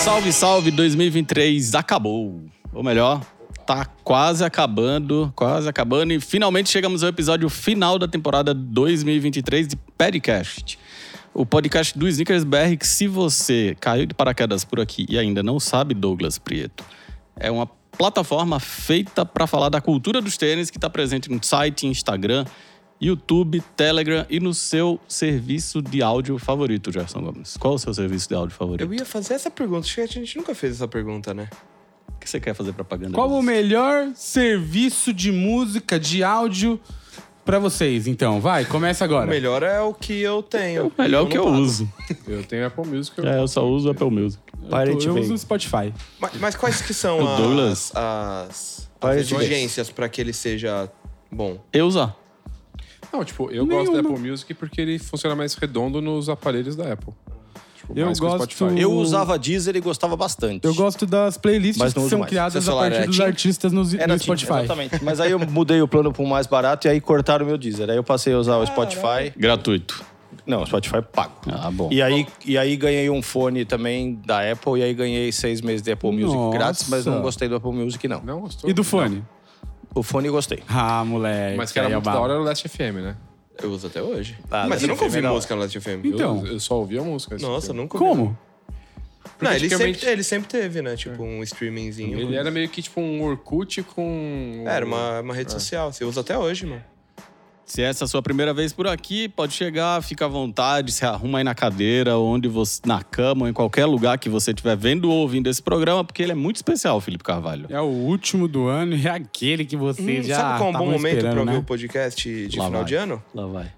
Salve, salve, 2023 acabou. Ou melhor, tá quase acabando, quase acabando. E finalmente chegamos ao episódio final da temporada 2023 de Podcast. O podcast do Sneakers BR, que se você caiu de paraquedas por aqui e ainda não sabe Douglas Prieto, é uma plataforma feita para falar da cultura dos tênis que está presente no site, Instagram, YouTube, Telegram e no seu serviço de áudio favorito, Gerson Gomes. Qual o seu serviço de áudio favorito? Eu ia fazer essa pergunta, acho que a gente nunca fez essa pergunta, né? O que você quer fazer propaganda? Qual o disso? melhor serviço de música, de áudio pra vocês? Então, vai, O começa agora. melhor é o que eu tenho. O melhor que eu uso. Eu tenho Apple Music. É, eu só uso Apple Music. eu, Parente eu bem. uso o Spotify. Mas, mas quais que são O Douglas. as, as, as Parece exigências para que ele seja bom? Eu usar. Não, tipo, eu Nenhuma. gosto da Apple Music porque ele funciona mais redondo nos aparelhos da Apple. Tipo, Eu mais que o gosto- Spotify. Eu usava Deezer e gostava bastante. Eu gosto das playlists Mas que não uso são mais. criadas Seu a celular partir é dos Tim? artistas no, no Era Tim, Spotify. Exatamente. Mas aí eu mudei o plano para um mais barato e aí cortaram o meu Deezer. Aí eu passei a usar o Spotify. Gratuito. Não, o Spotify é pago. Ah, bom. E aí, e aí ganhei um fone também da Apple e aí ganhei seis meses de Apple Music Nossa. grátis, mas não gostei do Apple Music, não. Não, gostou. E do fone? O fone eu gostei. Ah, moleque. Mas que era aí é o muito da bala. hora era o Last FM, né? Eu uso até hoje. Ah, mas Last eu nunca ouvi FM não. música no Last FM. Então. Eu, eu só ouvia a música. assim, Nossa, tipo. nunca ouvi. Como? Não, ele Praticamente- sempre, ele sempre teve, né? Tipo, um streamingzinho. Ele era meio que tipo um Orkut com. É, era uma, uma rede social. Você usa até hoje, mano. Se essa é a sua primeira vez por aqui, pode chegar, fica à vontade, se arruma aí na cadeira, onde você, na cama, ou em qualquer lugar que você estiver vendo ou ouvindo esse programa, porque ele é muito especial, Felipe Carvalho. É o último do ano e é aquele que você Hum, já. sabe qual é um bom estavam momento pra esperando, ouvir né? o podcast de Lá final vai. de ano? Lá vai.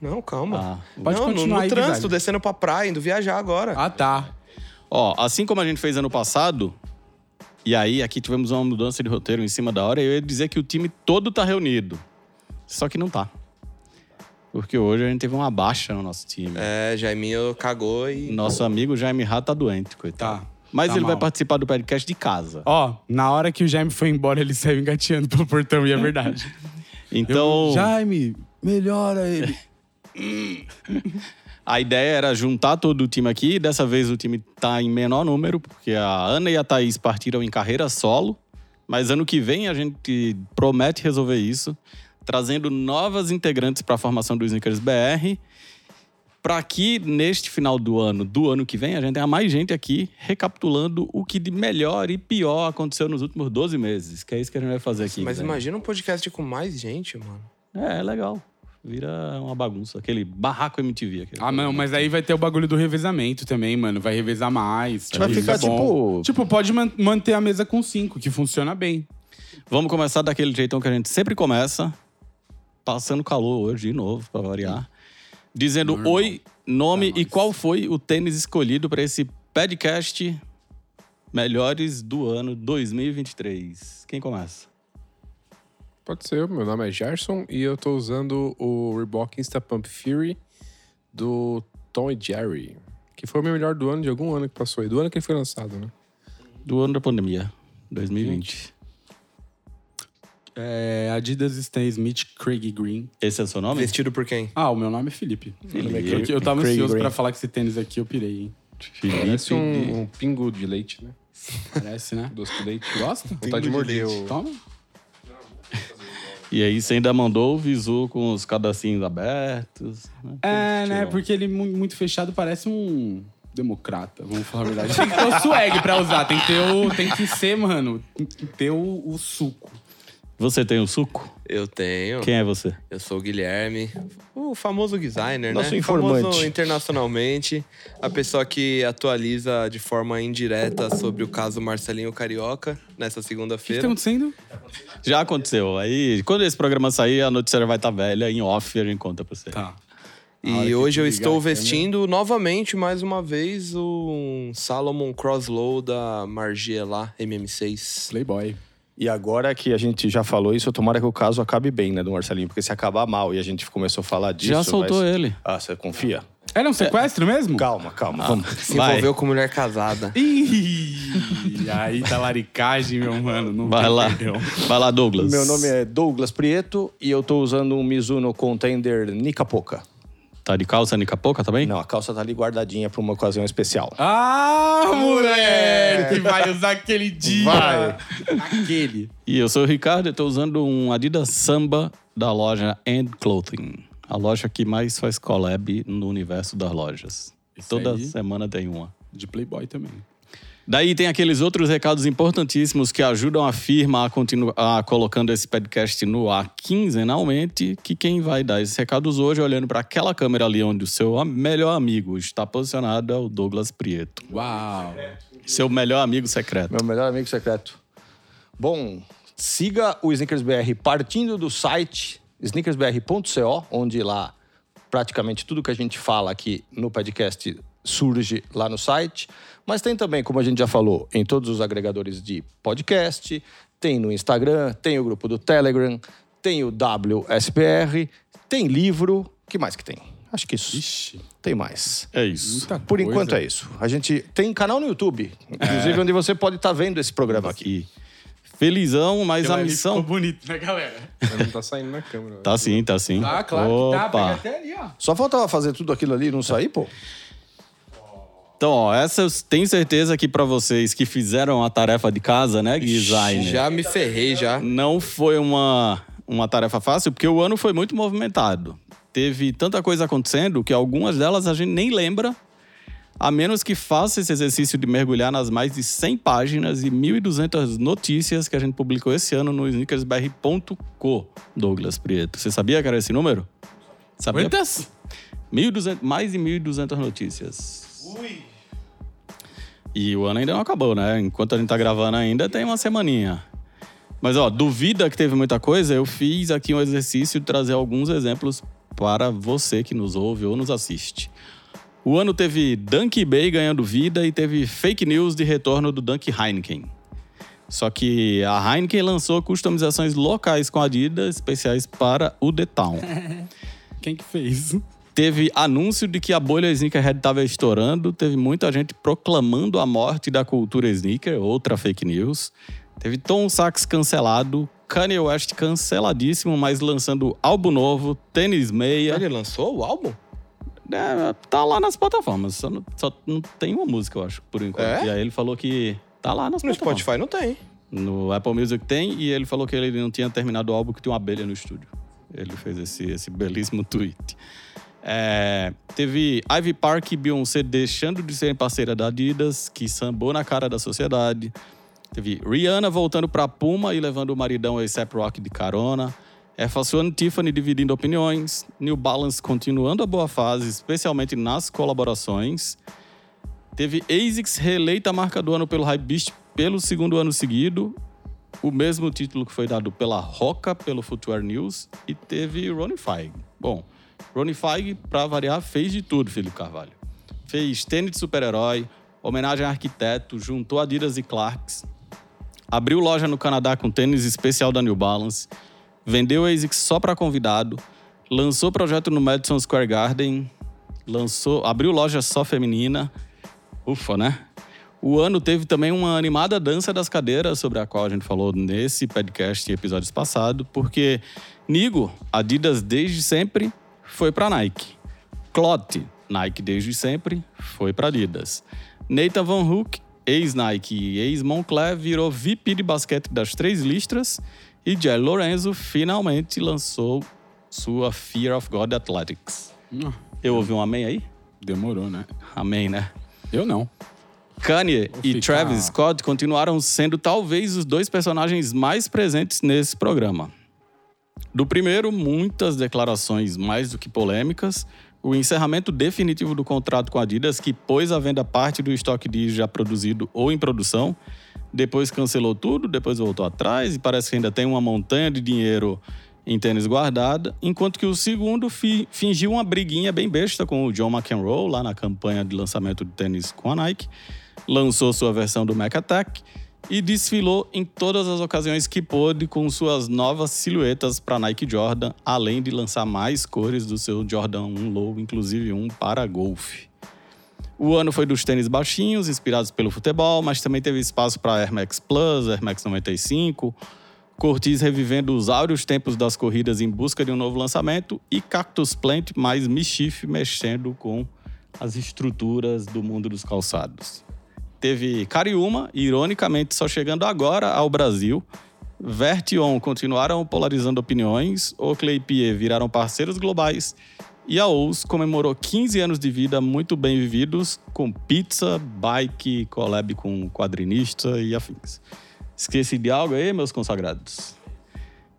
Não, calma. Ah, pode não, no- continuar no, aí, trânsito, Guizade. descendo pra praia, indo viajar agora. Ah, tá. Ó, assim como a gente fez ano passado, e aí aqui tivemos uma mudança de roteiro em cima da hora, eu ia dizer que o time todo tá reunido. Só que não tá. Porque hoje a gente teve uma baixa no nosso time. É, Jaiminho cagou e. Nosso amigo Jaime Rá tá doente, coitado. Tá. Mas Tá ele vai mal. participar do podcast de casa. Ó, na hora que o Jaime foi embora, ele saiu engateando pelo portão, e é verdade. Então, Jaime, melhora ele. a ideia era juntar todo o time aqui. Dessa vez o time tá em menor número, porque a Ana e a Thaís partiram em carreira solo. Mas ano que vem a gente promete resolver isso, trazendo novas integrantes para a formação do Sneakers BR. Para que neste final do ano, do ano que vem, a gente tenha mais gente aqui recapitulando o que de melhor e pior aconteceu nos últimos 12 meses. Que é isso que a gente vai fazer aqui. Mas Guilherme. imagina um podcast com mais gente, mano. É, é legal. Vira uma bagunça. Aquele barraco MTV. Aquele Ah, não, mas aí vai ter o bagulho do revezamento também, mano. Vai revezar mais. Vai isso ficar, é bom. tipo- Tipo, pode man- manter a mesa com cinco, que funciona bem. Vamos começar daquele jeitão que a gente sempre começa. Passando calor hoje de novo, pra variar. Dizendo oi, nome e qual foi o tênis escolhido pra esse podcast Melhores do Ano 2023. Quem começa? Pode ser, meu nome é Gerson e eu tô usando o Reebok Insta Pump Fury do Tom e Jerry, que foi o meu melhor do ano, de algum ano que passou aí, do ano que ele foi lançado, né? Do ano da pandemia, 2020. É, Adidas Stan Smith, Craig Green. Esse é o seu nome? Vestido por quem? Ah, o meu nome é Felipe. Felipe. Eu, eu tava Craig ansioso Green. pra falar que esse tênis aqui eu pirei, hein? Parece um, um pingo de leite, né? Parece, né? Doce de leite. Gosta? Vontade de morder o... Toma. E aí você ainda mandou o visu com os cadacinhos abertos. né? É, né? Porque ele mu- muito fechado parece um democrata, vamos falar a verdade. Tem que ter o swag pra usar, tem que ter o. Tem que ser, mano. Tem que ter o, o suco. Você tem o suco? Eu tenho. Quem é você? Eu sou o Guilherme, o famoso designer, Nosso né? informante. Famoso internacionalmente, a pessoa que atualiza de forma indireta sobre o caso Marcelinho Carioca nessa O que que tá segunda-feira. acontecendo? Já aconteceu. Aí, quando esse programa sair, a notícia vai estar velha, em off, a gente conta pra você. Tá. hora que E hoje eu desligar estou a câmera. vestindo novamente, mais uma vez, um Salomon Crosslow da Margiela MM6. Playboy. E agora que a gente já falou isso, tomara que o caso acabe bem, né, do Marcelinho? Porque se acabar mal e a gente começou a falar disso. Já soltou vai- ele. Ah, você confia? Era um sequestro mesmo? Calma, calma. Vamos. Se Vai. envolveu com mulher casada. Ih, aí tá laricagem, meu mano. Não Vai tem lá. perdão. Vai lá, Douglas. é Meu nome é Douglas Prieto e eu tô usando um Mizuno Contender Nicapoca. Tá de calça Nicapoca também? Não, a calça tá ali guardadinha pra uma ocasião especial. Ah, moleque! Vai usar aquele dia! Vai. Aquele. E eu sou o Ricardo e tô usando um Adidas Samba da loja And Clothing. A loja que mais faz collab no universo das lojas. Isso Toda aí. semana tem uma. De Playboy também. Daí tem aqueles outros recados importantíssimos que ajudam a firma a continuar colocando esse podcast no ar quinzenalmente, que quem vai dar esses recados hoje, olhando para aquela câmera ali onde o seu am- melhor amigo está posicionado, é o Douglas Prieto. Uau! Seu melhor amigo secreto. Meu melhor amigo secreto. Bom, siga o Sneakers BR partindo do site sneakersbr.co, onde lá praticamente tudo que a gente fala aqui no podcast surge lá no site. Mas tem também, como a gente já falou, em todos os agregadores de podcast, tem no Instagram, tem o grupo do Telegram, tem o WSBR, tem livro. que mais que tem? Acho que isso. Tem mais. É isso. Muita Por coisa. É. enquanto é isso. A gente tem canal no YouTube, inclusive onde você pode estar vendo esse programa aqui. E felizão, mas Então, a ele missão. Ficou bonito, né, galera? Mas não tá saindo na câmera. Tá sim, tá sim. Ah, claro que tá. Pega Opa. até ali, ó. Só faltava fazer tudo aquilo ali e não sair, pô. Então, ó, essa eu tenho certeza que para vocês que fizeram a tarefa de casa, né, designer? Já me ferrei, já. não foi uma, uma tarefa fácil, porque o ano foi muito movimentado. Teve tanta coisa acontecendo que algumas delas a gente nem lembra, a menos que faça esse exercício de mergulhar nas mais de 100 páginas e 1.200 notícias que a gente publicou esse ano no sneakersbr.co, Douglas Prieto. Você sabia que era esse número? Sabia? Quantas? 1.200, mais de 1.200 notícias. E o ano ainda não acabou, né? Enquanto a gente tá gravando ainda, tem uma semaninha. Mas, ó, duvida que teve muita coisa? Eu fiz aqui um exercício de trazer alguns exemplos para você que nos ouve ou nos assiste. O ano teve Dunk Bay ganhando vida e teve fake news de retorno do Dunk Heineken. Só que a Heineken lançou customizações locais com Adidas especiais para o The Town. Quem que fez? Teve anúncio de que a bolha sneakerhead estava estourando, teve muita gente proclamando a morte da cultura sneaker, outra fake news. Teve Tom Sachs cancelado, Kanye West canceladíssimo, mas lançando álbum novo, tênis meia. Ele lançou o álbum? É, tá lá nas plataformas, só não, só não tem uma música, eu acho, por enquanto. É? E aí ele falou que tá lá nas No plataformas. Spotify não tem. No Apple Music tem, e ele falou que ele não tinha terminado o álbum que tinha uma abelha no estúdio. Ele fez esse, esse belíssimo tweet. É, teve Ivy Park e Beyoncé deixando de serem parceira da Adidas, que sambou na cara da sociedade. Teve Rihanna voltando pra Puma e levando o maridão A$AP Rock de carona. Air Force One e Tiffany dividindo opiniões. New Balance continuando a boa fase, especialmente nas colaborações. Teve ASICS reeleita a marca do ano pelo Hypebeast pelo segundo ano seguido. O mesmo título que foi dado pela Roca, pelo Footwear News. E teve Ronnie Feig. Bom, Ronnie Feig, pra variar, fez de tudo, Felipe Carvalho. Fez tênis de super-herói, homenagem a arquiteto, juntou Adidas e Clarks. Abriu loja no Canadá com tênis especial da New Balance. Vendeu ASICS só para convidado. Lançou projeto no Madison Square Garden. Lançou, abriu loja só feminina. Ufa, né? O ano teve também uma animada dança das cadeiras, sobre a qual a gente falou nesse podcast e episódios passados, porque Nigo, Adidas desde sempre, foi para Nike. Clote, Nike desde sempre, foi para Adidas. Nathan Van Hook, ex-Nike e ex-Moncler, virou VP de basquete das três listras. E Jerry Lorenzo finalmente lançou sua Fear of God Athletics. Não, Eu ouvi um amém aí? Demorou, né? Amém, né? Eu não. Kanye e ficar- Travis Scott continuaram sendo talvez os dois personagens mais presentes nesse programa. Do primeiro, muitas declarações mais do que polêmicas, o encerramento definitivo do contrato com a Adidas, que pôs à venda parte do estoque de já produzido ou em produção, depois cancelou tudo, depois voltou atrás e parece que ainda tem uma montanha de dinheiro em tênis guardada, enquanto que o segundo fi- fingiu uma briguinha bem besta com o John McEnroe lá na campanha de lançamento de tênis com a Nike, lançou sua versão do Mac Attack e desfilou em todas as ocasiões que pôde com suas novas silhuetas para Nike Jordan, além de lançar mais cores do seu Jordan 1 Low, inclusive um para golfe. O ano foi dos tênis baixinhos, inspirados pelo futebol, mas também teve espaço para Air Max Plus, Air Max 95, Cortiz revivendo os áureos tempos das corridas em busca de um novo lançamento e Cactus Plant mais Mischief mexendo com as estruturas do mundo dos calçados. Teve Cariúma, ironicamente só chegando agora ao Brasil. Vertion continuaram polarizando opiniões, Oakley e Pie viraram parceiros globais e a Ous comemorou 15 anos de vida muito bem vividos com pizza, bike, collab com quadrinista e afins. Esqueci de algo aí, meus consagrados?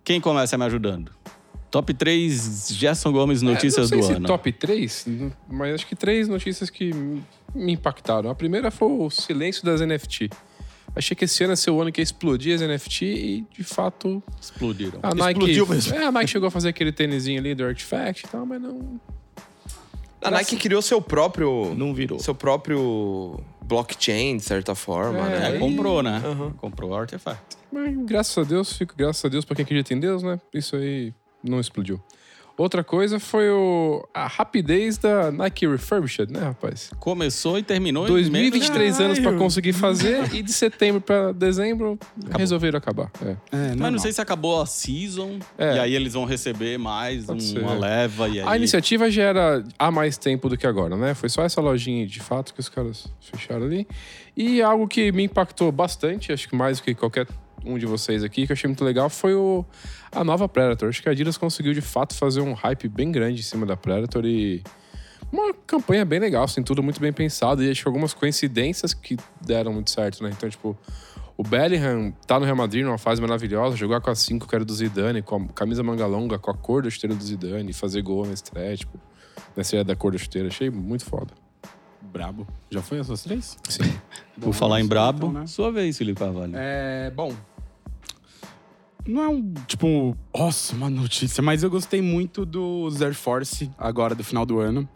Quem começa me ajudando? Top 3 Gerson Gomes notícias É, não sei do se ano. top 3, mas acho que três notícias que me impactaram. A primeira foi o silêncio das NFT. Achei que esse ano ia ser o ano que ia explodir as NFT e, de fato, Explodiram. a Nike... Explodiu mesmo. É, a Nike chegou a fazer aquele tênisinho ali do Artifact e tal, mas não... A Nike criou seu próprio. Não virou. Seu próprio blockchain, de certa forma, É, né? É, aí- comprou, né? Comprou o artefato. Mas, graças a Deus, fico graças a Deus pra quem acredita em Deus, né? Isso aí não explodiu. Outra coisa foi o, a rapidez da Nike Refurbished, né, rapaz? Começou e terminou em menos de- 2023 anos pra conseguir fazer e de setembro pra dezembro resolveram acabar. É. É, Mas não sei se acabou a season É. e aí eles vão receber mais Pode um- ser. uma leva e aí Ah, A iniciativa já era há mais tempo do que agora, né? Foi só essa lojinha de fato que os caras fecharam ali. E algo que me impactou bastante, acho que mais do que qualquer um de vocês aqui, que eu achei muito legal, foi o, a nova Predator. Acho que a Adidas conseguiu de fato fazer um hype bem grande em cima da Predator e uma campanha bem legal, assim, tudo muito bem pensado. E acho que algumas coincidências que deram muito certo, né? Então, tipo, o Bellingham tá no Real Madrid numa fase maravilhosa, jogar com a 5 que era do Zidane, com a camisa manga longa, com a cor da chuteira do Zidane, fazer gol na estreia, tipo, na estreia da cor da chuteira. Achei muito foda. Brabo. Já foi as suas três? Por falar em brabo, Então, né? sua vez, Felipe Carvalho. É, bom. Não é um, tipo, um, nossa, uma notícia, mas eu gostei muito dos Air Force agora do final do ano.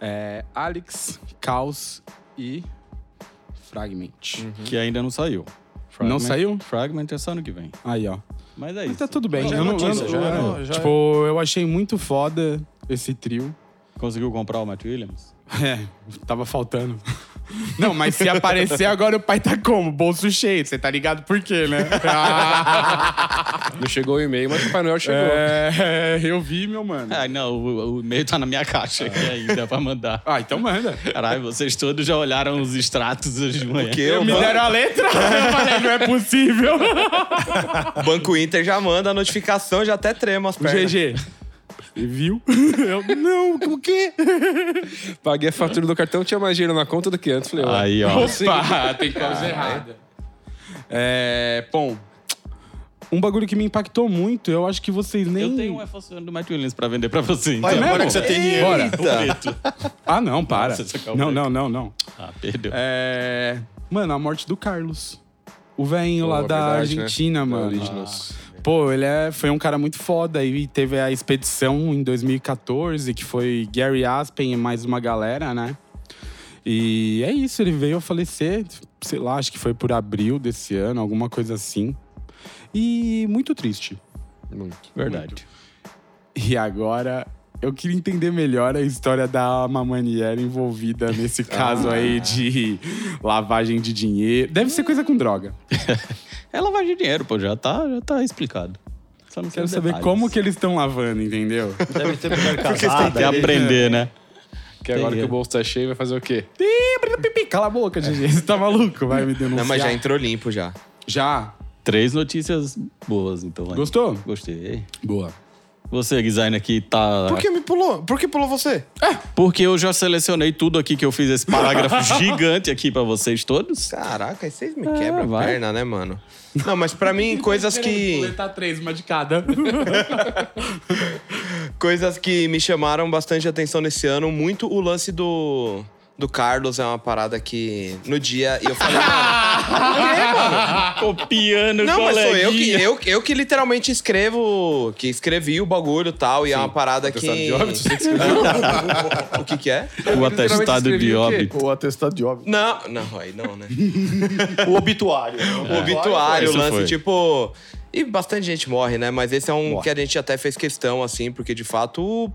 É, Alex, Caos e Fragment. Que ainda não saiu. Não saiu? Fragment é só ano que vem. Aí, ó. Mas é Mas isso. tá tudo bem. Já eu não, notícia, eu- já é. eu- era. eu- Tipo, eu achei muito foda esse trio. Conseguiu comprar o Matt Williams? É, tava faltando. Não, mas se aparecer agora o pai tá como? Bolso cheio, você tá ligado por quê, né? Não chegou o e-mail, mas o Papai Noel chegou. é, eu vi, meu mano. Ah, não, o, o e-mail tá na minha caixa aqui ainda pra mandar. Ah, então manda. Caralho, vocês todos já olharam os extratos hoje de manhã. Porque o Me Ban- deram a letra? Eu falei, não é possível. o Banco Inter já manda a notificação, já até trema as pernas. GG. Você viu? Eu, não, o quê? Paguei a fatura do cartão, tinha mais dinheiro na conta do que antes. Falei, ué, Aí, ó. Opa, tem coisa errada. Ah, É, bom. Um bagulho que me impactou muito, eu acho que vocês nem. Eu tenho um iPhone do Matt Williams pra vender pra você, então. Vai mesmo? agora que você tem dinheiro. Bora. Bonito. Ah, não, para. Nossa, essa calma Não, aí. não, não, não. Ah, perdeu. É. Mano, a morte do Carlos. O velhinho lá Pô, da verdade, né? Argentina, Da mano. Originals. Pô, ele é- foi um cara muito foda. E teve a expedição em 2014, que foi Gary Aspen e mais uma galera, né? E é isso, ele veio a falecer, sei lá, acho que foi por abril desse ano, alguma coisa assim. E muito triste. Muito. Verdade. E agora, eu queria entender melhor a história da Mamaniera envolvida Ah. nesse caso aí de lavagem de dinheiro. Deve ser coisa com droga. É lavagem de dinheiro, pô, já tá, já tá explicado. Só não Quero sei saber detalhes. como que tá eles estão lavando, entendeu? Deve ter pegado Tem que casada. aprender, né? Porque agora Tem, que é. o bolso tá cheio, vai fazer o quê? Cala a boca, Gigi. Você tá maluco? Vai me denunciar. Não, mas já entrou limpo já. Já. Três notícias boas, então. aí. Gostou? Gostei. Boa. Você, designer, que tá. que me pulou? Por que pulou você? É. Porque eu já selecionei tudo aqui que eu fiz esse parágrafo gigante aqui pra vocês todos. Caraca, aí vocês me quebram a vai. perna, né, mano? Não, mas pra mim, coisas que. Coletar três, uma de cada. Coisas que me chamaram bastante atenção nesse ano, muito o lance do. Do Carlos é uma parada que no dia. E eu falei. mano, Tá Copiando não, mas sou eu que, coleguinha. eu, eu que literalmente escrevo. Que escrevi o bagulho e tal. E é uma parada que. Sabe de óbito? Você que o que, que é? O literalmente atestado escrevi de o quê? óbito. O atestado de óbito. Não, não, aí não, né? O obituário. É. O obituário, o Isso lance, foi. tipo. E bastante gente morre, né? Mas esse é um Morre. que a gente até fez questão, assim, porque de fato.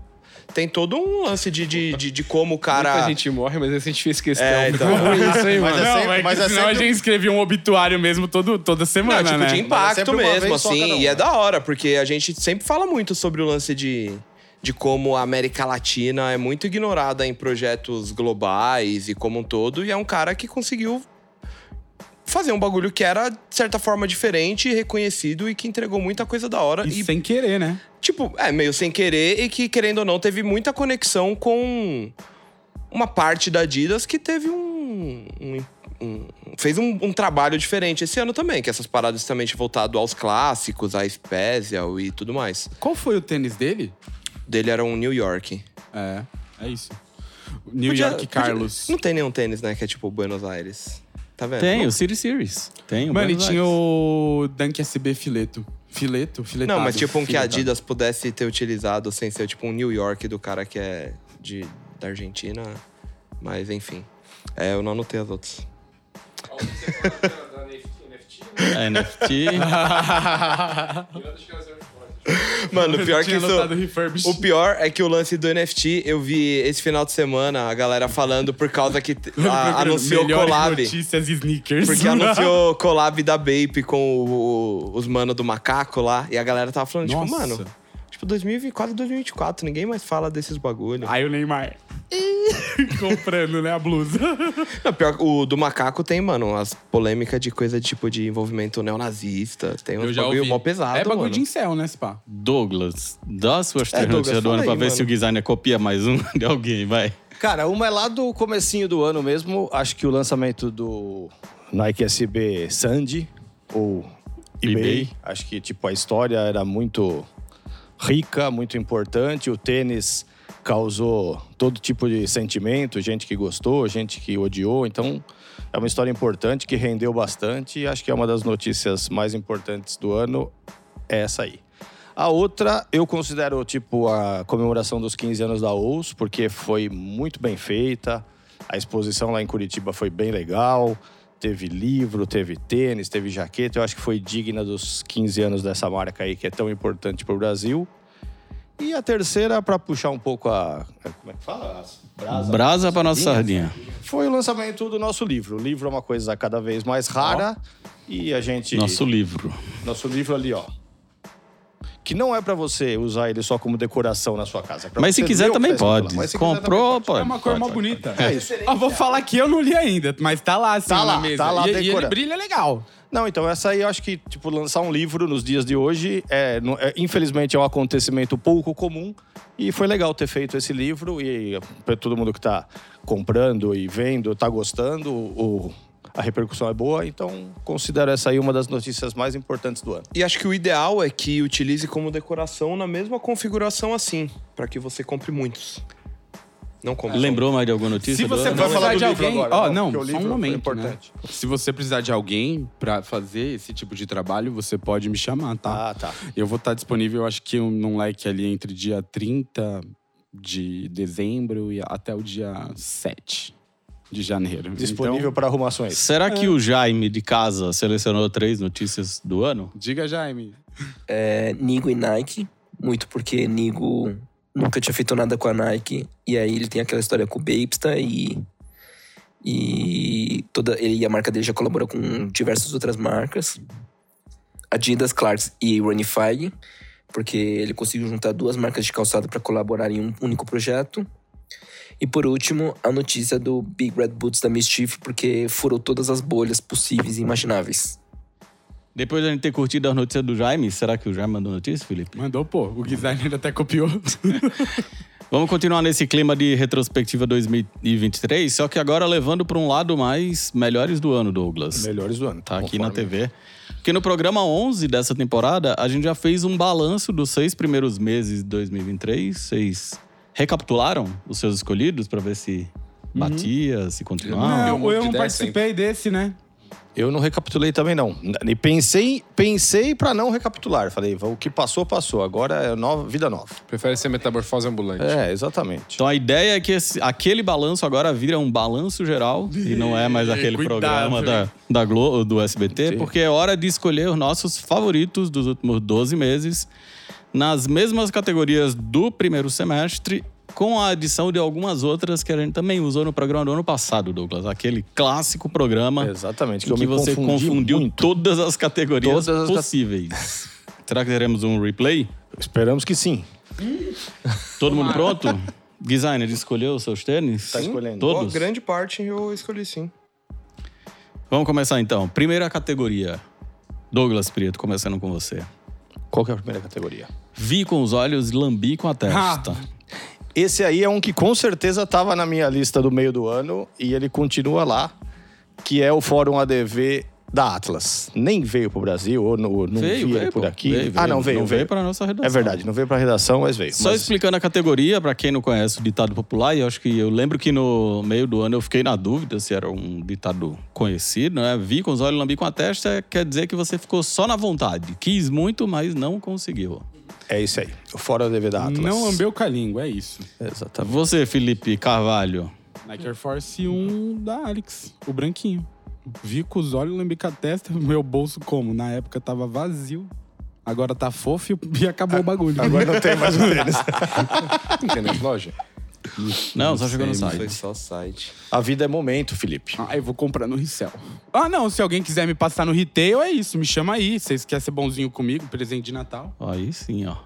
tem todo um lance de, de, de, de como o cara. Muita gente morre, mas esse a gente fez questão. É, então. isso, hein, Mas mano? é Não, sempre- mas, assim- mas é senão a sempre- gente escrevia um obituário mesmo todo, toda assim, Não, semana, tipo, né? de Mas é impacto sempre uma mesmo, vez só assim. cada um, e é né? da hora, porque a gente sempre fala muito sobre o lance de, de como a América Latina é muito ignorada em projetos globais e como um todo. E é um cara que conseguiu fazer um bagulho que era, de certa forma, diferente, reconhecido e que entregou muita coisa da hora. E E, sem querer, né? tipo, é meio sem querer e que, querendo ou não, teve muita conexão com uma parte da Adidas que teve um. um- um- fez um, um trabalho diferente esse ano também, que essas paradas também tinham voltado aos clássicos, à Special e tudo mais. Qual foi o tênis dele? Dele era um New York. É, é isso. New Podia- York podia- Carlos. não tem nenhum tênis, né? Que é tipo Buenos Aires. Tá vendo? Tem, o City Series. Tem, o Mano, e Buenos tinha Aires. o Dunk SB fileto. Fileto? Filetado. Não, mas tipo um que a Filetado. Adidas pudesse ter utilizado sem ser tipo um New York do cara que é de, da Argentina. Mas enfim. É, eu não anotei as outras. É, NFT. Mano, pior que Tinha isso. anotado refurbished. O pior é que o lance do NFT, eu vi esse final de semana a galera falando por causa que t- a- Ah, anunciou Melhores collab. notícias e sneakers. Porque anunciou collab da Bape com o- o- os manos do macaco lá. E a galera tava falando, tipo, Nossa. mano, tipo, 2020, quase 2024, ninguém mais fala desses bagulho. Aí o Neymar... Comprando, né, a blusa. Não, pior, o do macaco tem, mano, as polêmicas de coisa tipo de envolvimento neonazista. Tem uns bagulho mó pesado, É bagulho mano. de incel, né, Spa? Douglas, dá as suas três É, Douglas, notícias do fala ano pra aí, ver mano. se o designer copia mais um de alguém, vai. Cara, uma é lá do comecinho do ano mesmo. Acho que o lançamento do Nike SB Sandy ou eBay. eBay. Acho que tipo a história era muito rica, muito importante. O tênis causou todo tipo de sentimento, gente que gostou, gente que odiou. Então é uma história importante que rendeu bastante. E acho que é uma das notícias mais importantes do ano é essa aí. A outra eu considero tipo a comemoração dos 15 anos da OUS, porque foi muito bem feita. A exposição lá em Curitiba foi bem legal. Teve livro, teve tênis, teve jaqueta. Eu acho que foi digna dos 15 anos dessa marca aí que é tão importante para o Brasil. E a terceira, para puxar um pouco a. Como é que fala? As brasa. Brasa pra nossa sardinha. Foi o lançamento do nosso livro. O livro é uma coisa cada vez mais rara. E a gente. Nosso livro. Nosso livro ali, ó. Que não é pra você usar ele só como decoração na sua casa. É pra Mas se você quiser ler o também texto lá. pode. Mas se quiser Comprou, também pode. pode. É uma cor mó bonita. É isso. Ah, vou falar que eu não li ainda, mas tá lá, assim, Tá lá, na mesa. tá lá e, e ele decorando. brilha legal. Não, então essa aí eu acho que, tipo, lançar um livro nos dias de hoje, é, não- é, infelizmente é um acontecimento pouco comum. E foi legal ter feito esse livro e para todo mundo que tá comprando e vendo, tá gostando, o- a repercussão é boa. Então considero essa aí uma das notícias mais importantes do ano. E acho que o ideal é que utilize como decoração na mesma configuração assim, pra que você compre muitos. Não compre. Lembrou mais de alguma notícia? né? Se do você ano? vai falar precisar do de livro alguém... agora, Ó, não, não, porque o só um livro momento, foi importante. né? Se você precisar de alguém pra fazer esse tipo de trabalho, você pode me chamar, tá? Ah, tá. Eu vou estar disponível, eu acho que um- num like ali entre dia 30 de dezembro e até o dia 7 de janeiro. Disponível Então, para arrumações. Será É. que o Jaime de casa selecionou três notícias do ano? Então, diga, Jaime. É, Nigo e Nike. Muito porque Nigo nunca tinha feito nada com a Nike. E aí ele tem aquela história com o Bapsta e. E toda ele e a marca dele já colaborou com diversas outras marcas. Adidas, Clarks e Runify, porque ele conseguiu juntar duas marcas de calçado para colaborar em um único projeto. E por último, a notícia do Big Red Boots da Mischief, porque furou todas as bolhas possíveis e imagináveis. Depois da gente ter curtido as notícias do Jaime, será que o Jaime mandou notícia, Felipe? Mandou, pô. O designer até copiou. Vamos continuar nesse clima de retrospectiva 2023, só que agora levando para um lado mais melhores do ano, Douglas. Melhores do ano. Tá aqui na conforme- TV. Porque no programa 11 dessa temporada, a gente já fez um balanço dos seis primeiros meses de 2023. Vocês recapitularam os seus escolhidos para ver se batia, se Ah, continuava? deu um não, monte eu de não ideia participei desse, né? Eu não recapitulei também, não. E pensei, pensei para não recapitular. Falei, o que passou, passou. Agora é nova, vida nova. Prefere ser metamorfose ambulante. É, exatamente. Então a ideia é que esse- aquele balanço agora vira um balanço geral e não é mais aquele Cuidado, programa da, da Globo, do SBT, porque é hora de escolher os nossos favoritos dos últimos 12 meses. nas mesmas categorias do primeiro semestre, com a adição de algumas outras que a gente também usou no programa do ano passado, Douglas. Aquele clássico programa É, Exatamente, que, você confundiu todas as categorias Todas as cat- possíveis. Será que teremos um replay? Esperamos que sim. Todo mundo pronto? Designer, escolheu os seus tênis? Tá escolhendo. Todos? grande parte eu escolhi sim. Vamos começar então. Primeira categoria. Douglas Prieto, começando com você. Qual que é a primeira categoria? Vi com os olhos, lambi com a testa. Ah, Esse aí é um que com certeza estava na minha lista do meio do ano e ele continua lá, que é o Fórum ADV da Atlas. Nem veio pro Brasil, ou no, não veio, via veio por pô. aqui. Veio, Ah, não veio. Não veio para nossa redação. É verdade, não veio pra redação, mas veio. Só Mas- explicando a categoria, para quem não conhece o ditado popular, e eu acho que eu lembro que no meio do ano eu fiquei na dúvida se era um ditado conhecido, né? Vi com os olhos, lambi com a testa, quer dizer que você ficou só na vontade. Quis muito, mas não conseguiu. É isso aí. O Fórum ADV da Tá, Atlas. Não lambeu com a língua, é isso. Exatamente. Você, Felipe Carvalho, Nike Air Force 1 da Alex, o branquinho. Vi com os olhos, lembrei com a testa, meu bolso como? Na época tava vazio, agora tá fofo e- e acabou o bagulho. Agora não tem mais o tênis. Não tem nem loja. Não, só chegou no Foi site. só site. A vida é momento, Felipe. Ah, eu vou comprar no Ricel. Ah, não, se alguém quiser me passar no retail, é isso, me chama aí. Vocês querem ser bonzinho comigo, presente de Natal? Aí sim, ó.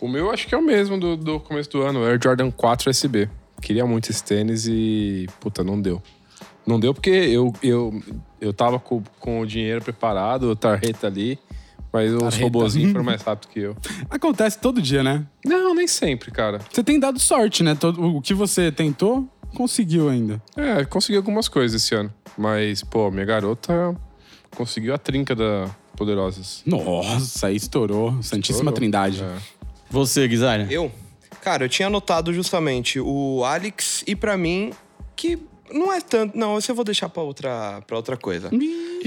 O meu acho que é o mesmo do, do começo do ano, Air Jordan 4 SB. Queria muito esse tênis e, puta, não deu. Não deu porque eu, eu, eu tava com, com o dinheiro preparado, o tarreta ali, mas os robozinhos foram mais rápidos que eu. Acontece todo dia, né? Não, nem sempre, cara. Você tem dado sorte, né? Todo- O que você tentou, conseguiu ainda. É, consegui algumas coisas esse ano. Mas, pô, minha garota conseguiu a trinca da Poderosas. É. Nossa, aí estourou. Santíssima Estourou. Trindade. É. Você, designer. Eu? Cara, eu tinha anotado justamente o Alex e pra mim que não é tanto, não, isso eu vou deixar pra outra, pra outra coisa.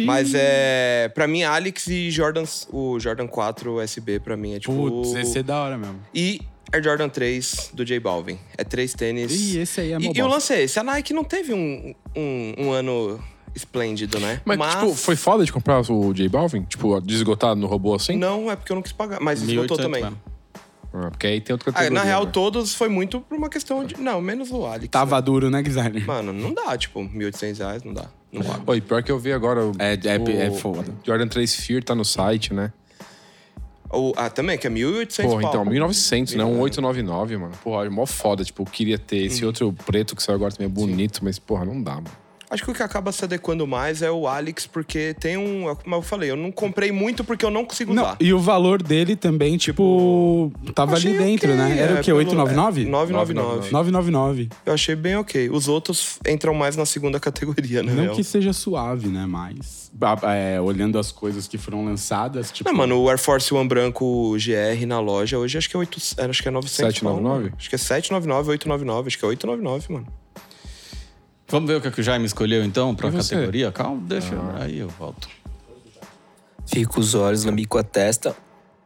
Mas é, Pra mim Alex e Jordan, o Jordan 4 USB pra mim é tipo Putz, esse é da hora mesmo. e Air Jordan 3 do J Balvin. É três tênis. Ih, esse aí é mó E, e o bosta. lance é esse, a Nike não teve um, um, um ano esplêndido, né? Mas, tipo, foi foda de comprar o J Balvin? Tipo, desgotado no robô assim? Não, é porque eu não quis pagar, mas esgotou 1.800 também. mesmo. Ah, porque aí tem outra Ah, categoria. na real, né? todos foi muito por uma questão de. Não, menos o Alex. Tava duro, né, designer? Mano, não dá, tipo, 1.800 reais, não dá. Não dá. Oi, pior que eu vi agora. o- É- é- o é foda. Jordan 3 Fear tá no site, né? Ou, ah, também, que é 1.800 Porra, pau. então, 1900, né? Um 899, mano. Porra, é mó foda. Tipo, eu queria ter esse outro preto que saiu agora também é bonito, mas, porra, não dá, mano. Acho que o que acaba se adequando mais é o Alex, porque tem um. é Como eu falei, eu não comprei muito porque eu não consigo Não, usar. e o valor dele também, tipo, tava ali Achei dentro, ok, né? é, Era o quê? pelo- 899? é, 999. 999. Eu achei bem ok. Os outros entram mais na segunda categoria, né? Não real? que seja suave, né? Mas. ah, é, olhando as coisas que foram lançadas, tipo. Não, mano, o Air Force One branco GR na loja hoje acho que é 8, é, acho que é 900 pau, 799? mano. Acho que é 799, 899, acho que é 899, mano. Vamos ver o que que o Jaime escolheu então para E você? categoria? Calma, deixa. eu- Aí eu volto. Fico os olhos, lambi com a testa.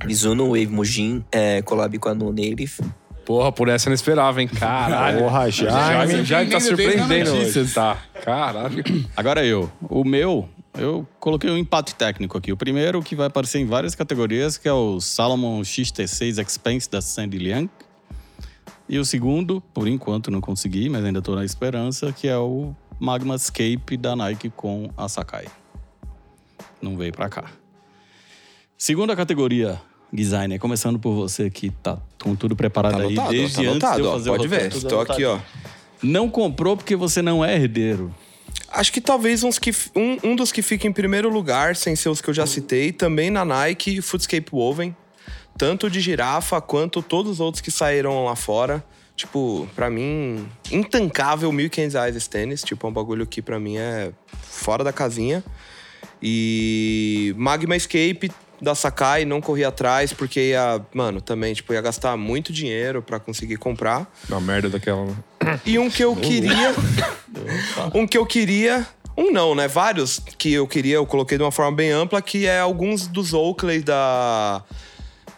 Mizuno Wave Mujin, é, collab com a Nunelif. Porra, por essa eu não esperava, hein? Caralho. Porra, Já, Jaime. já, tá surpreendendo notícia. hoje. Tá. Caralho. Agora eu. O meu, eu coloquei um empate técnico aqui. O primeiro que vai aparecer em várias categorias, que é o Salomon XT6 Expense da Sandy Liang. E o segundo, por enquanto não consegui, mas ainda estou na esperança, que é o Magmascape da Nike com a Sakai. Não veio para cá. Segunda categoria, designer. Começando por você que tá com tudo preparado Tá aí anotado, ó, desde tá antes de anotado, eu ó. fazer o Pode ver, roteiro. estou aqui, ó. Não comprou porque você não é herdeiro. Acho que talvez uns que, f- um, um dos que fica em primeiro lugar, sem ser os que eu já citei, também na Nike, Footscape Woven. Tanto de girafa quanto todos os outros que saíram lá fora. Tipo, pra mim, intancável 1.500 reais esse tênis. Tipo, é um bagulho que pra mim é fora da casinha. E Magma Escape da Sakai, não corri atrás, porque ia, mano, também, tipo, ia gastar muito dinheiro pra conseguir comprar. Uma merda daquela. né? E um que eu queria. um que eu queria. Um não, né? Vários que eu queria, eu coloquei de uma forma bem ampla, que é alguns dos Oakley da.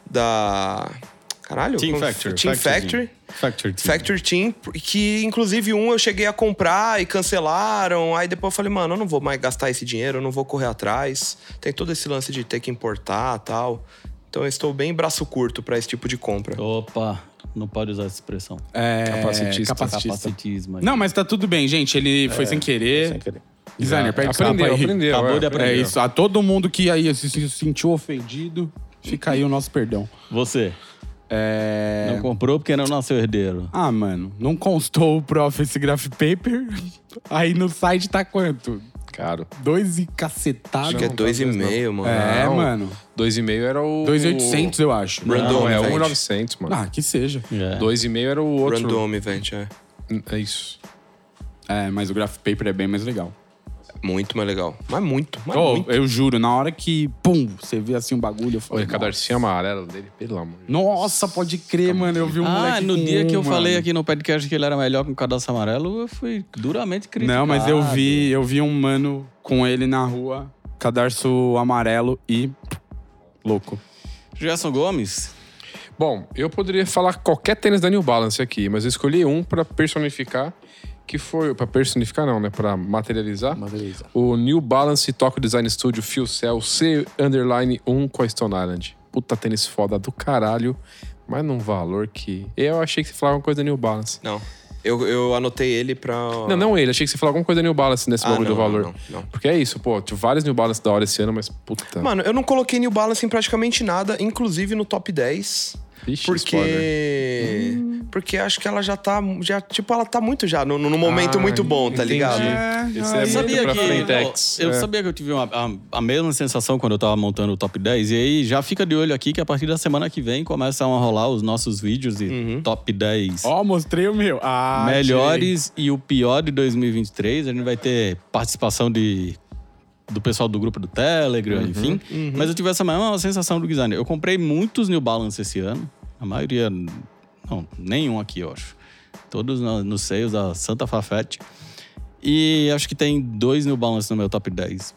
Da. Caralho? Team como- Factory. Team Factory. Factory Team. Factory Team, que inclusive um eu cheguei a comprar e cancelaram. Aí depois eu falei, mano, eu não vou mais gastar esse dinheiro, eu não vou correr atrás. Tem todo esse lance de ter que importar tal. Então eu estou bem braço curto para esse tipo de compra. Opa, não pode usar essa expressão. É, Capacitista. capacitista. Capacitismo. aí. Não, mas tá tudo bem, gente. Ele foi sem querer. Sem querer. Designer, perde esse Ah, aprendeu, papo aí. aprendeu. Acabou é, de É aprender. isso. A todo mundo que aí se- se sentiu ofendido, fica aí o nosso perdão. Você É... não comprou porque não nasceu herdeiro. Ah, mano, não constou o prof esse graph paper. Aí no site tá quanto? Caro. Dois e cacetado. Acho que é não, dois e talvez não. meio, mano. É, Não. mano. 2,5 era o. 2,800, eu acho. Random, Não, é velho. 1,900, mano. Ah, que seja. É. 2,5 era o outro. Random event, é. É isso. É, mas o graph paper é bem mais legal. Muito mais legal. Mas muito, mas Ô, muito. eu juro, na hora que, pum, você vê assim um bagulho, eu O falei, Ricardo nossa. Arcinha amarelo dele, pelo amor de Deus. Nossa, pode crer, mano, eu vi um Ah, moleque no com dia que eu um, falei mano. aqui no podcast que ele era melhor com o cadastro amarelo, eu fui duramente criticado. Não, mas eu vi, eu vi um mano com ele na rua, cadarço amarelo e louco. Gerson Gomes, Bom, eu poderia falar qualquer tênis da New Balance aqui, mas eu escolhi um pra personificar, que foi Pra personificar não, né, Pra materializar. O New Balance Tokyo Design Studio Fuel Cell C underline 1 com a Stone Island. Puta tênis foda do caralho, mas num valor que eu achei que você falava alguma coisa da New Balance. Não. Eu, eu anotei ele pra. Não, não ele, achei que você falava alguma coisa da New Balance nesse Ah, bagulho não, do valor. não, não, não. Porque é isso, pô, tive vários New Balance da hora esse ano, mas puta. Mano, eu não coloquei New Balance em praticamente nada, inclusive no top 10. Ixi, spoiler. Porque. Porque acho que ela já tá. Já, tipo, ela tá muito já, num, num momento Ah, muito bom, tá entendi. É, ligado? Esse eu é muito sabia pra que. frente, Não, eu sabia que eu tive uma- a, a mesma sensação quando eu tava montando o top 10. E aí já fica de olho aqui que a partir da semana que vem começam a rolar os nossos vídeos de top 10 Ó, mostrei o meu. Ah, melhores e o pior de 2023. A gente vai ter participação de, do pessoal do grupo do Telegram, enfim. Mas eu tive essa mesma sensação do designer. Eu comprei muitos New Balance esse ano. A maioria, não, nenhum aqui, eu acho. Todos na- nos seios da Santa Fafete. E acho que tem dois New Balance no meu top 10.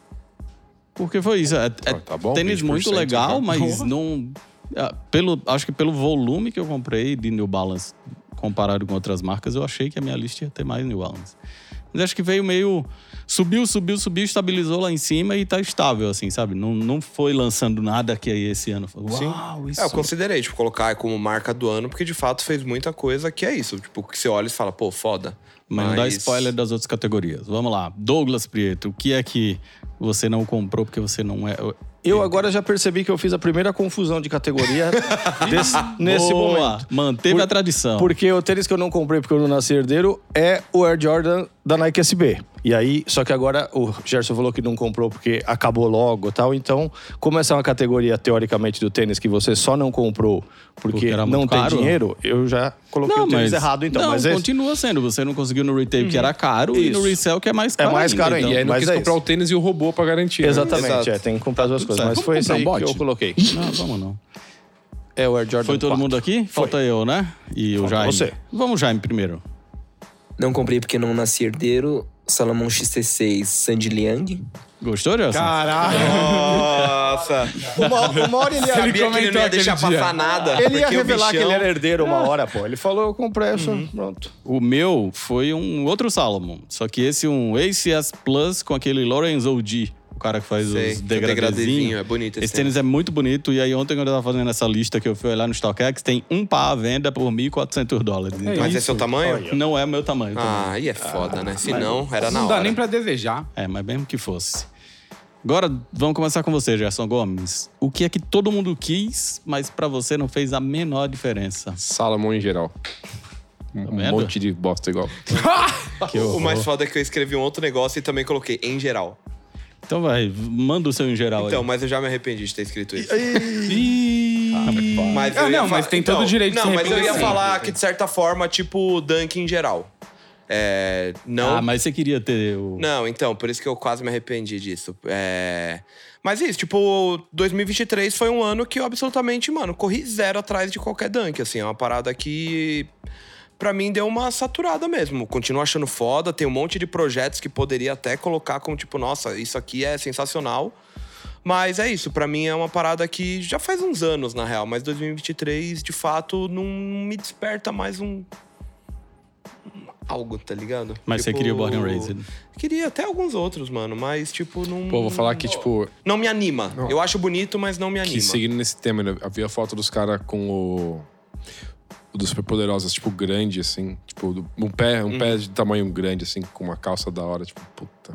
Porque foi isso. É, é Ó, tá bom, tênis 20% muito legal, então. já. mas não. ah, Pelo, acho que pelo volume que eu comprei de New Balance comparado com outras marcas, eu achei que a minha lista ia ter mais New Balance. Mas acho que veio meio. Subiu, subiu, subiu, estabilizou lá em cima e tá estável, assim, sabe? Não, não foi lançando nada que aí esse ano. Falou, Uau, isso. É, eu considerei, tipo, colocar como marca do ano, porque de fato fez muita coisa que é isso. Tipo, que você olha e fala, pô, foda. Mas não dá né? spoiler das outras categorias. Vamos lá. Douglas Prieto, o que é que você não comprou porque você não é. Eu agora já percebi que eu fiz a primeira confusão de categoria desse- nesse Boa! momento. Manteve Por- a tradição. Porque o tênis que eu não comprei porque eu não nasci herdeiro é o Air Jordan da Nike SB. E aí, só que agora o Gerson falou que não comprou porque acabou logo e tal. Então, como essa é uma categoria, teoricamente, do tênis que você só não comprou Porque porque, era muito não tem caro. dinheiro, eu já coloquei o tênis errado, então. Não, mas esse- Uhum. continua sendo. Você não conseguiu no retail que era caro e no Isso. resell que é mais caro. mais ainda, caro então. ainda. E aí não Mas quis é comprar isso. o tênis e o robô pra garantir. né? Exatamente, Exato. é, tem que comprar as duas certo. coisas. Mas foi isso comprar aí um que bote? eu coloquei. então. Não, vamos não. É o Air Jordan Foi todo 4. mundo aqui? Falta eu, né? E o Falta Jaime. você. Vamos, Jaime, primeiro. Não comprei porque não nasci herdeiro. Salomon XT6 Sandy Liang. Gostou, Gerson? Caralho. Nossa! Uma, uma hora ele ia, Sabia que ele não comentou ia deixar aquele passar dia. nada. ele ia porque o revelar que bichão- ele era herdeiro uma hora, pô. Ele falou, eu comprei essa, pronto. O meu foi um outro Salomon. Só que esse um ACS Plus com aquele Lorenzo D. O cara que faz Sei, os um que é degradezinho, degradezinhos. é bonito esse Esse tênis é muito bonito. E aí ontem quando eu tava fazendo essa lista que eu fui olhar no StockX, tem um par à venda por 1.400 dólares. Então, Mas é seu tamanho? não é meu tamanho. também. Ah, aí é foda, né? Se não, era na Não dá hora. nem pra desejar. É, mas mesmo que fosse. Agora, vamos começar com você, Gerson Gomes. O que é que todo mundo quis, mas pra você não fez a menor diferença? Tá Salomão em geral. Um vendo? monte de bosta igual. o mais foda é que eu escrevi um outro negócio e também coloquei em geral. Então vai, manda o seu em Tá geral Então, aí. mas eu já me arrependi de ter escrito isso. Ih. Mas Ah, eu ia não, fa- então, mas tem todo o direito de Não, se mas eu ia arrepender. falar que, de certa forma, tipo, Dunk em geral. É, não, Ah, mas você queria ter o... não, então, por isso que eu quase me arrependi disso. É, mas isso, tipo, 2023 foi um ano que eu absolutamente, mano, corri zero atrás de qualquer Dunk, assim. É uma parada que... Pra mim deu uma saturada mesmo. Continuo achando foda, tem um monte de projetos que poderia até colocar como tipo, nossa, isso aqui é sensacional. Mas é isso, pra mim é uma parada que já faz uns anos, na real, mas 2023, de fato, não me desperta mais um. algo, tá ligado? Mas você Tipo, queria o Born and Raised. Queria até alguns outros, mano, mas tipo, não. Pô, vou falar que, tipo, Não me anima. Não. Eu acho bonito, mas não me anima. que seguindo nesse tema, né? Havia foto dos caras com o. o Dos superpoderosas, tipo, grande, assim. Tipo, do- um pé, um pé de tamanho grande, assim, com uma calça da hora. Tipo, puta.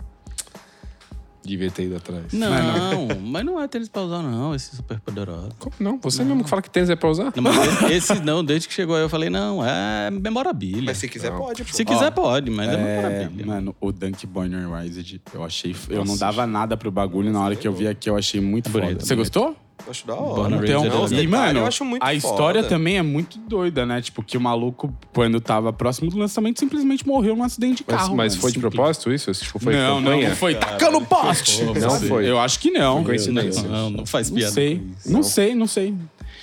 Devia ter ido atrás. Não, mas não é tênis pra usar, não, esse super poderoso. Como não? Você mesmo que fala que tênis é pra usar? Não, mas esse esse não, desde que chegou aí eu falei, não, é memorabilia. Mas se quiser, pode. pô. Se quiser, pode, mas é, É, memorabilia. mano, o Dunk Boyner Rised, eu achei. Eu não Nossa, dava nada pro bagulho na hora que eu vi aqui, eu achei muito Bonito, bonito. Você bonito. gostou? Então, Acho da Born hora. and Raised é Não, os da hora. e, detalhes mano, eu acho muito a história foda. também é muito doida, né? Tipo, que o maluco, quando tava próximo do lançamento, simplesmente morreu num acidente de Mas, carro. mas mano. foi de Simples. propósito isso? Tipo, foi não, não, campanha? não foi. Tacando poste! Não Sabe? foi. Eu acho que não. Foi coincidência. Não, não, não faz Não piada. sei. Não sei, não sei.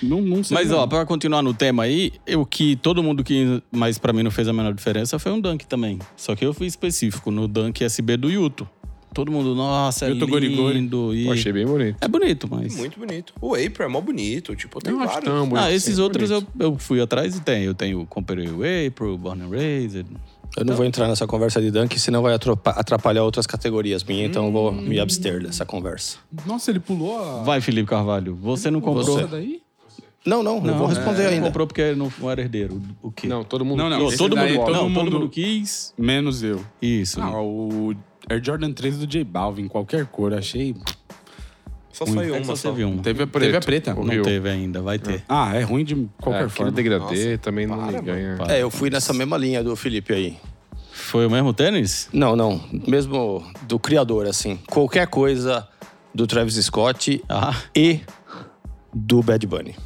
Não, não sei. Mas, não. ó, pra continuar no tema aí, o que todo mundo que mais pra mim não fez a menor diferença foi um dunk também. Só que eu fui específico no dunk SB do Yuto. Todo mundo, nossa, é Yuto lindo. Gorigori. e- Eu achei bem bonito. É bonito, mas... Muito bonito. O April é mó bonito. Tipo, tem Eu acho vários. tão bonito. ah, esses assim, outros bonito. eu, eu fui atrás e tem. Eu tenho, comprei o April, Born and Raised. Eu não vou entrar nessa conversa de Dunk, senão vai atropa- atrapalhar outras categorias minhas, então eu vou me abster dessa conversa. Nossa, ele pulou a. Vai, Felipe Carvalho, você não comprou. Você daí? Não, não, não, vou responder Você ainda. comprou porque não era herdeiro. O quê? Não, todo mundo. Não, não, Não, esse todo, daí mundo, todo não, mundo- todo mundo quis. Menos eu. Isso. Ah, o Air Jordan 3 do J Balvin, qualquer cor, achei. Só saiu É que só uma só. teve uma. Teve a, Preto. teve a preta. Não Viu? teve ainda, vai ter. Ah, é ruim de qualquer É, aquele forma. degradê também não ganha. É, eu fui nessa mesma linha do Felipe aí. Foi o mesmo tênis? Não, não, mesmo do criador, assim. Qualquer coisa do Travis Scott Ah, e do Bad Bunny.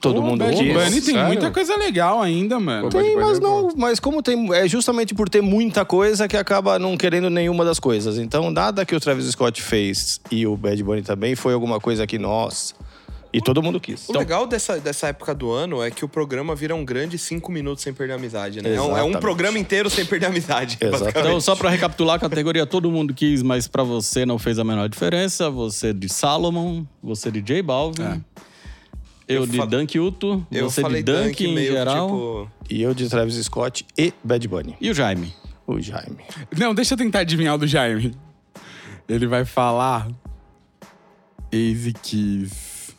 Todo Pô, mundo Bad quis. Bunny tem Sério? muita coisa legal ainda, mano. Pô, Bad Tem, Bunny mas é não, mas como tem, é justamente por ter muita coisa que acaba não querendo nenhuma das coisas. Então, nada que o Travis Scott fez e o Bad Bunny também foi alguma coisa que nós e todo mundo quis. O legal dessa, dessa época do ano é que o programa vira um grande cinco minutos sem perder a amizade, né? É um, é um Exatamente. programa inteiro sem perder a amizade. Exato. basicamente. então só pra recapitular, a categoria todo mundo quis, mas pra você não fez a menor diferença. Você de Salomon, você de J Balvin. É. Eu, Eu de fal- Dunk Uto, Eu Então, você de falei Dunk, Dunk em meio que, geral. tipo. E eu de Travis Scott e Bad Bunny. E o Jaime? O Jaime. Não, deixa eu tentar adivinhar o do Jaime. Ele vai falar. Easy Kiss.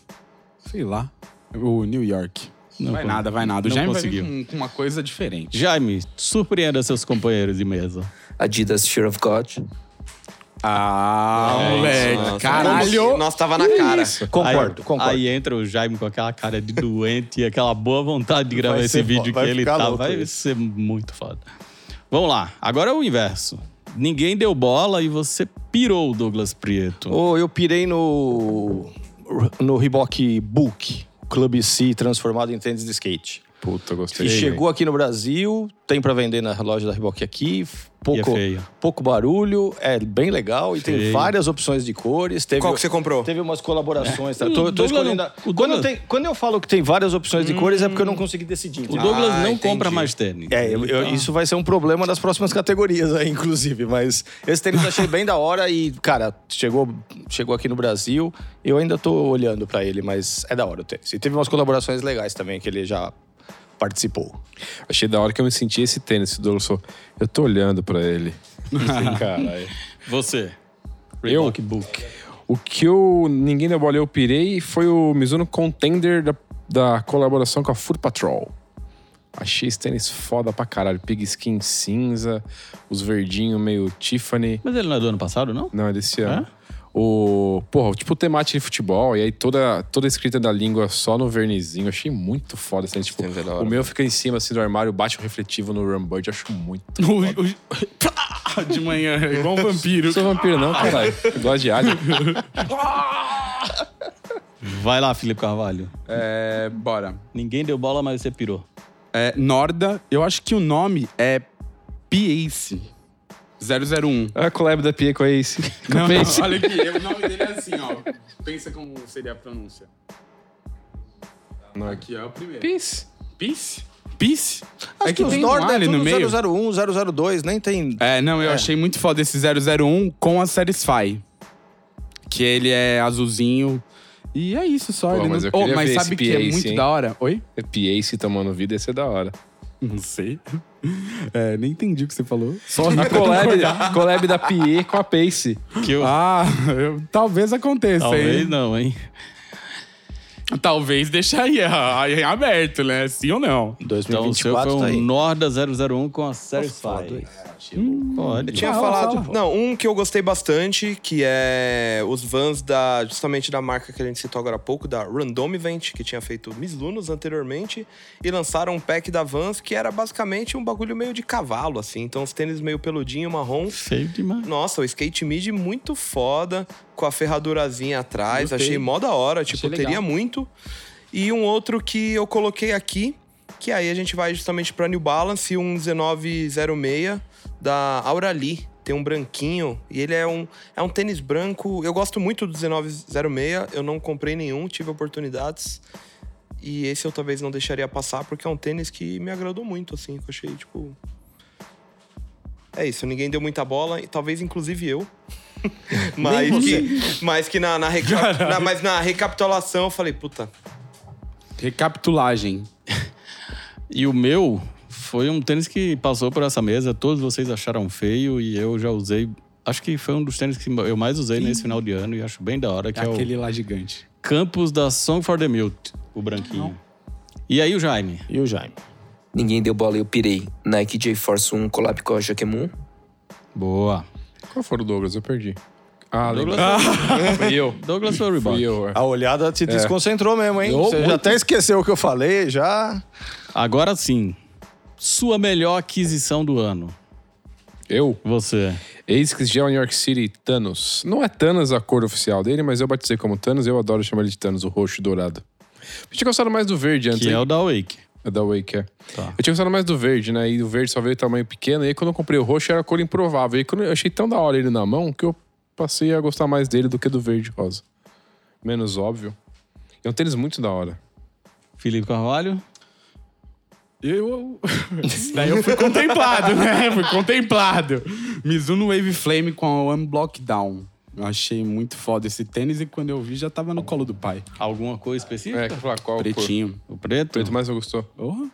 Sei lá. O New York. Não vai con- nada, vai nada. O não Jaime conseguiu. vai vir com, com uma coisa diferente. Jaime, surpreenda seus companheiros de mesa. Adidas Fear of God. Ah, moleque. Nossa, caralho. como- Nossa, tava na cara. Concordo, aí, concordo. Aí entra o Jaime com aquela cara de doente e aquela boa vontade de gravar Vai esse ser fo- vídeo que vai ele ficar tá. louco Vai isso. ser muito foda. Vamos lá, agora é o inverso. Ninguém deu bola e você pirou o Douglas Prieto. Ô, eu pirei no no Reebok Book, Club C transformado em tênis de skate. Puta, gostei. E chegou aqui no Brasil, tem pra vender na loja da Reebok aqui, pouco, é feio. pouco barulho, é bem legal e tem Feio. várias opções de cores. Teve, Qual que você comprou? Teve umas colaborações. tá? O Tô, tô Douglas escolhendo. não- a- o quando, Douglas- Hum. tem- quando eu falo que tem várias opções de cores é porque eu não consegui decidir. o entendeu? Douglas Ah, não entendi. compra mais tênis. É, eu- Ele eu- tá- isso vai ser um problema nas próximas categorias aí, inclusive. Mas esse tênis eu achei bem da hora e, cara, chegou, chegou aqui no Brasil. Eu ainda tô olhando pra ele, mas é da hora o tênis. E teve umas colaborações legais também que ele já participou. Achei da hora que eu me senti esse tênis, esse Douglas. falou, Eu tô olhando pra ele. Assim, Caralho. Você. Eu? Reebok Book. O que eu. Ninguém deu bola, eu pirei foi o Mizuno Contender da, da colaboração com a Foot Patrol. Achei esse tênis foda pra caralho. Pig skin cinza, os verdinhos meio Tiffany. Mas ele não é do ano passado, não? Não, é desse ano. O. Porra, tipo temática de futebol, e aí toda, toda a escrita da língua só no vernizinho. Achei muito foda esse tênis. Tipo, tênis é da hora. o meu né? fica em cima assim do armário, bate o refletivo no Rumbird, acho muito. assim? O- o- de manhã, igual um vampiro. Não sou vampiro, não, caralho. Eu gosto de alien. Vai lá, Felipe Carvalho. É, bora. Ninguém deu bola, mas você pirou. É, Norda, eu acho que o nome é Pace 001. Olha a collab da Pia com a Ace. Com Não, a não, Ace. olha aqui, o nome dele é assim, ó. Pensa como seria a pronúncia. Não, Aqui é o primeiro. Peace. Peace? Peace? Acho é que, os tem Nord um é ali no tudo meio. 001, 002, nem um. tem. É, não, eu achei muito foda esse 001 com a Satisfy. Que ele é azulzinho. E é isso só. Pô, ele mas não- eu queria mas ver sabe esse que é Pace, muito hein? da hora? Oi? É Ace tomando vida, ia ser da hora. Não sei. É, nem entendi o que você falou. Só é A collab, collab da Pie com a Pace. Que eu, Ah, eu- talvez aconteça, talvez hein? não, hein? Talvez deixaria em aberto, né? Sim ou não. Então o seu foi 2024 um tá aí. Hum? Norda 001 com a Satisfy. Eu Olha, tinha Fala, falado. fala. Não, um que eu gostei bastante, que é os vans da justamente da marca que a gente citou agora há pouco, da Random Event, que tinha feito Miss Lunos anteriormente, e lançaram um pack da Vans que era basicamente um bagulho meio de cavalo, assim. Então os tênis meio peludinho, marrom. feio demais. Nossa, o skate mid muito foda, com a ferradurazinha atrás. Gostei. Achei mó da hora, tipo, Achei legal. teria muito. E um outro que eu coloquei aqui, que aí a gente vai justamente pra New Balance, um 1906 da Aurali. Tem um branquinho e ele é um, é um tênis branco. Eu gosto muito do 1906, eu não comprei nenhum, tive oportunidades. E esse eu talvez não deixaria passar, porque é um tênis que me agradou muito, assim, que eu achei, tipo. É isso, ninguém deu muita bola, e talvez inclusive eu. mas, que, mas que na, na, reca- na- mas na recapitulação eu falei, puta, Recapitulagem. E o meu foi um tênis que passou por essa mesa, todos vocês acharam feio e eu já usei. Acho que foi um dos tênis que eu mais usei nesse final de ano e acho bem da hora, que é o Aquele lá gigante. Campus da Song for the Mute, o branquinho. E aí o Jaime? E o Jaime? Ninguém deu bola e eu pirei. Nike J Force 1 collab com a Jaquemun. Boa. Qual foi o Douglas? Eu perdi. Ah, Douglas. Fui eu. Douglas ou Reebok? Fui eu, é. A olhada te desconcentrou mesmo, hein? Eu, Você muito. já até esqueceu o que eu falei, já. Agora sim. Sua melhor aquisição do ano. Eu? Você. Asics Gel New York City Thanos. Não é Thanos a cor oficial dele, mas eu batizei como Thanos. Eu adoro chamar ele de Thanos, o roxo e dourado. Eu tinha gostado mais do verde antes. Que é hein? o da Wake. É da Wake, é. Tá. Eu tinha gostado mais do verde, né? E o verde só veio tamanho pequeno. E aí quando eu comprei o roxo era a cor improvável. E quando eu achei tão da hora ele na mão que eu passei a gostar mais dele do que do verde rosa. Menos óbvio. É um tênis muito da hora. Felipe Carvalho. Eu. Esse Daí eu fui contemplado, né? Fui contemplado. Mizuno Wave Flame com a One Block Down. Eu achei muito foda esse tênis e quando eu vi já tava no colo do pai. Alguma coisa específica? É, que falar qual cor? Pretinho. É. O preto? Preto mais eu gostou. Oh,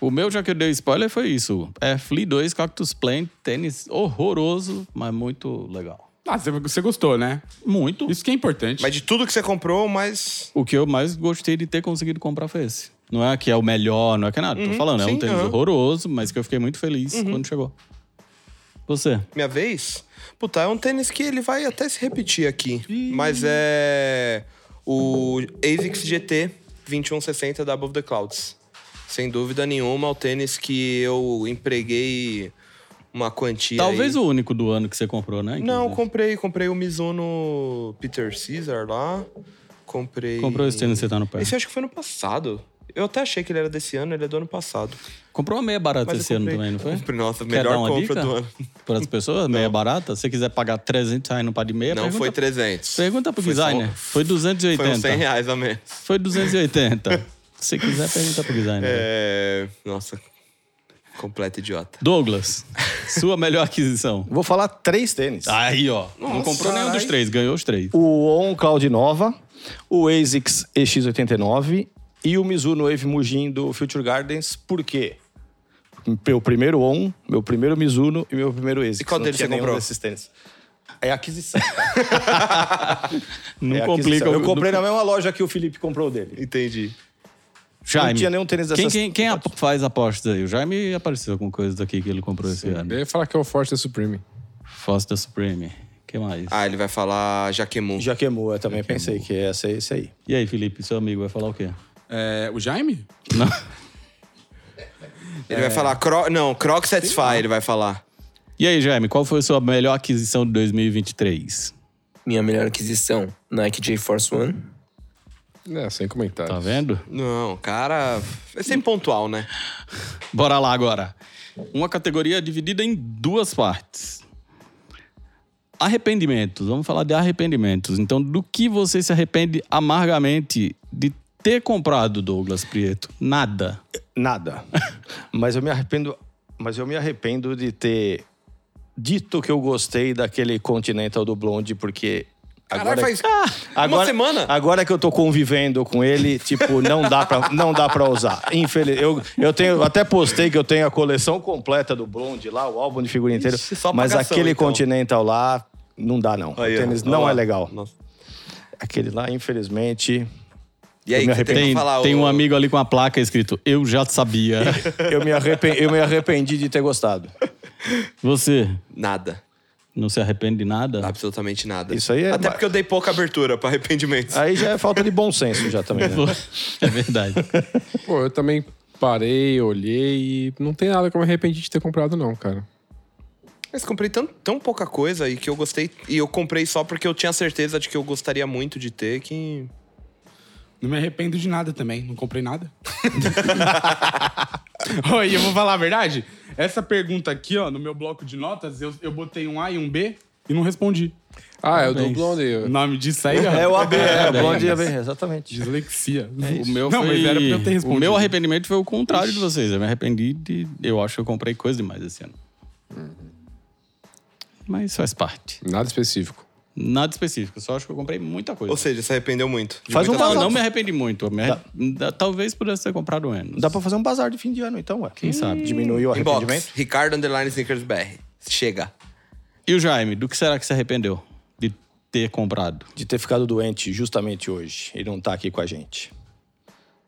O meu, já que eu dei spoiler, foi isso. É Flea 2 Cactus Plant, tênis horroroso, mas muito legal. Ah, você- você gostou, né? Muito. Isso que é importante. mas de tudo que você comprou, mas. O que eu mais gostei de ter conseguido comprar foi esse. Não é que é o melhor, não é que é nada. Tô falando, é um Uhum. sim, tênis aham. Uhum. horroroso, mas que eu fiquei muito feliz quando chegou. Você. minha vez. Puta, é um tênis que ele vai até se repetir aqui. Mas é o ASICS GT 2160 da Above the Clouds. Sem dúvida nenhuma, é o tênis que eu empreguei uma quantia. Talvez aí. o único do ano que você comprou, né? Não, inclusive? comprei, comprei o Mizuno Peter Caesar lá. Comprei. Comprou esse tênis que você tá no pé. Esse eu acho que foi no passado. Eu até achei que ele era desse ano, ele é do ano passado. Comprou uma meia barata Mas esse eu ano comprei. também, não foi? Comprei, nossa, Quer melhor dar uma compra dica? do ano. Para as pessoas, meia barata. Se você quiser pagar 300 reais no par de meia, Não pergunta, foi 300. pergunta pro Foi só- designer. Foi 280. Foi uns 100 reais a menos. Foi 280. Se você quiser, pergunta pro designer. É... Nossa, completo idiota. Douglas, sua melhor aquisição. Vou falar três tênis. Aí, ó. não Nossa, comprou nenhum dos ai. três, ganhou os É três. O On Cloud Nova, o ASICS EX89 e o Mizuno Wave Mujin do Future Gardens. Por quê? Meu primeiro On, meu primeiro Mizuno e meu primeiro ASICS. E qual Não deles tinha você nenhum comprou? desses tênis. É aquisição. Não é complica. aquisição. Eu não- comprei na mesma loja que o Felipe comprou o dele. Entendi. Jaime. Não tinha nenhum tênis Quem, dessas- quem, quem apo- faz apostas aí? O Jaime apareceu com coisas aqui que ele comprou esse ano. Eu ia falar que é o Forte da Supreme. Foster Supreme. que mais? Ah, ele vai falar Jaquemun. Já queimou, eu também pensei que essa é esse aí. E aí, Felipe, seu amigo, vai falar o quê? É, o Jaime? Não. é. Ele vai falar Croc... Não, Croc Satisfy ele vai falar. E aí, Jaime, qual foi a sua melhor aquisição de 2023? Minha melhor aquisição, Nike J Force 1. É, sem comentários. Tá vendo? Não, cara... É sempre pontual, né? Bora lá agora. Uma categoria dividida em duas partes. Arrependimentos. Vamos falar de arrependimentos. Então, do que você se arrepende amargamente de ter comprado, Douglas Prieto? Nada. Nada. mas eu me arrependo, mas eu me arrependo de ter dito que eu gostei daquele Continental do Blonde porque Caralho, faz uma Agora- semana? Agora que eu tô convivendo com ele, tipo, não dá pra, não dá pra usar. Infeliz, eu, eu tenho, eu até postei que eu tenho a coleção completa do Blonde lá, o álbum de figura inteiro. Ixi, só mas apagação, aquele então. Continental lá, não dá não. Aí, o ó. tênis Olha não lá. é legal. Nossa. Aquele lá, infelizmente, E aí, Eu me que você tem arrependo. que Tem, falar? tem ô- um amigo ali com uma placa escrito Eu já sabia. eu me, arrepen- eu me arrependi de ter gostado. Você Nada. não se arrepende de Tá. nada? Absolutamente nada. Isso aí é- Até porque eu dei pouca abertura pra arrependimentos. Aí já é falta de bom senso já também, né? É verdade. Pô, eu também parei, olhei e não tem nada que eu me arrependi de ter comprado, não, cara. Mas comprei tão, tão pouca coisa e que eu gostei. E eu comprei só porque eu tinha certeza de que eu gostaria muito de ter que. Não me arrependo de nada também, não comprei nada. Oi, eu vou falar a verdade? Essa pergunta aqui, ó, no meu bloco de notas, eu, eu botei um A e um B e não respondi. Ah, eu dou Parabéns. blonde. O eu- nome disso aí, ó. É o AB, é, o Blonde É, AB, exatamente. Dislexia. O meu É não, foi... mas era pra eu ter respondido. O meu arrependimento foi o contrário de vocês. Eu me arrependi de... Eu acho que eu comprei coisa demais esse ano. Uhum. Mas faz parte. Nada específico. Nada específico. Só acho que eu comprei muita coisa. Ou seja, Tá. se arrependeu muito. De Faz um muita não, bazar. não me arrependi muito. Eu me arre- da- Talvez pudesse ter comprado menos. Dá pra fazer um bazar de fim de ano, então, ué. Quem sabe? Diminuiu o coisa. Inbox. um arrependimento. Ricardo Underline Sneakers BR. Chega. E o Jaime, do que será que se arrependeu de ter comprado? de ter ficado doente justamente hoje e não tá aqui com a gente.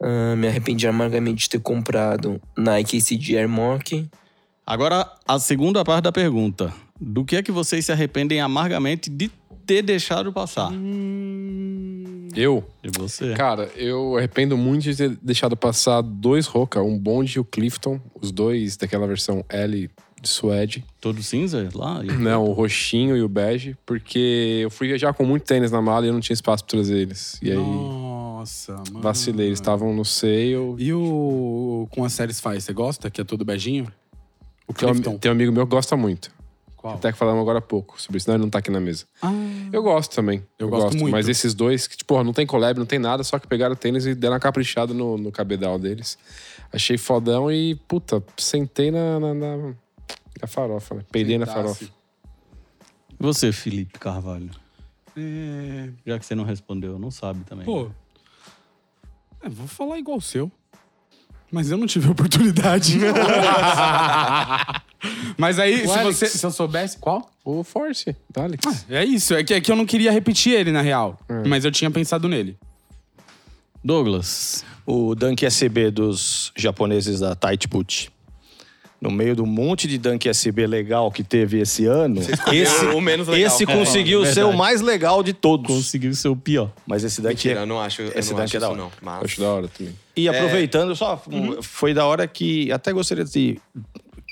Ah, me arrependi amargamente de ter comprado Nike ACG Air Mock. Agora, a segunda parte da pergunta. Do que é que vocês se arrependem amargamente de ter deixado passar? Hum. Eu? E É. você? Cara, eu arrependo muito de ter deixado passar dois Roca, um Bond e o Clifton, os dois daquela versão L de Suede. Todo cinza lá? E- Né. Não, o roxinho e o bege, porque eu fui viajar com muito tênis na mala e eu não tinha espaço pra trazer eles. E aí tá Nossa, mano. vacilei, eles estavam no sale. E o com as séries faz, você gosta? Que é todo beijinho? O Tem Clifton. um, tem um amigo meu que gosta muito. Qual? Até que falamos agora há pouco sobre isso, senão ele não tá aqui na mesa. Ah, Eu gosto também. Eu gosto muito. Mas esses dois, que, tipo, não tem collab, não tem nada, só que pegaram o tênis e deram uma caprichada no, no cabedal deles. Achei fodão e, puta, sentei na, na, na- na farofa, né? Peidei na farofa. Você, Felipe Carvalho. é... Já que você não respondeu, não sabe também. né? Pô. É, vou falar igual o seu. Mas eu não tive oportunidade. Mas aí, O se, Alex. você, se eu soubesse. Qual? O Force, da Alex. É isso. É que, é que eu não queria repetir ele, na real. Mas eu tinha pensado nele. Douglas. O Dunk SB dos japoneses da Tight Boot. No meio do monte de Dunk SB legal que teve esse ano, esse, o menos legal. esse É, conseguiu ser o mais legal de todos. Conseguiu ser o pior. Mas esse daqui Mentira, eu não acho, eu Esse não acho daqui é da isso, hora. não. Mas... Acho da hora também. E aproveitando, só É. Uhum. foi da hora que até gostaria de.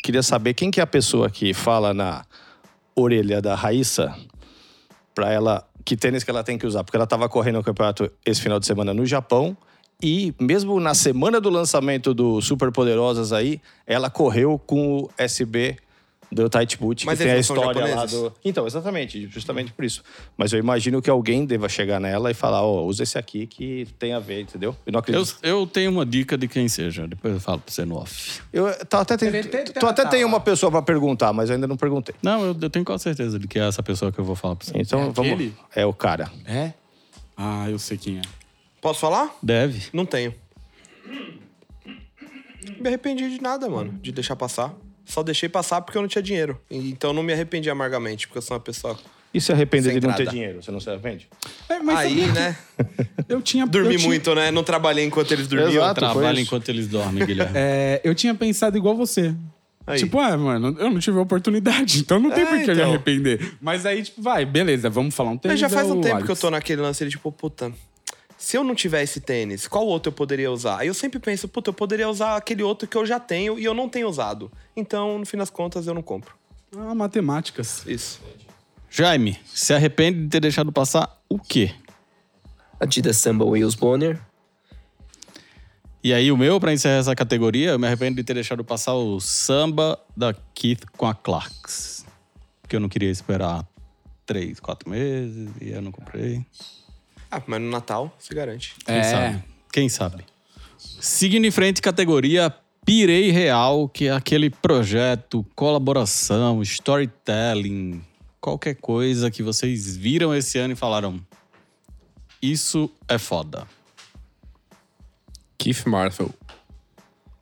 Queria saber quem que é a pessoa que fala na orelha da Raíssa pra ela. Que tênis que ela tem que usar? Porque ela tava correndo o campeonato esse final de semana no Japão. E mesmo na semana do lançamento do Super Poderosas aí, ela correu com o SB do Tight Boot, Mas que tem a eles não são história lá japoneses? do. Então, exatamente, justamente por isso. Mas eu imagino que alguém deva chegar nela e falar: ó, usa esse aqui que tem a ver, entendeu? Eu não acredito Eu, eu tenho uma dica de quem seja. Depois eu falo pra você no off. Eu tá, até tenho, tu até tem uma pessoa pra perguntar, mas eu ainda não perguntei. Não, eu, eu tenho quase certeza de que é essa pessoa que eu vou falar pra você. Então vamos. aquele? É o cara. É? Ah, eu sei quem é. Posso falar? Deve. Não tenho. Não me arrependi de nada, mano, de deixar passar. Só deixei passar porque eu não tinha dinheiro. E- Então não me arrependi amargamente, porque eu sou uma pessoa. E se arrepender Sem de não ter nada. dinheiro? Você não se arrepende? É, mas Aí, sabia que né? Eu tinha eu Dormi tinha- muito, né? Não trabalhei enquanto eles dormiam. Exato. Ah, tu Trabalha foi isso? enquanto eles dormem, Guilherme. É, eu tinha pensado igual você. Aí. Tipo, ah, mano, eu não tive oportunidade, então não tem É, por que eu me então. arrepender. Mas aí, tipo, vai, beleza, vamos falar um tempo. Mas já faz um tempo que eu tô naquele lance de tipo, puta, se eu não tiver esse tênis, qual outro eu poderia usar? Aí eu sempre penso, puta, eu poderia usar aquele outro que eu já tenho e eu não tenho usado. Então, no fim das contas, eu não compro. Ah, matemáticas. Isso. Jaime, se arrepende de ter deixado passar o quê? Adidas Samba Wales Bonner. E aí, o meu, pra encerrar essa categoria, eu me arrependo de ter deixado passar o samba da Keith com a Clarks. Porque eu não queria esperar três, quatro meses e eu não comprei. Ah, mas no Natal, se garante. Quem É. sabe? Quem sabe? Seguindo em frente, categoria Pirei Real, que é aquele projeto, colaboração, storytelling, qualquer coisa que vocês viram esse ano e falaram: Isso é foda. Keith Marvel.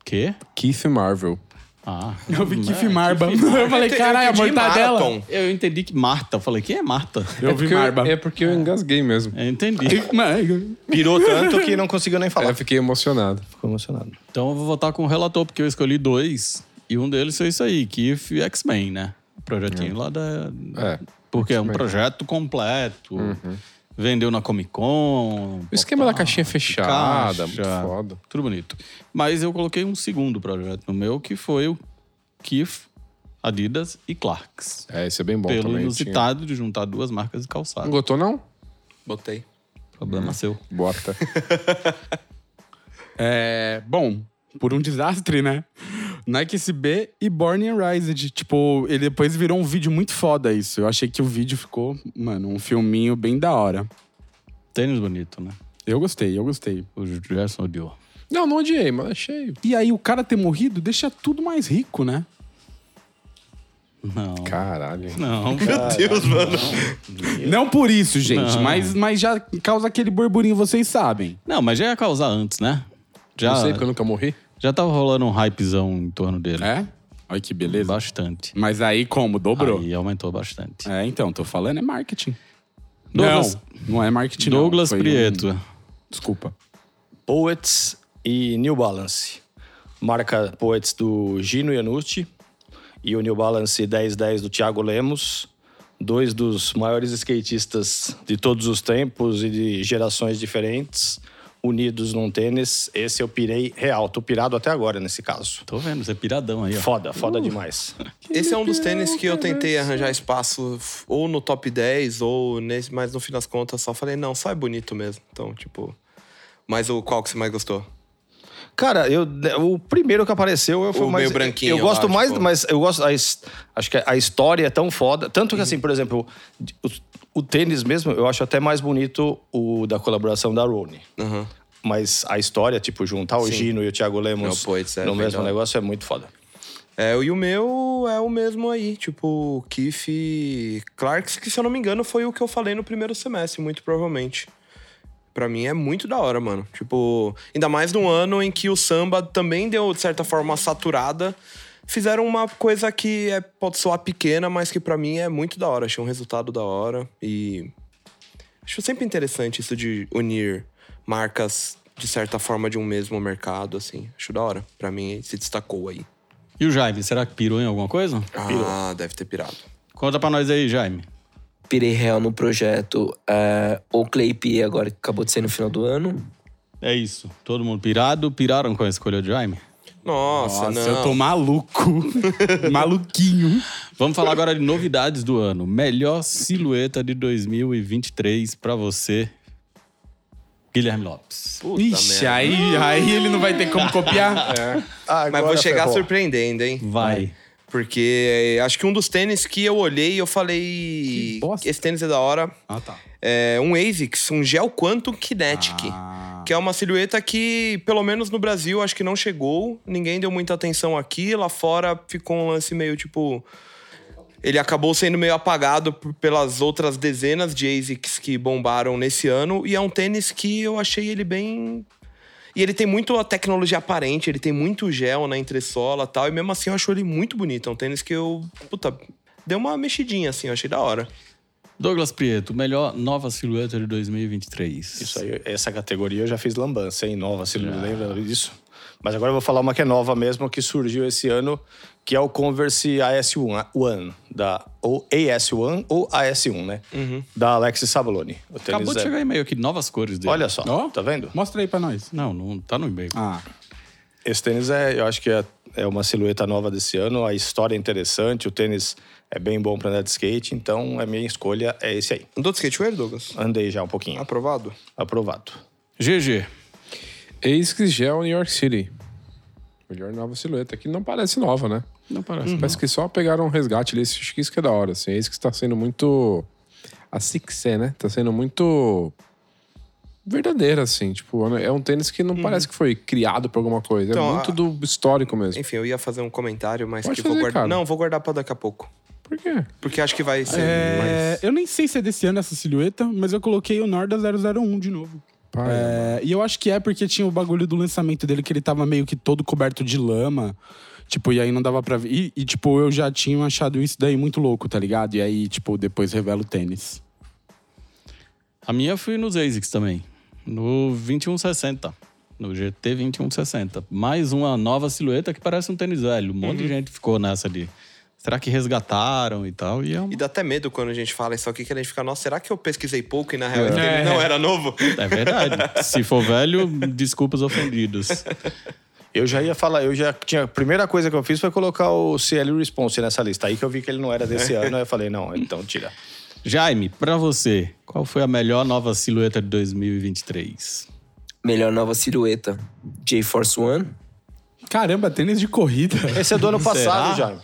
Quê? Keith Marvel. Ah. Eu vi Kiff Marba. Eu falei, caralho, a entendi mortadela. Marathon. Eu entendi que Marta. Eu falei: Quem é Marta? Eu é vi porque Marba. Eu, é porque eu engasguei mesmo. Eu entendi. Mano, Pirou tanto que não conseguiu nem Aí falar. É, eu fiquei emocionado. Ficou emocionado. Então eu vou votar com o relator, porque eu escolhi dois. E um deles foi isso aí, Kiff e X-Men, né? O projetinho lá da. É. Uhum. Porque é um projeto completo. Vendeu na Comic Con. O esquema da caixinha caixa. fechada, muito foda. Tudo bonito. Mas eu coloquei um segundo projeto no meu, que foi o Kif, Adidas e Clarks. É, isso é bem bom pelo também. tinha. Uhum. inusitado de juntar duas marcas de Não calçado. gotou, não? Botei. Problema seu. Bota. É, bom, por um desastre, né? Nike SB e Born and Rised. Tipo, ele depois virou um vídeo muito foda isso. Eu achei que o vídeo ficou, mano, um filminho bem da hora. Tênis bonito, né? Eu gostei, eu gostei. O Gerson odiou. não, não odiei, mas achei. E aí, o cara ter morrido deixa tudo mais rico, né? Não. Caralho. Não, Ah. cara. Deus, mano. Não por isso, gente, Não. mas, mas já causa aquele burburinho, vocês sabem. não, mas já ia causar antes, né? Já, Não sei porque eu nunca morri. já tava rolando um hypezão em torno dele. É? Olha que beleza. Bastante. Mas aí como? Dobrou? Aí aumentou bastante. É, então, tô falando é marketing. Douglas- não, não é marketing. não. Douglas Foi um- Prieto. Desculpa. Poets e New Balance. Marca Poets do Gino Iannucci e o New Balance 1010 do Thiago Lemos. Dois dos maiores skatistas de todos os tempos e de gerações diferentes, unidos num tênis. Esse eu pirei real. Tô pirado até agora nesse caso. Tô vendo, você é piradão aí, ó. Foda, foda demais. Esse é um dos tênis que eu tentei arranjar espaço f- ou no top 10 ou nesse, mas no fim das contas só falei, não, só é bonito mesmo. Então, tipo. Mas o qual que você mais gostou? Cara, eu, o primeiro que apareceu eu fui O mais. meio branquinho Eu gosto lá, mais, tipo. mas eu gosto. a his- acho que a história é tão foda. Tanto que, assim, por exemplo, o, o tênis mesmo, eu acho até mais bonito o da colaboração da Rony. Aham. Mas a história, tipo, juntar o Uhum. Sim. Gino e o Thiago Lemos Não, pois é, no mesmo verdade. negócio é muito foda. É, e o meu é o mesmo aí, tipo, Keith Clarks, que se eu não me engano foi o que eu falei no primeiro semestre, muito provavelmente. Pra mim é muito da hora, mano. Tipo, ainda mais num ano em que o samba também deu, de certa forma, uma saturada. Fizeram uma coisa que é, pode soar pequena, mas que pra mim é muito da hora. Achei um resultado da hora. E acho sempre interessante isso de unir marcas, de certa forma, de um mesmo mercado, assim. Acho da hora. Pra mim, se destacou aí. E o Jaime, será que pirou em alguma coisa? Ah, deve ter pirado. Conta pra nós aí, Jaime. Pirei real no projeto é, o Clay P, agora que acabou de ser no final do ano. É isso. Todo mundo pirado? Piraram com a escolha de Jaime? Nossa, Nossa, não. eu tô maluco. Maluquinho. Vamos falar agora de novidades do ano. Melhor silhueta de 2023 pra você, Guilherme Lopes. Puta Ixi, merda. É. aí, aí ele não vai ter como copiar. Ah, Mas vou chegar surpreendendo, hein? Vai. Porque eh, acho que um dos tênis que eu olhei e eu falei... Que bosta. Esse tênis é da hora. Ah, tá. É um ASICS, um Gel Quantum Kinetic. Que é uma silhueta que, pelo menos no Brasil, acho que não chegou. Ninguém deu muita atenção aqui. Lá fora ficou um lance meio tipo... Ele acabou sendo meio apagado p- pelas outras dezenas de ASICs que bombaram nesse ano. E é um tênis que eu achei ele bem E ele tem muito a tecnologia aparente, ele tem muito gel na entressola e tal. E mesmo assim eu acho ele muito bonito. É um tênis que eu. Puta, deu uma mexidinha assim, eu achei da hora. Douglas Prieto, melhor nova silhueta de 2023. Isso aí, essa categoria eu já fiz lambança, hein? Nova, se não lembra disso. Mas agora eu vou falar uma que é nova mesmo, que surgiu esse ano, que é o Converse AS1, One, da, ou AS1 ou AS1, né? Da Alexis Sabaloni. O tênis Uhum. Acabou de é- chegar e-mail aqui, novas cores dele. Olha só, Ó. tá vendo? Mostra aí pra nós. Não, não tá no e-mail. Ah, Esse tênis é, eu acho que é, é uma silhueta nova desse ano, a história é interessante, o tênis é bem bom pra andar de skate, então a minha escolha é esse aí. Andou de skatewear, Douglas? Andei já um pouquinho. Aprovado? Aprovado. GG. Eis que gel New York City. Melhor nova silhueta, que não parece nova, né? Não parece. Parece que só pegaram um resgate ali. Acho que isso que é da hora, assim. É isso que está sendo muito. A Sixé, né? Tá sendo muito. Verdadeira, assim. Tipo, é um tênis que não parece que foi criado por alguma coisa. Então, é muito a- do histórico mesmo. Enfim, eu ia fazer um comentário, mas Pode que vou fazer, guardar. cara. Não, vou guardar pra daqui a pouco. Por quê? Porque acho que vai ser É, mais. Eu nem sei se é desse ano essa silhueta, mas eu coloquei o Norda 001 de novo. Pai, É, e eu acho que é porque tinha o bagulho do lançamento dele que ele tava meio que todo coberto de lama. Tipo, e aí não dava pra ver. E, e, tipo, eu já tinha achado isso daí muito louco, tá ligado? E aí, tipo, depois revela o tênis. A minha eu fui nos ASICS também. No 2160. No GT 2160. Mais uma nova silhueta que parece um tênis velho. Um monte Uhum. de gente ficou nessa de. Será que resgataram e tal? E é um- E dá até medo quando a gente fala isso aqui, que a gente fica, nossa, será que eu pesquisei pouco e na real esse É. tênis não era novo? É verdade. Se for velho, desculpas ofendidos. Eu já ia falar, eu já tinha. A primeira coisa que eu fiz foi colocar o CL Response nessa lista. Aí que eu vi que ele não era desse ano, aí eu falei, não, então tira. Jaime, pra você, qual foi a melhor nova silhueta de 2023? Melhor nova silhueta. J-Force One. Caramba, tênis de corrida. Esse é do ano passado, Jaime.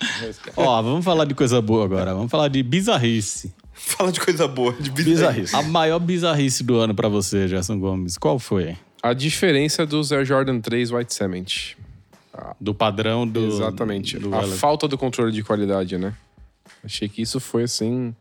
Ó, vamos falar de coisa boa agora. Vamos falar de bizarrice. Fala de coisa boa, de bizarrice. Bizarrice. A maior bizarrice do ano pra você, Gerson Gomes. Qual foi? A diferença dos Air Jordan 3 White Cement. Do padrão do. Exatamente. do a Alex. falta do controle de qualidade, né? Achei que isso foi assim.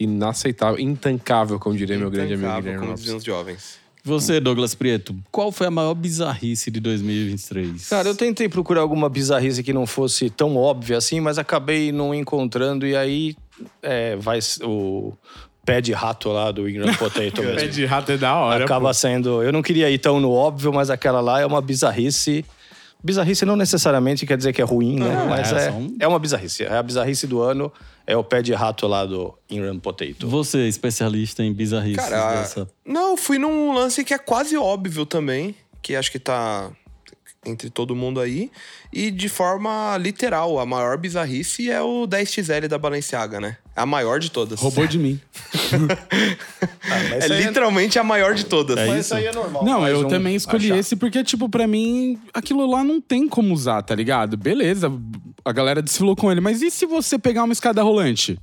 Inaceitável, intancável, como diria meu grande amigo Intancável, Guilherme Então tá, como Lopes. diziam os jovens. Você, Douglas Prieto, qual foi a maior bizarrice de 2023? Cara, eu tentei procurar alguma bizarrice que não fosse tão óbvia assim, mas acabei não encontrando. E aí é, vai s- o pé de rato lá do Ingram Potato mesmo. de rato é da hora. Acaba sendo. Eu não queria ir tão no óbvio, mas aquela lá é uma bizarrice. Bizarrice não necessariamente quer dizer que é ruim, né? mas é é, só um- é uma bizarrice. É a bizarrice do ano, é o pé de rato lá do Ingram Potato. Você, especialista em bizarrices Cara, dessa. não, eu fui num lance que é quase óbvio também, que acho que tá entre todo mundo aí. E de forma literal, a maior bizarrice é o 10XL da Balenciaga, né? A maior de todas. Roubou de mim. mas É isso aí literalmente a maior de todas. Mas isso aí é normal. Não, mais eu um também escolhi achar. esse porque, tipo, pra mim, aquilo lá não tem como usar, tá ligado? Beleza, a galera desfilou com ele. Mas e se você pegar uma escada rolante?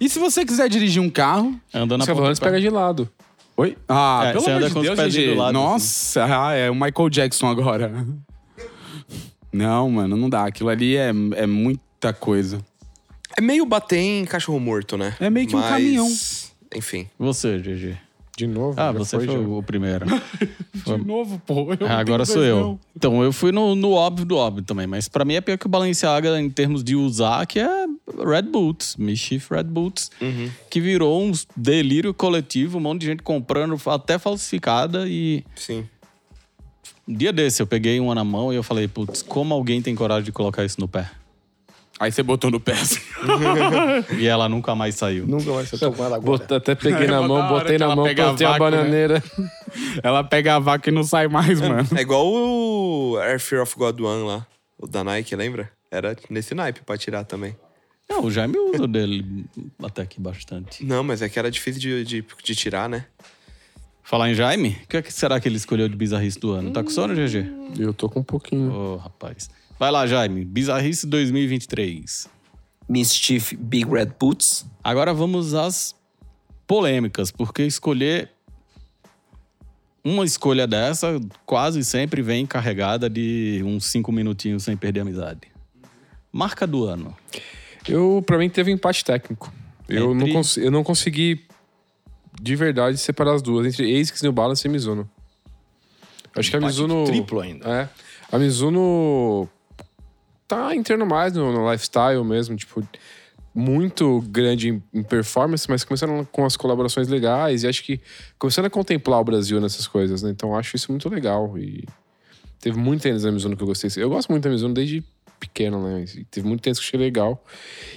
E se você quiser dirigir um carro? Andando na ah, Você falou antes pega de lado. Oi? Ah, É, pelo você amor anda de com os Deus, pés GG. do lado, assim. Nossa, ah, é o Michael Jackson agora. Não, mano, não dá. Aquilo ali é, é muita coisa. É meio bater em cachorro morto, né? É meio que um caminhão. Enfim. Você, GG. De novo. Ah, já você foi, já. o primeiro. De novo, pô. eu não Ah, agora tenho sou dois, eu. não. Então, eu fui no, no óbvio do óbvio também, mas pra mim é pior que o Balenciaga em termos de usar, que é Red Boots, Mischief Red Boots, Uhum. que virou um delírio coletivo, um monte de gente comprando até falsificada e Sim. um dia desse eu peguei uma na mão e eu falei, putz, como alguém tem coragem de colocar isso no pé? Aí você botou no pé. assim. E ela nunca mais saiu. Nunca mais eu tô com ela agora. Bot- até É peguei na mó da mão, hora botei que na ela mão, pega a postei a vaca, né? bananeira. Ela pega a vaca e não sai mais, mano. É igual o Air Fear of God One lá. O da Nike, lembra? Era nesse naipe pra tirar também. Não, É, o Jaime usa dele até aqui bastante. Não, mas é que era difícil de, de, de tirar, né? Falar em Jaime, o que, é que será que ele escolheu de bizarrice do ano? Tá com sono, GG? Eu tô com um Ô, pouquinho. rapaz. Vai lá, Jaime. Bizarrice 2023. Mischief Big Red Boots. Agora vamos às polêmicas, porque escolher uma escolha dessa quase sempre vem carregada de uns cinco minutinhos sem perder a amizade. Marca do ano. Eu, pra mim, teve um empate técnico. Eu, Entre- não cons- eu não consegui, de verdade, separar as duas. Entre ASICS, New Balance e Mizuno. Acho que a Mizuno... Triplo Ah, ainda. É. A Mizuno tá entrando mais no, no lifestyle mesmo, tipo, muito grande em, em performance, mas começando com as colaborações legais e acho que começando a contemplar o Brasil nessas coisas, né? Então acho isso muito legal e teve muito tênis da Mizuno que eu gostei. Eu gosto muito da Mizuno desde pequeno, né? E Teve muito tênis que eu achei legal.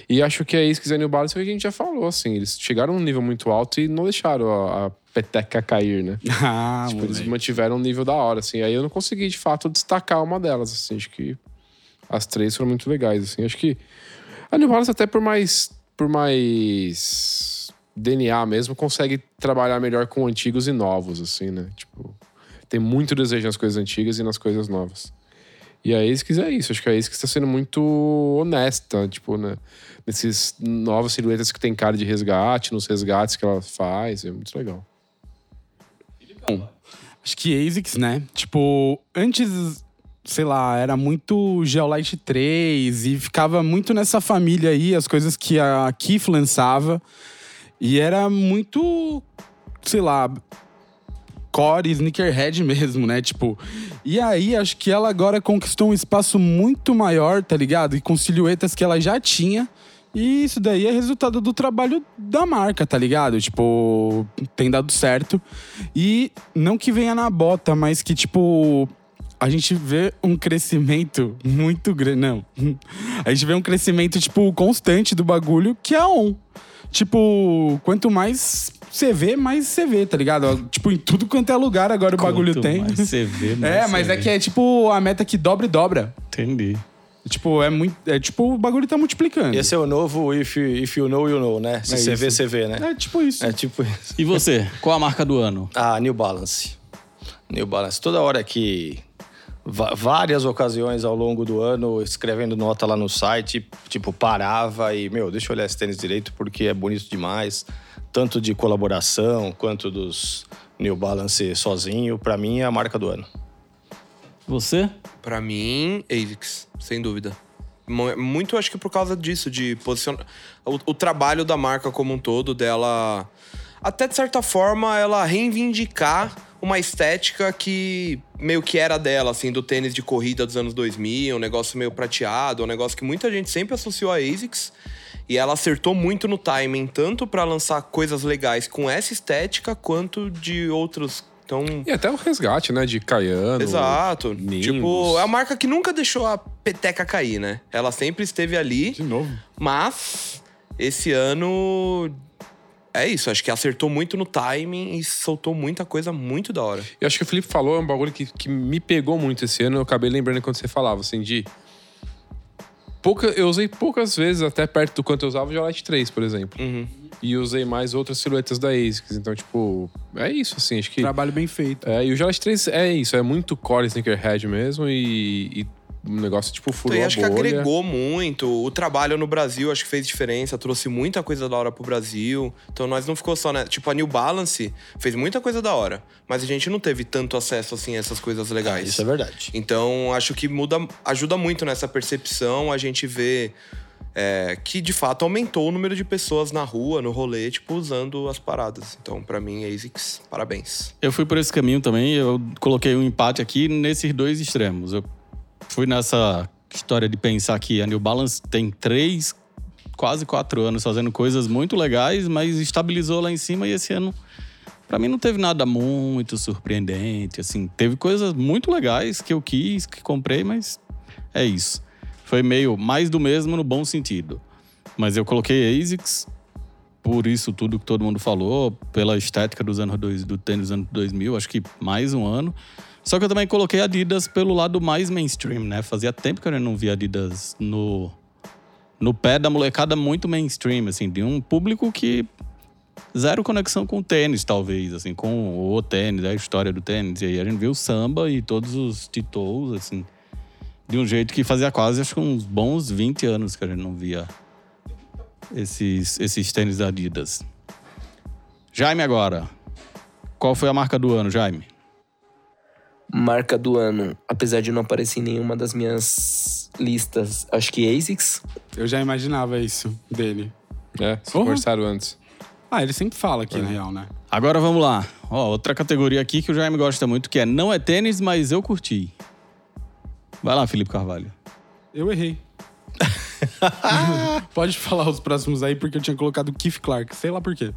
E acho que a ASICS e a New Balance foi o que a gente já falou, assim, eles chegaram num nível muito alto e não deixaram a- a peteca cair, né? Ah, Tipo, eles moleque. mantiveram um nível da hora, assim. Aí eu não consegui, de fato, destacar uma delas, assim. Acho que as três foram muito legais, assim. Acho que a New Balance até por mais... Por mais... DNA mesmo, consegue trabalhar melhor com antigos e novos, assim, né? Tipo, tem muito desejo nas coisas antigas e nas coisas novas. E a ASICS é isso. Acho que a ASICS está sendo muito honesta, tipo, né? Nesses novas silhuetas que tem cara de resgate, nos resgates que ela faz. É muito legal. Acho que ASICS, né? Tipo, antes sei lá, era muito Geolite 3 e ficava muito nessa família aí, as coisas que a Keith lançava. E era muito, sei lá, core sneakerhead mesmo, né? Tipo, e aí acho que ela agora conquistou um espaço muito maior, tá ligado? E com silhuetas que ela já tinha. E isso daí é resultado do trabalho da marca, tá ligado? Tipo, tem dado certo. E não que venha na bota, mas que, tipo, a gente vê um crescimento muito grande. Não. A gente vê um crescimento, tipo, constante do bagulho, que é on. Tipo, quanto mais você vê, mais você vê, tá ligado? Tipo, em tudo quanto é lugar agora o bagulho Quanto tem. mais você vê, mais é, você mas é vê. que é tipo a meta que dobra e dobra. Entendi. Tipo, é muito. É tipo, o bagulho tá multiplicando. assim, Esse é o novo if, if you know, you know, né? Se você vê, você vê, né? É tipo isso. É tipo isso. E você, qual a marca do ano? Ah, New Balance. New Balance. Toda hora que. va- Várias ocasiões ao longo do ano, escrevendo nota lá no site, tipo, parava e, meu, deixa eu olhar esse tênis direito porque é bonito demais. Tanto de colaboração quanto dos New Balance sozinho, pra mim é a marca do ano. Você? Pra mim, AVIX, sem dúvida. Mu- Muito acho que por causa disso, de posicionar. O, o trabalho da marca como um todo, dela. Até de certa forma, ela reivindicar uma estética que meio que era dela, assim, do tênis de corrida dos anos 2000, um negócio meio prateado, um negócio que muita gente sempre associou a ASICS. E ela acertou muito no timing, tanto pra lançar coisas legais com essa estética, quanto de outros. Então, E até o resgate, né? De Caiano. Exato. Nimbus. Tipo, é a marca que nunca deixou a peteca cair, né? Ela sempre esteve ali, De novo. mas esse ano é isso, acho que acertou muito no timing e soltou muita coisa muito da hora. Eu acho que o Felipe falou é um bagulho que, que me pegou muito esse ano. Eu acabei lembrando quando você falava, assim, de. Pouca, eu usei poucas vezes, até perto do quanto eu usava o Jolite 3, por exemplo. E usei mais outras silhuetas da ASICS. Então, tipo, é isso, assim. Acho que. Trabalho bem feito. É, e o Jolite 3 é isso, é muito core sneakerhead mesmo e, e um negócio, tipo, Então, furou e a acho que bolha. agregou muito. O trabalho no Brasil acho que fez diferença, trouxe muita coisa da hora pro Brasil. Então nós não ficou só, né? Tipo, a New Balance fez muita coisa da hora, mas a gente não teve tanto acesso assim a essas coisas Ah, legais. Isso é verdade. Então, acho que muda, ajuda muito nessa percepção a gente vê é, que de fato aumentou o número de pessoas na rua, no rolê, tipo, usando as paradas. Então, pra mim, ASICS, parabéns. Eu fui por esse caminho também, eu coloquei um empate aqui nesses dois extremos. Eu fui nessa história de pensar que a New Balance tem três, quase quatro anos fazendo coisas muito legais, mas estabilizou lá em cima e esse ano, pra mim, não teve nada muito surpreendente. Assim, teve coisas muito legais que eu quis, que comprei, mas é isso. Foi meio mais do mesmo no bom sentido. Mas eu coloquei ASICS, por isso tudo que todo mundo falou, pela estética dos anos dois, do tênis dos anos 2000, acho que mais um ano. Só que eu também coloquei Adidas pelo lado mais mainstream, né? Fazia tempo que eu não via Adidas no, no pé da molecada muito mainstream, assim, de um público que zero conexão com o tênis, talvez, assim, com o tênis, a história do tênis. E aí a gente viu o samba e todos os titous, assim, de um jeito que fazia quase, acho que uns bons 20 anos que a gente não via esses, esses tênis da Adidas. Jaime agora. Qual foi a marca do ano, Jaime? Marca do ano, apesar de não aparecer em nenhuma das minhas listas, acho que ASICS. Eu já imaginava isso dele. É, vocês Uhum. conversaram antes. Ah, ele sempre É. fala aqui, na real, né? Agora vamos lá. Ó, outra categoria aqui que o Jaime gosta muito, que é não é tênis, mas eu curti. Vai lá, Felipe Carvalho. Eu errei. Pode falar os próximos aí, porque eu tinha colocado Keith Clark, sei lá por quê.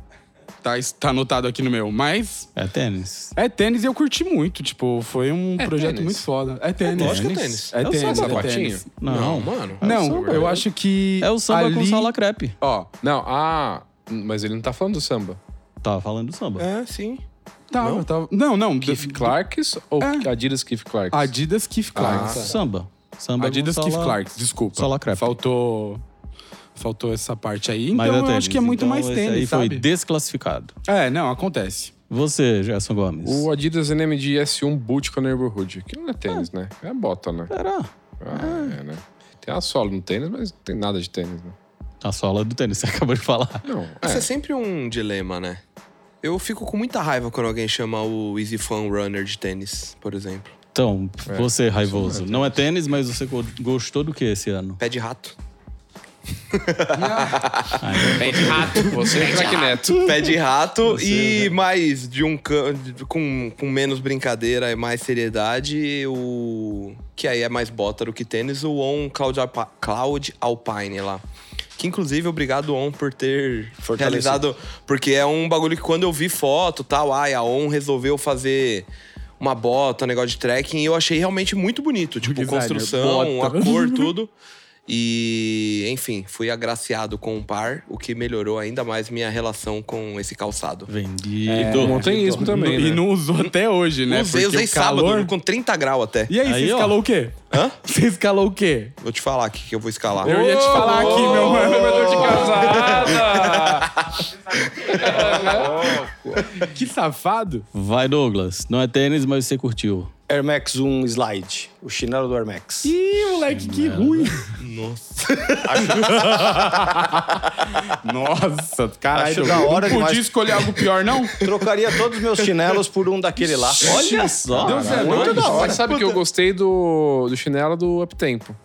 Tá, tá anotado aqui no meu. Mas É tênis. é tênis e eu curti muito. Tipo, foi um É projeto tênis. muito foda. É tênis. lógico que é tênis. É É o tênis, samba, é Patinho? tênis. Não. mano. Não, eu acho que. É o samba com ali- sala crepe. Ó, não, ah, mas ele não tá falando do samba. Tava falando do samba. É, sim. Tava, não? Tava... não, não. Keith Clarks ou É. Adidas Keith Clarks? Adidas Keith Clark. Ah, Samba. Samba Adidas com Keith sola- Clark, desculpa. Sola crepe. Faltou. Faltou essa parte aí. Então Mas é eu tênis. acho que é muito Então mais esse tênis, aí sabe? foi desclassificado. É, não, acontece. Você, Gerson Gomes. O Adidas NMD S1 Boot com a Neighborhood. Que não é tênis, Ah. né? É bota, né? Será? Ah, é, né? Tem a sola no tênis, mas não tem nada de tênis, né? A sola do tênis, você acabou de falar. Não, Isso é é. sempre um dilema, né? Eu fico com muita raiva quando alguém chama o Easy Fun Runner de tênis, por exemplo. Então, É, você, um raivoso. Não é tênis, mas você go- gostou do que esse ano? Pé de rato. Pé de rato. Você é craque neto. Pé de rato e mais de um can- de- com, com menos brincadeira e mais seriedade, o que aí é mais bota do que tênis, o On Cloud, Alpa- Cloud Alpine lá. Que inclusive, obrigado On por ter Fortalecido. realizado, porque é um bagulho que quando eu vi foto, tal, ai, a On resolveu fazer uma bota, um negócio de trekking, e eu achei realmente muito bonito, tipo, designer, construção, bota. a cor, tudo. E, enfim, fui agraciado com um par, o que melhorou ainda mais minha relação com esse calçado. Vendido. É, um Montanhismo também, E né? não usou até hoje, né? usei, Porque usei o calor... sábado, com 30 graus até. E aí, Aí, você ó. escalou o quê? Hã? Você escalou o quê? Vou te falar o que que eu vou escalar. Eu ia te falar aqui, meu mano. Que safado. Vai, Douglas. Não é tênis, mas você curtiu. Air Max 1 Slide, o chinelo do Air Max. Ih, moleque, que ruim. Nossa. Nossa, caralho. Acho da hora não podia demais. escolher algo pior, não? Trocaria todos os meus chinelos por um daquele lá. Olha só. Deus é Muito da hora. Mas sabe que eu gostei do, do chinelo do Uptempo.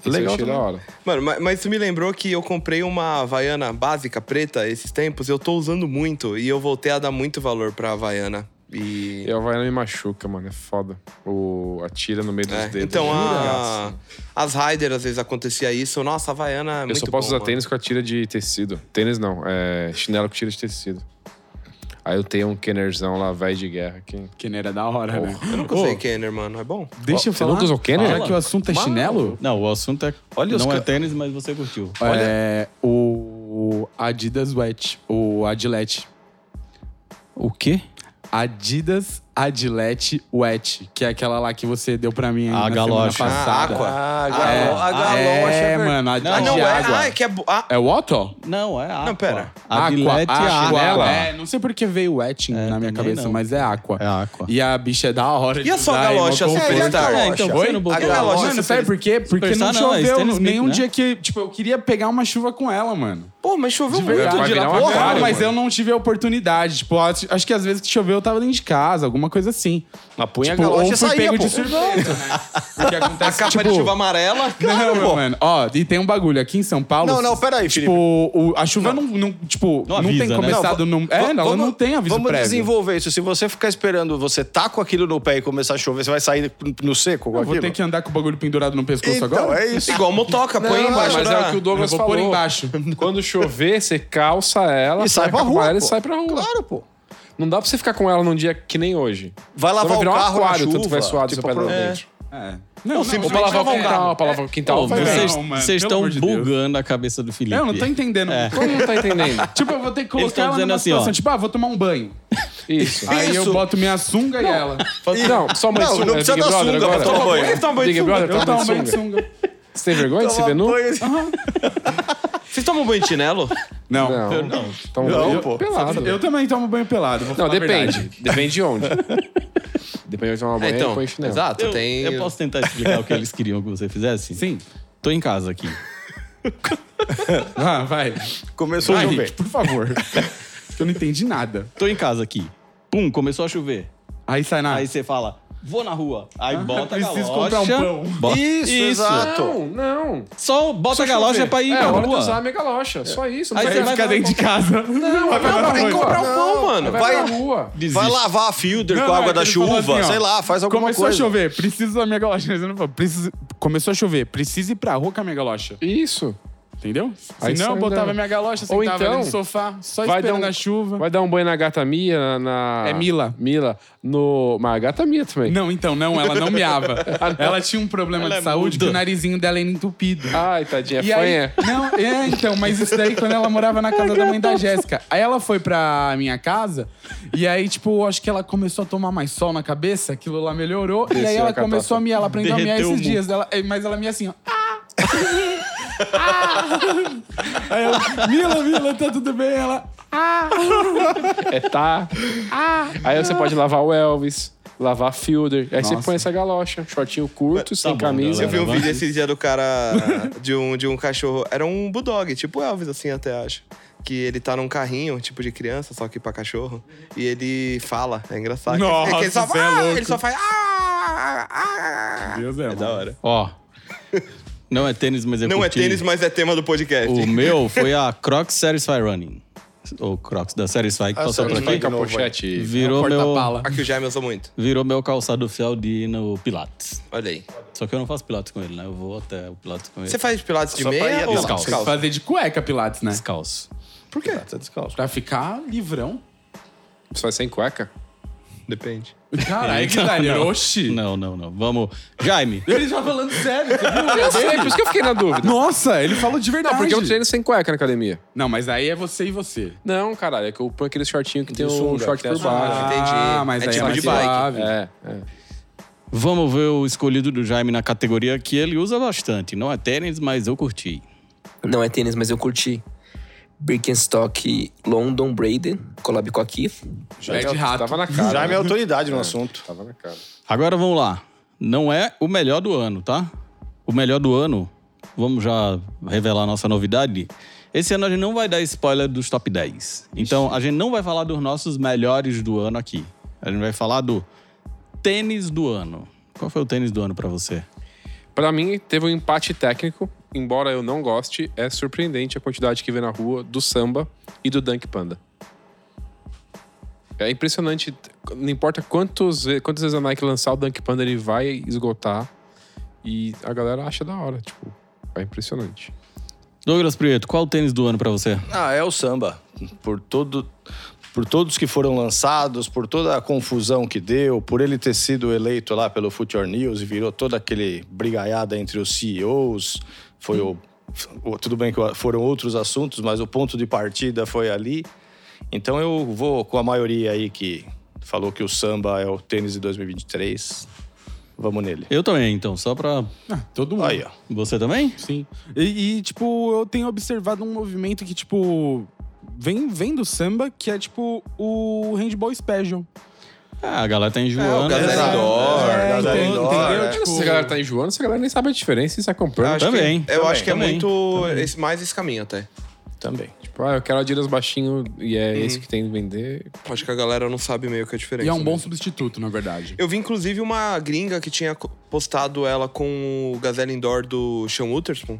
Esse eu Legal achei da hora. Mano, ma- mas, isso me lembrou que eu comprei uma Havaiana básica preta esses tempos, eu tô usando muito e eu voltei a dar muito valor pra Havaiana. E. E a Havaiana me machuca, mano. É foda. O, atira no meio dos É, dedos. né? Então, Jura? a, as Rider às vezes acontecia isso. Nossa, a Havaiana é Eu muito só posso bom, usar mano. tênis com a tira de tecido. Tênis não, é chinelo com tira de tecido. Aí eu tenho um Kennerzão lá, velho de guerra. Que... Kenner é da hora, né? Eu nunca usei Kenner, mano. É bom? Deixa eu Você falar. nunca usou Kenner? Já que o assunto é chinelo, Não, o assunto é. Olha os não é ca- tênis, mas você curtiu. é o Adidas Wet, o Adilete. O quê? Adidas Adilete Wet, que é aquela lá que você deu pra mim A na galocha. semana passada. Ah, aqua. Ah, É, galão, a galão, é, achei ver- mano, a, Não, a Ah, de não é. água. Ah, é que é. bo- Ah, É o Otto? Não, é água. Não, pera. Aquilete aqua, é água. aqua. Aqua. É, não sei porque veio wet na minha também cabeça, não. mas é aqua. É água. E a bicha é da hora. E a sua galocha, Superstar? É, então, você Oi? não botou. A galocha Mano, sabe Superstar- por quê? Porque não Superstar não, é choveu Stan Smith, nenhum né? dia que... Tipo, eu queria pegar uma chuva com ela, mano. Pô, mas choveu muito verdade. Vai de lá. virar uma Porra, Claro, Não, mas mano. eu não tive a oportunidade. Tipo, acho acho que às vezes que choveu eu tava dentro de casa, alguma coisa assim. Mas punha Tipo, a ou galocha fui e saía, pego pô. de surpresa, né? Porque A acontece, capa tipo... de chuva amarela. não, meu mano. Ó, e tem um bagulho aqui em São Paulo. é Não, não, peraí, Tipo, Felipe. o- a chuva não, não, tipo, não, Não avisa, tem né? começado... Não, Va- é, não, ela não tem aviso Vamos prévio. desenvolver isso. Se você ficar esperando, você tá com aquilo no pé e começar a chover, você vai sair no seco com Eu vou aquilo? ter que andar com o bagulho pendurado no pescoço Então, agora? é isso. Igual motoca, põe Não, embaixo. mas da- é o que o Douglas Eu vou pôr falou. embaixo. Quando chover, você calça ela, E sai taca pra com rua, ela e pô. sai pra rua. Claro, pô. Não dá pra você ficar com ela num dia que nem hoje. Vai Você lavar vai o virar um carro na aquário, chuva. tanto que vai suar do tipo, seu pé pra pro- dentro. É. Não, não, Ou pra simplesmente lavar o um vai voltar. quintal, pra lavar o quintal. Pô, vai você- bem. vocês Não, mano, vocês pelo estão amor de Deus. bugando a cabeça do Felipe. Eu não tô entendendo. Como não tá entendendo? Tipo, eu vou ter que Eles colocar tão ela dizendo numa assim, situação, ó. tipo, ah, vou tomar um banho. Isso. Aí eu É. Isso. boto minha sunga e ela. Não, só uma Não, sunga, não é precisa Big da Brother sunga agora. pra tomar banho. Ele toma banho de Big sunga. Brother, Eu toma tomo banho banho de de sunga. sunga. Você tem vergonha de se ver nu? Banho- Vocês tomam banho de chinelo? Não, Não. Não, toma Não, banho pô. pelado. eu também tomo banho pelado. Vou Não, falar a depende. verdade. Depende de onde. Depende de onde É, tomar banho, então, põe chinelo. exato, Eu, tem... eu posso tentar explicar o que eles queriam que você fizesse? Sim. Tô em casa aqui. Ah, vai. Começou Vai, a chover. Rick, por favor. Que eu não entendi nada. Tô em casa aqui. Pum, começou a chover. Aí sai na. Aí você fala, vou na rua. Aí bota a galocha. Ah, preciso comprar um pão. Bota- Isso, exato. Não, não. Só bota a galocha pra ir É, pra hora de rua. usar a minha galocha. Só isso. Aí Não Aí você você vai vai pra- fica dentro de casa. Não, vai pra Tem que rua. comprar o pão, mano. vai pra rua. Desiste. Vai lavar a filter Não, com a não, água é que da ele falou chuva, assim, ó, sei lá, faz alguma Começou coisa. a chover, preciso da minha galocha. Mas eu não falo, preciso... Começou a chover, preciso ir pra rua com a minha galocha. Isso. Entendeu? Aí Se não, sai eu botava andando. minha galocha, Ou sentava ali então, no sofá, só vai esperando dar um- a chuva. Vai dar um banho na gata Mia, na... É Mila. Mila. No... Mas a gata Mia também. Não, então, não, ela não miava. ela tinha um problema de saúde que o narizinho dela era entupido. Ai, tadinha, E aí, fanha. não, é, então, mas isso daí quando ela morava na casa da mãe da Jéssica. Aí ela foi pra minha casa e aí, tipo, acho que ela começou a tomar mais sol na cabeça, aquilo lá melhorou. e aí Desceu a ela catástrofe. começou a miar, ela aprendeu a miar Derreteu esses o dias. Ela, é, mas ela mia assim, ó. Ah! Ah! Aí ela, Mila, Mila, tá tudo bem? Ela, É tá. Aí você pode lavar o Elvis, lavar a Fielder. Aí você põe essa galocha, um shortinho curto, sem bom, camisa. Eu vi um Vai. vídeo esses dias do cara, de um, de um cachorro, era um bulldog, tipo Elvis, assim, até acho. Que ele tá num carrinho, tipo de criança, só que pra cachorro. E ele fala, é engraçado. Nossa, é que ele só, você é fala, louco. ele só faz, ah! Ah! Deus é, É mano. da hora. Ó. Não é tênis, mas eu Não é curti. tênis, mas é tema do podcast. O meu foi a Crocs Satisfy Running. Ou Crocs da Satisfy que passou por Vai aqui. com a pochete. Virou meu, Porta-bala. Aqui o Jaime usa muito. virou meu calçado fiel de ir no Pilates. Olha aí. Só que eu não faço Pilates com ele, né? Eu vou até o Pilates com ele. Você é faz pilates de Só pra ir meia ou descalço. Tem que fazer de cueca, Pilates, né? descalço. Por Tá, quê? Pra ficar livrão. Só é sem cueca? Depende. Caralho, que Não, Daniel. não. Oxi. Não, não, não. Vamos. Jaime. Ele já falando sério, você viu? Eu sei, por é isso que eu fiquei na dúvida. Nossa, ele falou de verdade. Não, porque eu treino sem cueca na academia. Não, mas aí é você e você. Não, caralho, é que eu ponho aquele shortinho que tem um sunga, short tem a por baixo. entendi. Ah, mas É aí tipo é de mais bike. suave. É, é. Vamos ver o escolhido do Jaime na categoria que ele usa bastante. Não é tênis, mas eu curti. Não é tênis, mas eu curti. Birkenstock London Braden, collab com a Keith. É de rato. Tava na cara. né? Já é minha autoridade no assunto. Tava na cara. Agora vamos lá. Não é o melhor do ano, tá? O melhor do ano, vamos já revelar a nossa novidade. Esse ano a gente não vai dar spoiler dos top 10. Então a gente não vai falar dos nossos melhores do ano aqui. A gente vai falar do tênis do ano. Qual foi o tênis do ano pra você? Pra mim, teve um empate técnico. Embora eu não goste, é surpreendente a quantidade que vê na rua do samba e do Dunk Panda. É impressionante. Não importa quantos, ve- quantas vezes a Nike lançar o Dunk Panda, ele vai esgotar. E a galera acha da hora, tipo. É impressionante. Douglas Prieto, qual o tênis do ano pra você? Ah, é o samba. Por todo por todos que foram lançados, por toda a confusão que deu, por ele ter sido eleito lá pelo Future News e virou toda aquele brigaiada entre os CEOs, foi o, o- tudo bem que foram outros assuntos, mas o ponto de partida foi ali. Então eu vou com a maioria aí que falou que o samba é o tênis de 2023. Vamos nele. Eu também, então, só pra. Ah, todo mundo. Aí, ó. Você também? Sim. E, e, tipo, eu tenho observado um movimento que, tipo, vem, vem do samba, que é, tipo, o Handball Special. Ah, a galera tá enjoando. Gaza- Exato. Gazaridor, entendeu? É, né? entendeu? Tipo, Cara, se a galera tá enjoando, essa galera nem sabe a diferença é e sai comprando. Acho que- Também, eu acho que é também, muito esse, mais esse caminho até. Também. Tipo, ah, eu quero Adidas baixinho e é esse que tem que vender. Acho que a galera não sabe meio que a diferença. E é um bom né? substituto, na verdade. Eu vi inclusive uma gringa que tinha co- postado ela com o Gazelle Indoor do Sean Witherspoon.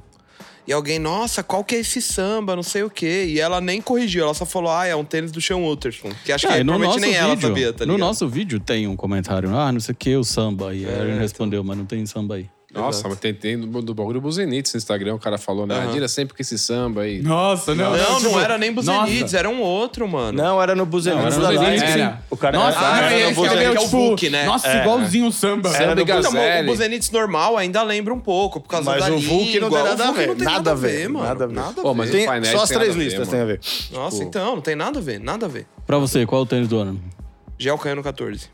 E alguém, nossa, qual que é esse samba, não sei o quê. E ela nem corrigiu, ela só falou, ah, é um tênis do Sean Witherspoon. Que acho Ah, É, que e no provavelmente nosso É, nem vídeo, ela sabia, tá No ligado? nosso vídeo tem um comentário, ah, não sei o que, o samba. E aí É, a gente então. respondeu, mas não tem samba aí. Nossa, mas tem, tem do, do bagulho do Buzenites no Instagram, o cara falou, né? Aham. Adidas sempre com esse samba aí. Nossa, não. Não, não tipo, era nem Buzenides, nossa. era um outro, mano. Não, era no Não, Buzenides era da no Live. Buzenides, Era. O cara Nossa, não, ah, era, era e no esse que é o Buzenides. que é o Book, né? tipo, Nossa, É. igualzinho o samba. Era Samba e do- Então, o Gazelle. Buzenides normal ainda lembra um pouco, por causa Mas da o Vulk língua. não tem O nada a Vulk ver. não tem Nada a ver. mano. Nada a ver. Nada Pô, mas ver. Tem- Painéis só as tem três nada a ver, listas mano. tem a ver. Nossa, então, não tem nada a ver, nada a ver. Pra você, qual o tênis do ano? Gel Caiano 14.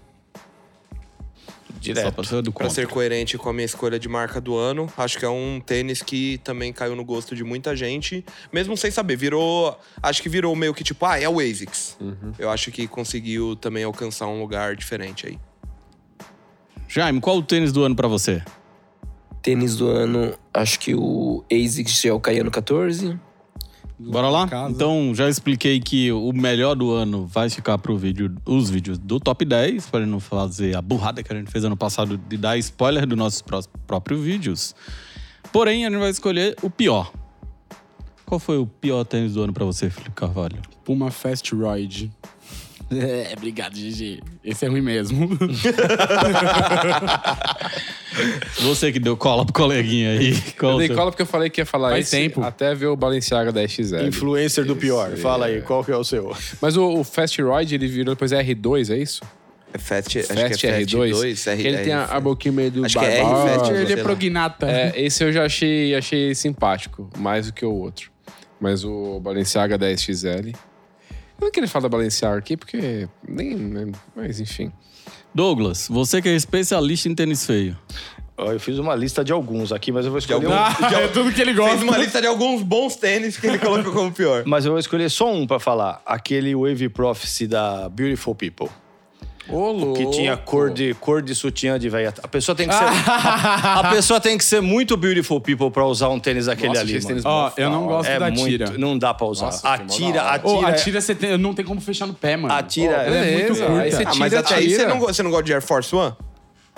Só pra ser do Pra contra. ser coerente com a minha escolha de marca do ano, acho que é um tênis que também caiu no gosto de muita gente, mesmo sem saber. Virou. Acho que virou meio que tipo, ah, é o ASICS. Eu acho que conseguiu também alcançar um lugar diferente aí. Jaime, qual o tênis do ano pra você? Tênis do ano, acho que o ASICS Gel Caiano 14. Bora lá? Casa. Então, já expliquei que o melhor do ano vai ficar pro vídeo, os vídeos do top 10, pra não fazer a burrada que a gente fez ano passado de dar spoiler dos nossos pró- próprios vídeos. Porém, a gente vai escolher o pior. Qual foi o pior tênis do ano pra você, Felipe Carvalho? Puma Fast Ride. É, obrigado, Gigi. Esse é ruim mesmo. Você que deu cola pro coleguinha aí. Qual Eu o dei seu- cola porque eu falei que ia falar Faz esse tempo. até ver o Balenciaga da XL. Influencer do pior. Fala aí, qual que é o seu? Mas o, o Fast Ride, ele virou depois R2, é isso? É Fast, Fast R2. que ele tem a, a boquinha meio do Acho que é barba. R Fast, Ele sei é lá. prognata. É, esse eu já achei, achei simpático, mais do que o outro. Mas o Balenciaga 10XL. Eu não queria falar da Balenciaga aqui, porque nem. nem- mas enfim. Douglas, você que é especialista em tênis feio. Ó, eu fiz uma lista de alguns aqui, mas eu vou escolher um. Ah, é tudo que ele Fez gosta. uma lista de alguns bons tênis que ele colocou como pior. Mas eu vou escolher só um pra falar. Aquele Wave Prophecy da Beautiful People. Ô, Que tinha cor de, cor de sutiã de velha. A pessoa tem que ser. a pessoa tem que ser muito Beautiful People pra usar um tênis daquele Nossa, ali. esses Mano. tênis Ó, eu não gosto É da muito. tira. Não dá pra usar. Nossa, que mó atira, da hora. atira. Ô, a tira você tem- não tem como fechar no pé, mano. Atira. Ela é muito Beleza, aí curta. você Ah, mas Tira, até aí tira. você não, go- você não gosta de Air Force One?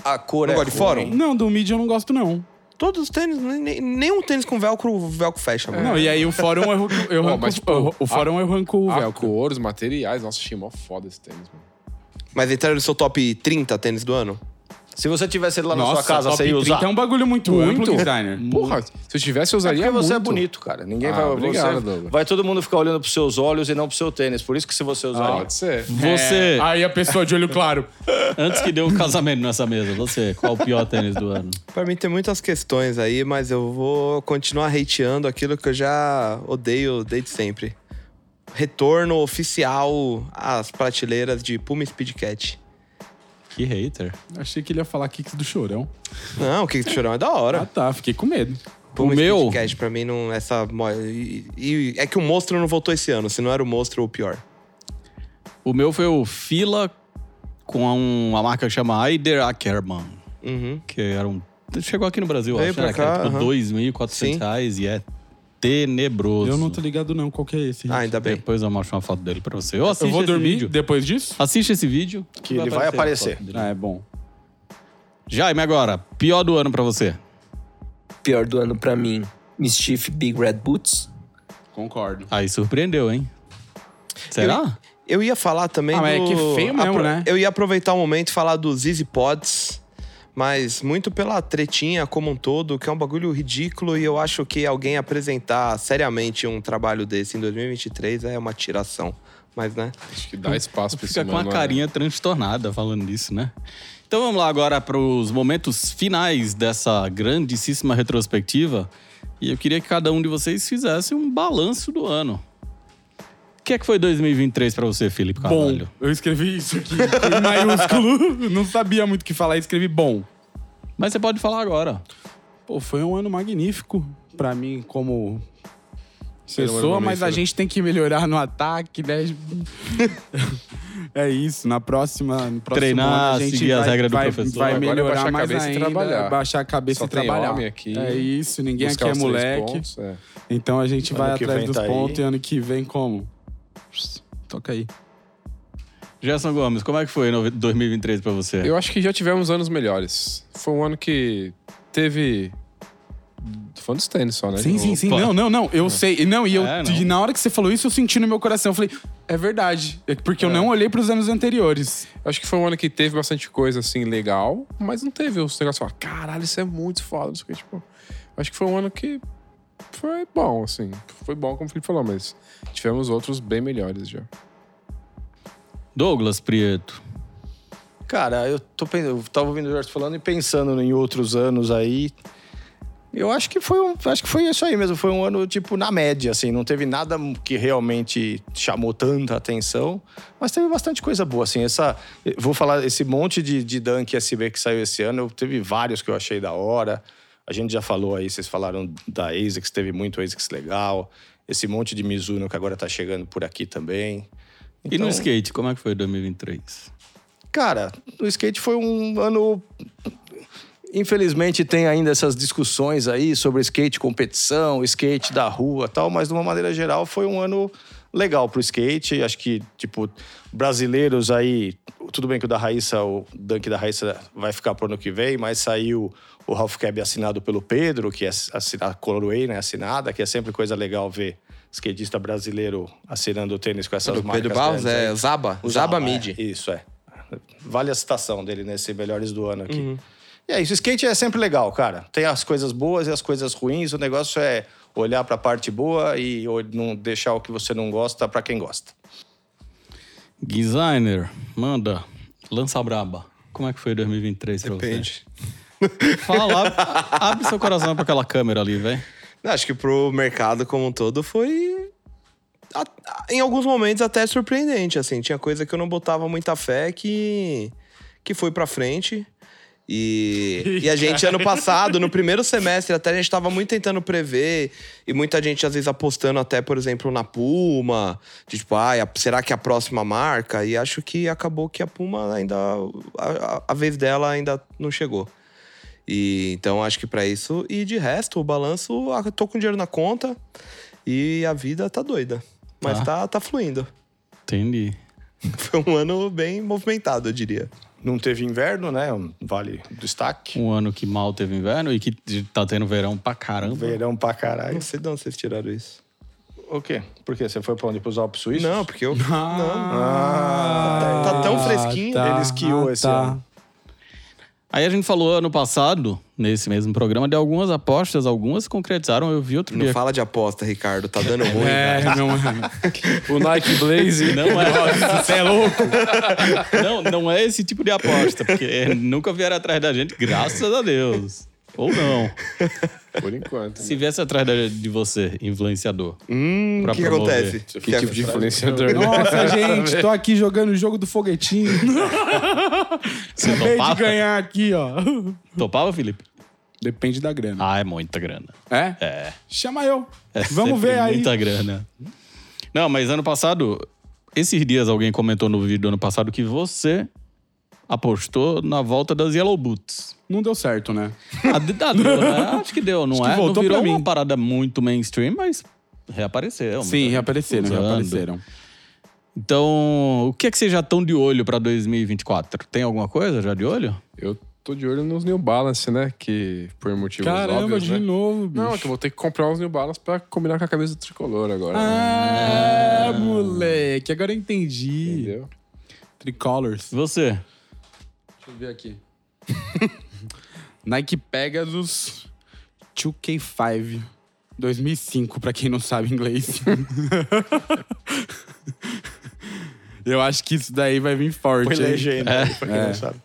a cor Não é. gosta de ruim. fórum? Não, do mid eu não gosto, não. Todos os tênis, nem- nem- nenhum tênis com velcro, o velcro fecha, mano. Não, e aí o fórum eu, ranco- eu Ó, ranco, mas, tipo, eu- o fórum eu ranco o A velcro. cor, os É materiais. Nossa, achei mó foda esse tênis, mano. Mas entraram no seu top 30 tênis do ano? Se você tivesse ele lá na Nossa, sua casa, top você ia 30 usar. é um bagulho muito, muito? amplo, designer. Porra, se eu tivesse, eu É usaria porque você é muito. bonito, cara. Ninguém Ah, vai. você- obrigado, Douglas. vai todo mundo ficar olhando pros seus olhos e não pro seu tênis. Por isso que se você usar. Ah, Pode ser. Você, É, aí a pessoa de olho claro. antes que dê um casamento nessa mesa, você, qual o pior tênis do ano? Pra mim tem muitas questões aí, mas eu vou continuar hateando aquilo que eu já odeio desde sempre. Retorno oficial às prateleiras de Puma Speedcat. Que hater. Achei que ele ia falar kicks do chorão. Não, o que tu chorão é da Ah, hora. tá. Fiquei com medo. Ah, é o meu, Speedcat pra mim não essa mo- e, e- é que o monstro não voltou esse ano, se não era o monstro o pior. o meu foi o Fila com uma marca que chama Eider Ackermann, Uhum. que era um chegou aqui no Brasil, Veio acho, pra né? que era cá, tipo aham. 2.400 Sim. reais e é tenebroso. Eu não tô ligado, não. Qual que é esse? Ah, então ainda bem. Depois eu mostro uma foto dele pra você. Ou assiste eu vou esse dormir vídeo. depois disso? Assiste esse vídeo. Que ele vai a aparecer. foto dele. Ah, é bom. Jaime, agora, pior do ano pra você. Pior do ano pra mim, Mischief Big Red Boots. Concordo. Aí surpreendeu, hein? Será? Eu ia falar também Ah, do mas é que é feio mesmo, né? Eu ia aproveitar o momento e falar dos Easy Pods, mas muito pela tretinha como um todo, que é um bagulho ridículo e eu acho que alguém apresentar seriamente um trabalho desse em 2023 é uma tiração. Mas, né? Acho que dá espaço pra Fica esse com a mano, né? carinha transtornada falando disso, né? Então vamos lá agora para os momentos finais dessa grandíssima retrospectiva. E eu queria que cada um de vocês fizesse um balanço do ano. O que é que foi 2023 pra você, Felipe Carvalho? Bom, eu escrevi isso aqui em maiúsculo. Não sabia muito o que falar, escrevi bom. Mas você pode falar agora. Pô, foi um ano magnífico pra mim como Ser humano pessoa, mas a mamífero. gente tem que melhorar no ataque, né? é isso, na próxima, no próximo Treinar, ano a gente seguir as vai- regras do vai- professor. Vai Agora é melhorar baixar a mais cabeça e ainda, trabalhar. baixar a cabeça Só e tem trabalhar. homem aqui. É isso, ninguém Buscar aqui é os três moleque. pontos, é. Então a gente vai Ano que atrás vem dos tá aí. pontos e ano que vem como? Toca aí. Gerson Gomes, como é que foi no- 2023 pra você? Eu acho que já tivemos anos melhores. Foi um ano que teve. Tô falando dos tênis só, né? Sim, sim, sim. Opa. Não, não, não. Eu sei. E Não, e eu É, não. e na hora que você falou isso, eu senti no meu coração. Eu falei, é verdade. É porque eu não olhei pros anos anteriores. Acho que foi um ano que teve bastante coisa assim legal, mas não teve os negócios falar, caralho, isso é muito foda, não sei o que. Tipo, acho que foi um ano que foi bom, assim. Foi bom, como o Felipe falou, mas tivemos outros bem melhores já. Douglas Prieto. Cara, eu tô pen- eu tava ouvindo o Jorge falando e pensando em outros anos aí. Eu acho que foi um, acho que foi isso aí mesmo, foi um ano tipo na média assim, não teve nada que realmente chamou tanta atenção, mas teve bastante coisa boa assim, essa eu vou falar esse monte de de Dunk SB que saiu esse ano, eu- teve vários que eu achei da hora. A gente já falou aí, vocês falaram da ASICS, teve muito ASICS legal. Esse monte de Mizuno que agora tá chegando por aqui também. E no Então- skate, como é que foi 2023? Cara, o skate foi um ano. Infelizmente tem ainda essas discussões aí sobre skate competição, skate da rua tal, mas de uma maneira geral foi um ano legal pro skate. Acho que, tipo, brasileiros aí. Tudo bem que o da Raíssa, o Dunk da Raíssa vai ficar pro ano que vem, mas saiu o Ralph Cab assinado pelo Pedro, que é assinado, Colorway, né? Assinada, que é sempre coisa legal ver skatista brasileiro assinando o tênis com essas Do marcas. né, Pedro Barros grandes aí. é Zaba. O Zaba Zaba, Mid. é. Isso, é. Vale a citação dele nesse Melhores do Ano aqui. Uhum. E é isso. Skate é sempre legal, cara. Tem as coisas boas e as coisas ruins. O negócio é olhar pra parte boa e ol- não deixar o que você não gosta pra quem gosta. Designer, manda, lança a braba. Como é que foi 2023 pra você? Fala, abre seu coração pra aquela câmera ali, velho. Eu Acho que pro mercado como um todo foi. a- a- Em alguns momentos até surpreendente, assim. Tinha coisa que eu não botava muita fé que, que foi pra frente. E, e a gente, ano passado, no primeiro semestre, até a gente tava muito tentando prever. E muita gente, às vezes, apostando até, por exemplo, na Puma. de tipo, ai, a- será que é a próxima marca? E acho que acabou que a Puma ainda... a- a- a vez dela ainda não chegou. E então acho que pra isso e de resto, o balanço, ah, eu tô com dinheiro na conta e a vida tá doida. Mas Tá. tá, tá fluindo. Entendi. Foi um ano bem movimentado, eu diria. Não teve inverno, né? Um Vale o destaque. Um ano que mal teve inverno e que tá tendo verão pra caramba. Verão pra caralho. Não sei de onde vocês tiraram isso. O quê? Por quê? Você foi pra onde? Pros Alpes Suíços? Não, porque eu. Ah, Tá tão fresquinho, Ah, tá. ele esquiou ah, esse tá. ano. Aí a gente falou ano passado, nesse mesmo programa, de algumas apostas, algumas concretizaram, eu vi outro Não, não dia. fala de aposta, Ricardo. Tá dando ruim. É, não O Nike Blaze. Não é, você é louco. Não, não é esse tipo de aposta, porque nunca vieram atrás da gente, graças a Deus. Ou não. Por enquanto. Se viesse atrás da- de você, influenciador. Hum, Pra o que, que promover. acontece? Que tipo de influenciador? né? Nossa, gente, tô aqui jogando o jogo do foguetinho. Você Acabei de topava? ganhar aqui, ó. Topava, Felipe? Depende da grana. Ah, é muita grana. É? É. Chama eu. É Vamos sempre ver aí. Muita grana. Não, mas ano passado, esses dias alguém comentou no vídeo do ano passado que você apostou na volta das Yellow Boots. Não deu certo, né? A de- ah, deu, né? Acho que deu, não Acho que é? não voltou virou pra mim. uma parada muito mainstream, mas reapareceu. Sim, Muita- reapareceram, usando. reapareceram. Então, o que é que vocês já estão de olho pra 2024? Tem alguma coisa já de olho? Eu tô de olho nos New Balance, né? Que por motivos Caramba, óbvios, de né? novo, bicho. Não, é que eu vou ter que comprar os New Balance pra combinar com a camisa do tricolor agora. né? Ah, moleque, agora eu entendi. Entendeu? Tricolors. Você? Deixa eu ver aqui. Nike Pegasus 2K5. 2005, pra quem não sabe inglês. eu acho que isso daí vai vir forte. Foi hein? legenda, É. pra quem não sabe.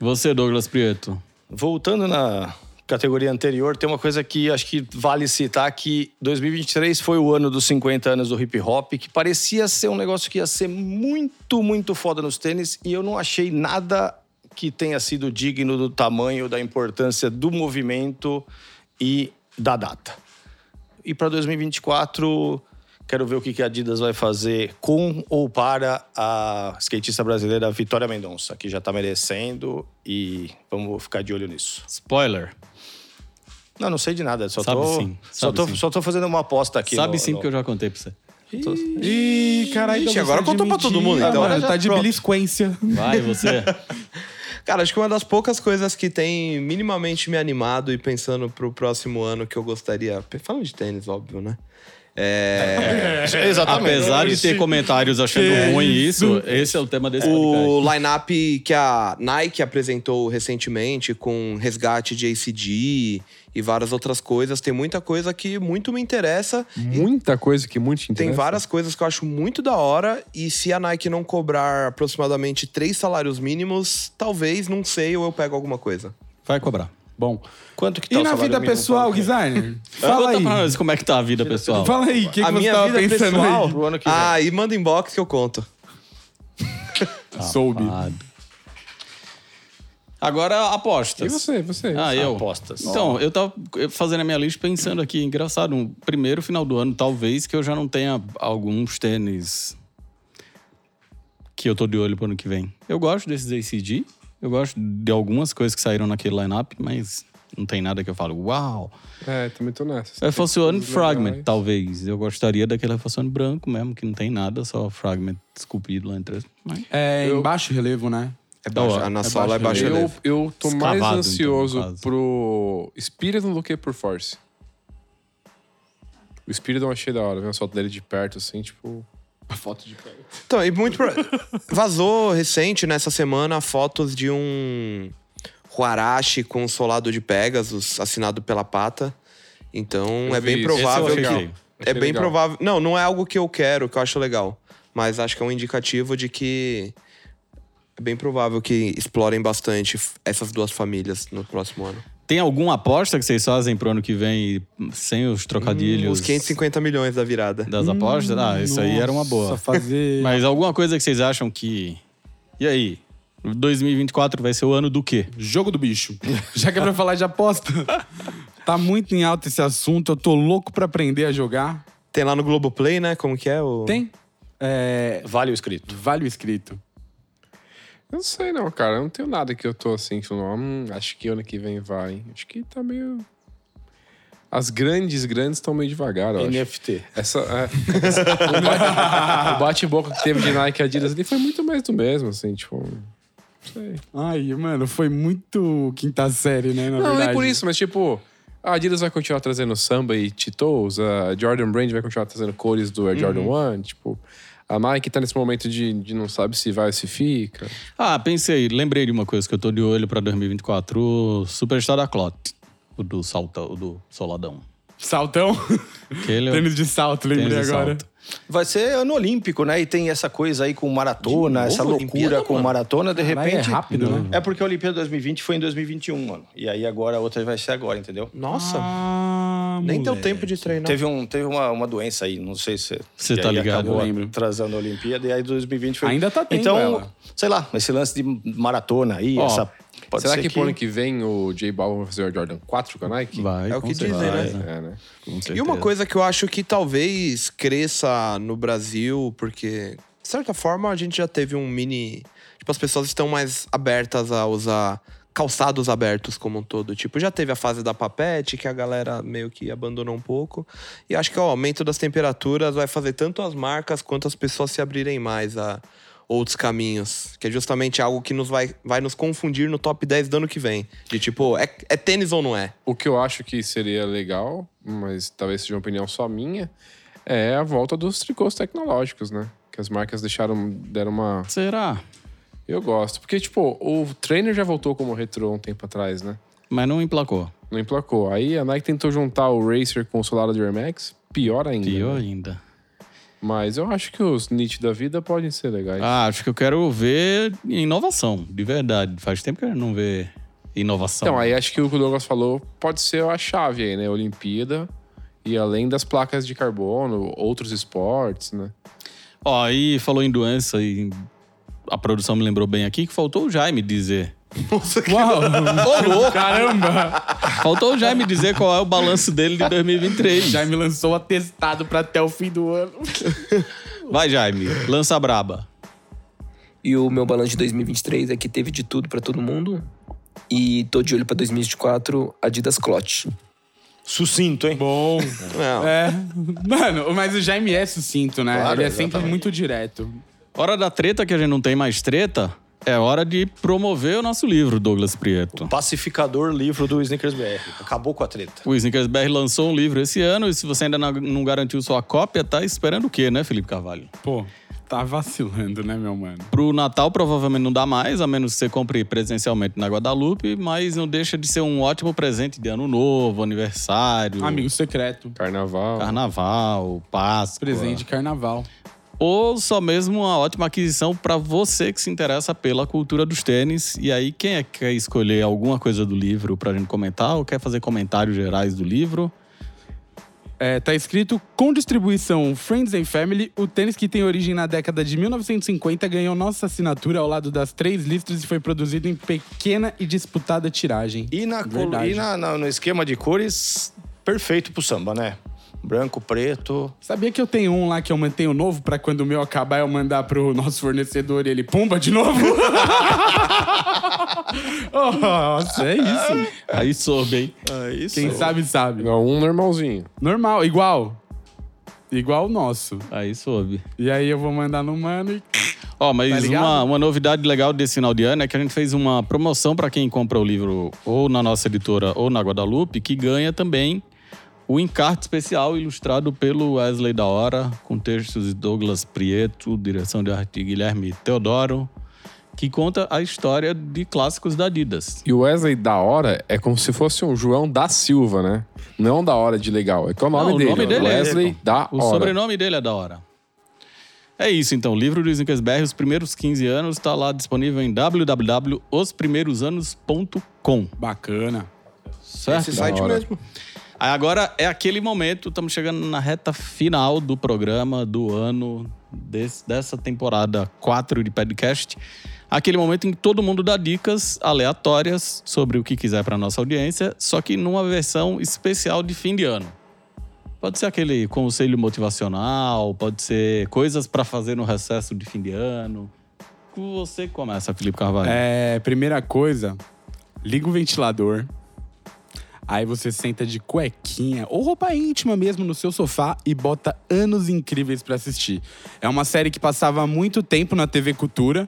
Você, Douglas Prieto? Voltando na categoria anterior, tem uma coisa que acho que vale citar que 2023 foi o ano dos 50 anos do hip hop, que parecia ser um negócio que ia ser muito, muito foda nos tênis e eu não achei nada que tenha sido digno do tamanho, da importância do movimento e da data. E para 2024, quero ver o que que a Adidas vai fazer com ou para a skatista brasileira Vitória Mendonça, que já está merecendo e vamos ficar de olho nisso. Spoiler. Não, não sei de nada, só Sabe tô, sim, só, sabe tô sim. só tô fazendo uma aposta aqui. Sabe sim, porque eu já contei pra você. Ih, caralho. Ixi, então agora você contou pra admitiu. todo mundo, então. Agora tá de Pronto. belisquência. Vai, você. Cara, acho que uma das poucas coisas que tem minimamente me animado e pensando pro próximo ano que eu gostaria. Falando de tênis, óbvio, né? É. Exatamente. Apesar de ter comentários achando ruim isso, esse é o tema desse O podcast. lineup que a Nike apresentou recentemente, com resgate de ACD e várias outras coisas, tem muita coisa que muito me interessa. Muita coisa que muito te Tem interessa. várias coisas que eu acho muito da hora. E se a Nike não cobrar aproximadamente três salários mínimos, talvez, não sei, ou eu pego alguma coisa. Vai cobrar. Bom. Quanto que tá E o na salário vida mínimo? pessoal, Guizarne? Fala Conta aí. pra nós como é que tá a vida pessoal. Fala aí, o que, a que você minha tava vida pensando pessoal. pro ano que vem? Ah, e manda inbox que eu conto. aí? Soube. Safado. Agora apostas. E você, você? Ah, eu. Apostas. Então, eu tava fazendo a minha lista pensando aqui, engraçado, um primeiro final do ano, talvez que eu já não tenha alguns tênis que eu tô de olho pro ano que vem. Eu gosto desses ACG, eu gosto de algumas coisas que saíram naquele lineup, mas não tem nada que eu falo, uau. É, também tô nessa. Air Force One Os Fragment, legais. talvez. Eu gostaria daquele Air Force One branco mesmo, que não tem nada, só Fragment esculpido lá entre as. Mas... É em baixo relevo, né? É Da baixo, hora. na sala é baixo Eu, relevo. eu tô mais Escavado, ansioso então, no caso. pro Spiriton do que por Force. O Spiriton eu achei da hora, viu? A foto dele de perto, assim, tipo. A foto de perto. Então, e muito. pro- Vazou recente, nessa semana, fotos de um Huarashi com um solado de Pegasus, assinado pela pata. Então, Eu é vi bem isso. provável Esse eu achei que. legal. É Achei bem legal. provável. Não, não é algo que eu quero, que eu acho legal. Mas acho que é um indicativo de que. É bem provável que explorem bastante f- essas duas famílias no próximo ano. Tem alguma aposta que vocês fazem pro ano que vem sem os Hum, trocadilhos? Os 550 milhões da virada. das apostas? Ah, isso aí era uma boa. Hum, Nossa, fazer. Mas alguma coisa que vocês acham que. E aí? 2024 vai ser o ano do quê? Jogo do bicho. Já que é pra falar de aposta. Tá muito em alta esse assunto. Eu tô louco pra aprender a jogar. Tem lá no Globoplay, né? Como que é? O... Tem? É, Vale o escrito. vale o escrito. Eu não sei, não, cara. Eu não tenho nada que eu tô assim, que eu não, hum, acho que ano que vem vai. Acho que tá meio. As grandes, grandes estão meio devagar, eu acho. NFT. Essa, é, essa- o bate- o bate-boca que teve de Nike e Adidas ali foi muito mais do mesmo, assim, tipo... Não sei. Ai, mano, foi muito quinta série, né? Na Não, verdade. nem por isso, mas tipo, a Adidas vai continuar trazendo samba e Cheetos, a Jordan Brand vai continuar trazendo cores do Air Jordan 1, tipo, a Nike tá nesse momento de, de não sabe se vai ou se fica. Ah, pensei, lembrei de uma coisa que eu tô de olho pra 2024, o Superstar da Clot, o do salta, o do Soladão. Saltão? Aquele Tênis de salto, lembrei Tênis de agora. salto. Vai ser ano olímpico, né? E tem essa coisa aí com maratona, De essa novo, loucura Olimpíada, com mano? maratona, de Caralho, repente. é rápido, né? É porque a Olimpíada 2020 foi em 2021, mano. E aí agora a outra vai ser agora, entendeu? Nossa, Ah, nem deu moleque. tempo de treinar. Teve, um, teve uma, uma doença aí, não sei se. Você e tá aí ligado, Acabou eu lembro. atrasando a Olimpíada e aí 2020 foi. Ainda tá tendo Então, ela. sei lá, esse lance de maratona aí, Ó, essa. Pode Será ser que, pro ano que vem o J Balvin vai fazer o Air Jordan 4 com a Nike? Vai, É o com que dizem, certeza. É, né? Com E uma certeza. coisa que eu acho que talvez cresça no Brasil, porque, de certa forma, a gente já teve um mini. Tipo, as pessoas estão mais abertas a usar calçados abertos como um todo. Tipo, já teve a fase da papete, que a galera meio que abandonou um pouco. E acho que ó, o aumento das temperaturas vai fazer tanto as marcas quanto as pessoas se abrirem mais a outros caminhos. Que é justamente algo que nos vai, vai nos confundir no top 10 do ano que vem. De tipo, é, é tênis ou não é? O que eu acho que seria legal, mas talvez seja uma opinião só minha, é a volta dos tricôs tecnológicos, né? Que as marcas deixaram, deram uma Será? Eu gosto. Porque, tipo, o trainer já voltou como retrô um tempo atrás, né? Mas não emplacou. Não emplacou. Aí a Nike tentou juntar o Racer com o Solara do Air Max. Pior ainda. Pior né? ainda. Mas eu acho que os Nietzsche da vida podem ser legais. Ah, acho que eu quero ver inovação, de verdade. Faz tempo que eu não vê inovação. então, aí acho que o que o Douglas falou pode ser a chave aí, né? Olimpíada. E além das placas de carbono, outros esportes, né? Ó, aí falou em doença e a produção me lembrou bem aqui que faltou o Jaime dizer. Uau! Caramba! Faltou o Jaime dizer qual é o balanço dele de 2023. Já me lançou atestado pra até o fim do ano. Vai, Jaime. Lança a braba. E o meu balanço de 2023 é que teve de tudo pra todo mundo. E tô de olho pra 2024, Adidas Clot. Sucinto, hein? Bom. Não. É. Mano, mas o Jaime é sucinto, né? Claro, Ele é sempre exatamente. muito direto. Hora da treta, que a gente não tem mais treta, é hora de promover o nosso livro, Douglas Prieto. Pacificador livro do Snickers BR. Acabou com a treta. O Snickers BR lançou um livro esse ano e se você ainda não- não garantiu sua cópia, tá esperando o quê, né, Felipe Carvalho? Pô, tá vacilando, né, meu mano? Pro Natal provavelmente não dá mais, a menos que você compre presencialmente na Guadalupe, mas não deixa de ser um ótimo presente de ano novo, aniversário, Amigo secreto. Carnaval. carnaval, Páscoa. Presente de carnaval. ou só mesmo uma ótima aquisição para você que se interessa pela cultura dos tênis. E aí, quem é que quer escolher alguma coisa do livro para a gente comentar ou quer fazer comentários gerais do livro? É, tá escrito com distribuição Friends and Family, o tênis que tem origem na década de 1950 ganhou nossa assinatura ao lado das três listras e foi produzido em pequena e disputada tiragem. E, na, colo- Verdade. e na- na- no esquema de cores, perfeito pro samba, né? Branco, preto. Sabia que eu tenho um lá que eu mantenho novo pra quando o meu acabar eu mandar pro nosso fornecedor e ele pumba de novo? Nossa, é isso. Aí soube, hein? Quem sabe, sabe. Não, Um normalzinho. Normal, igual. Igual o nosso. Aí soube. E aí eu vou mandar no mano e. Ó, Tá mas ligado? uma, uma novidade legal desse final de ano é que a gente fez uma promoção para quem compra o livro ou na nossa editora ou na Guadalupe, que ganha também o encarte especial ilustrado pelo Wesley da Hora, com textos de Douglas Prieto, direção de arte de Guilherme Teodoro, que conta a história de clássicos da Adidas. E o Wesley da hora é como se fosse um João da Silva, né? Não da hora de legal. É que é o nome Não, o dele. nome dele é Wesley esse, da O hora. sobrenome dele é da hora. É isso então, o livro do Zinkesberg, Os Primeiros 15 Anos, está lá disponível em www.osprimeirosAnos.com, Bacana. certo? Esse site Da hora. mesmo. Aí Agora é aquele momento, estamos chegando na reta final do programa, do ano, desse- dessa temporada 4 de podcast. Aquele momento em que todo mundo dá dicas aleatórias sobre o que quiser para nossa audiência, só que numa versão especial de fim de ano. Pode ser aquele conselho motivacional, pode ser coisas para fazer no recesso de fim de ano. Com Você que começa, Felipe Carvalho. É, primeira coisa, liga o ventilador, Aí você senta de cuequinha ou roupa íntima mesmo no seu sofá e bota anos incríveis pra assistir. É uma série que passava há muito tempo na TV Cultura.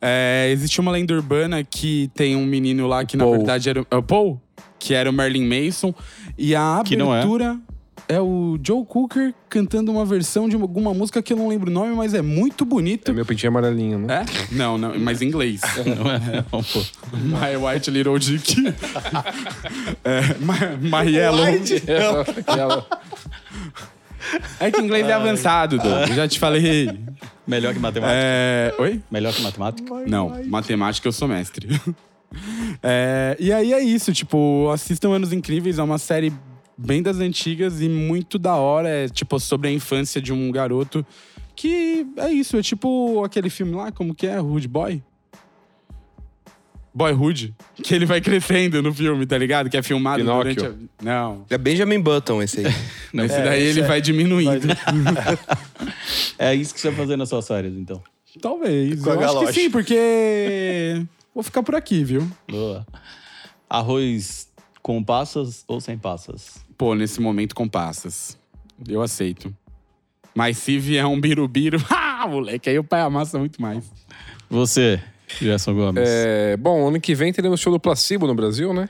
É, existe uma lenda urbana que tem um menino lá que, na verdade, era o, é o Paul, que era o Merlin Mason. E a Que não é. abertura é. o Joe Cooker cantando uma versão de alguma música que eu não lembro o nome, mas é muito bonito. É meu pintinho amarelinho, É? né? Não, não, mas em inglês. Não é, não, pô. My White Little Dick. é, my, my Yellow. Aquela- É que inglês é avançado, Doug. Eu já te falei. Melhor que matemática. É, Oi? Melhor que matemática. Não, matemática eu sou mestre. É, e aí é isso, tipo, assistam Anos Incríveis, é uma série bem das antigas e muito da hora, é tipo sobre a infância de um garoto que é isso, é tipo aquele filme lá, como que é? Rude Boy? Boyhood, que ele vai crescendo no filme, tá ligado? Que é filmado Pinóquio. durante a... Não, É Benjamin Button esse aí. esse daí ele vai diminuindo. É isso que você vai fazer nas suas férias, então. Talvez, Com a eu acho que galocha. sim, porque... Vou ficar por aqui, viu? Boa. Arroz com passas ou sem passas? Pô, nesse momento com passas. Eu aceito. Mas se vier um birubiru, ah, moleque, aí o pai amassa muito mais. Você, Gerson Gomes. É, bom, ano que vem teremos show do Placebo no Brasil, né?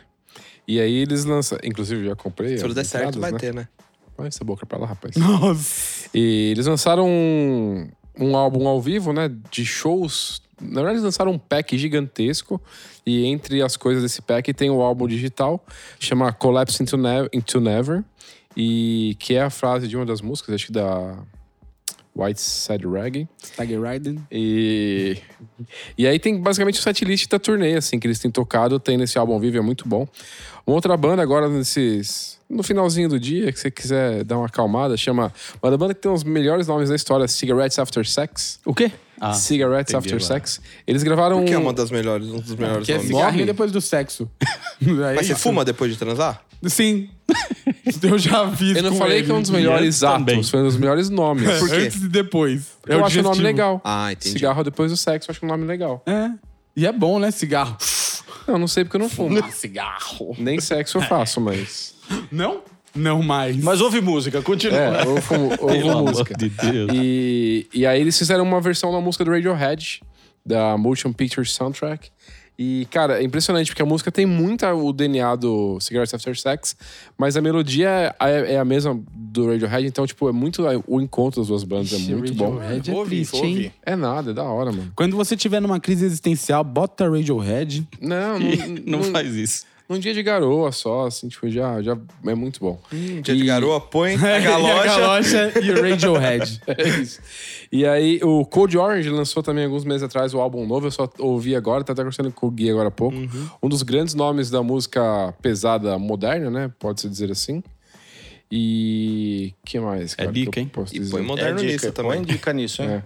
E aí eles lançam. Inclusive, eu já comprei. Se tudo der as certo, entradas, vai né? ter, né? Vai essa boca pra lá, rapaz. Nossa. E eles lançaram um, um álbum ao vivo, né? De shows. Na verdade, eles lançaram um pack gigantesco. E entre as coisas desse pack tem o álbum digital, chama Collapse into, Ne- into Never. E que é a frase de uma das músicas, acho que da White Side Reggae. Tiger Raiden. E, e aí tem basicamente o setlist da turnê, assim, que eles têm tocado, tem nesse álbum ao vivo, é muito bom. Uma outra banda agora nesses. No finalzinho do dia, que você quiser dar uma acalmada, chama. Uma banda que tem os melhores nomes da história, Cigarettes After Sex. O quê? Ah, Cigarettes entendi After agora. Sex. Eles gravaram. Porque é uma das melhores, um dos melhores Que é nomes. cigarrinho Nome? depois do sexo. Mas você fuma depois de transar? Sim. Eu já vi isso Eu não com falei ele. É. que é um dos melhores Eu também. atos, foi um dos melhores nomes. Por quê? Antes e depois. Eu acho o nome digestivo. legal. Ah, entendi. Cigarro depois do sexo, eu acho um nome legal. É. E é bom, né? Cigarro. Ah, Não, não sei porque eu não fumo. cigarro. Nem sexo eu faço, mas. Não? Não mais. Mas ouve música, continua. É, eu fumo, Pelo ouvo amor música. de Deus. E, e aí eles fizeram uma versão da música do Radiohead, da Motion Picture Soundtrack. E, cara, é impressionante, porque a música tem muito o DNA do Cigarettes After Sex, mas a melodia é, é a mesma do Radiohead, então, tipo, é muito o encontro das duas bandas, é muito bom. Radiohead é ouve, triste, ouve. hein? É nada, é da hora, mano. Quando você tiver numa crise existencial, bota Radiohead. Não, Não um- faz isso. num dia de garoa só, assim, tipo, já, já é muito bom. Um dia de garoa, põe a É, e a galocha. galocha e o Radiohead. É isso. E aí, o Cold Orange lançou também alguns meses atrás o álbum novo, eu só ouvi agora, tá até conversando com o Gui agora há pouco. Uhum. Um dos grandes nomes da música pesada moderna, né? Pode-se dizer assim. E. que mais? cara, dica, que eu hein? posso É E dizer? põe moderno nisso também. também. É dica nisso, hein? É.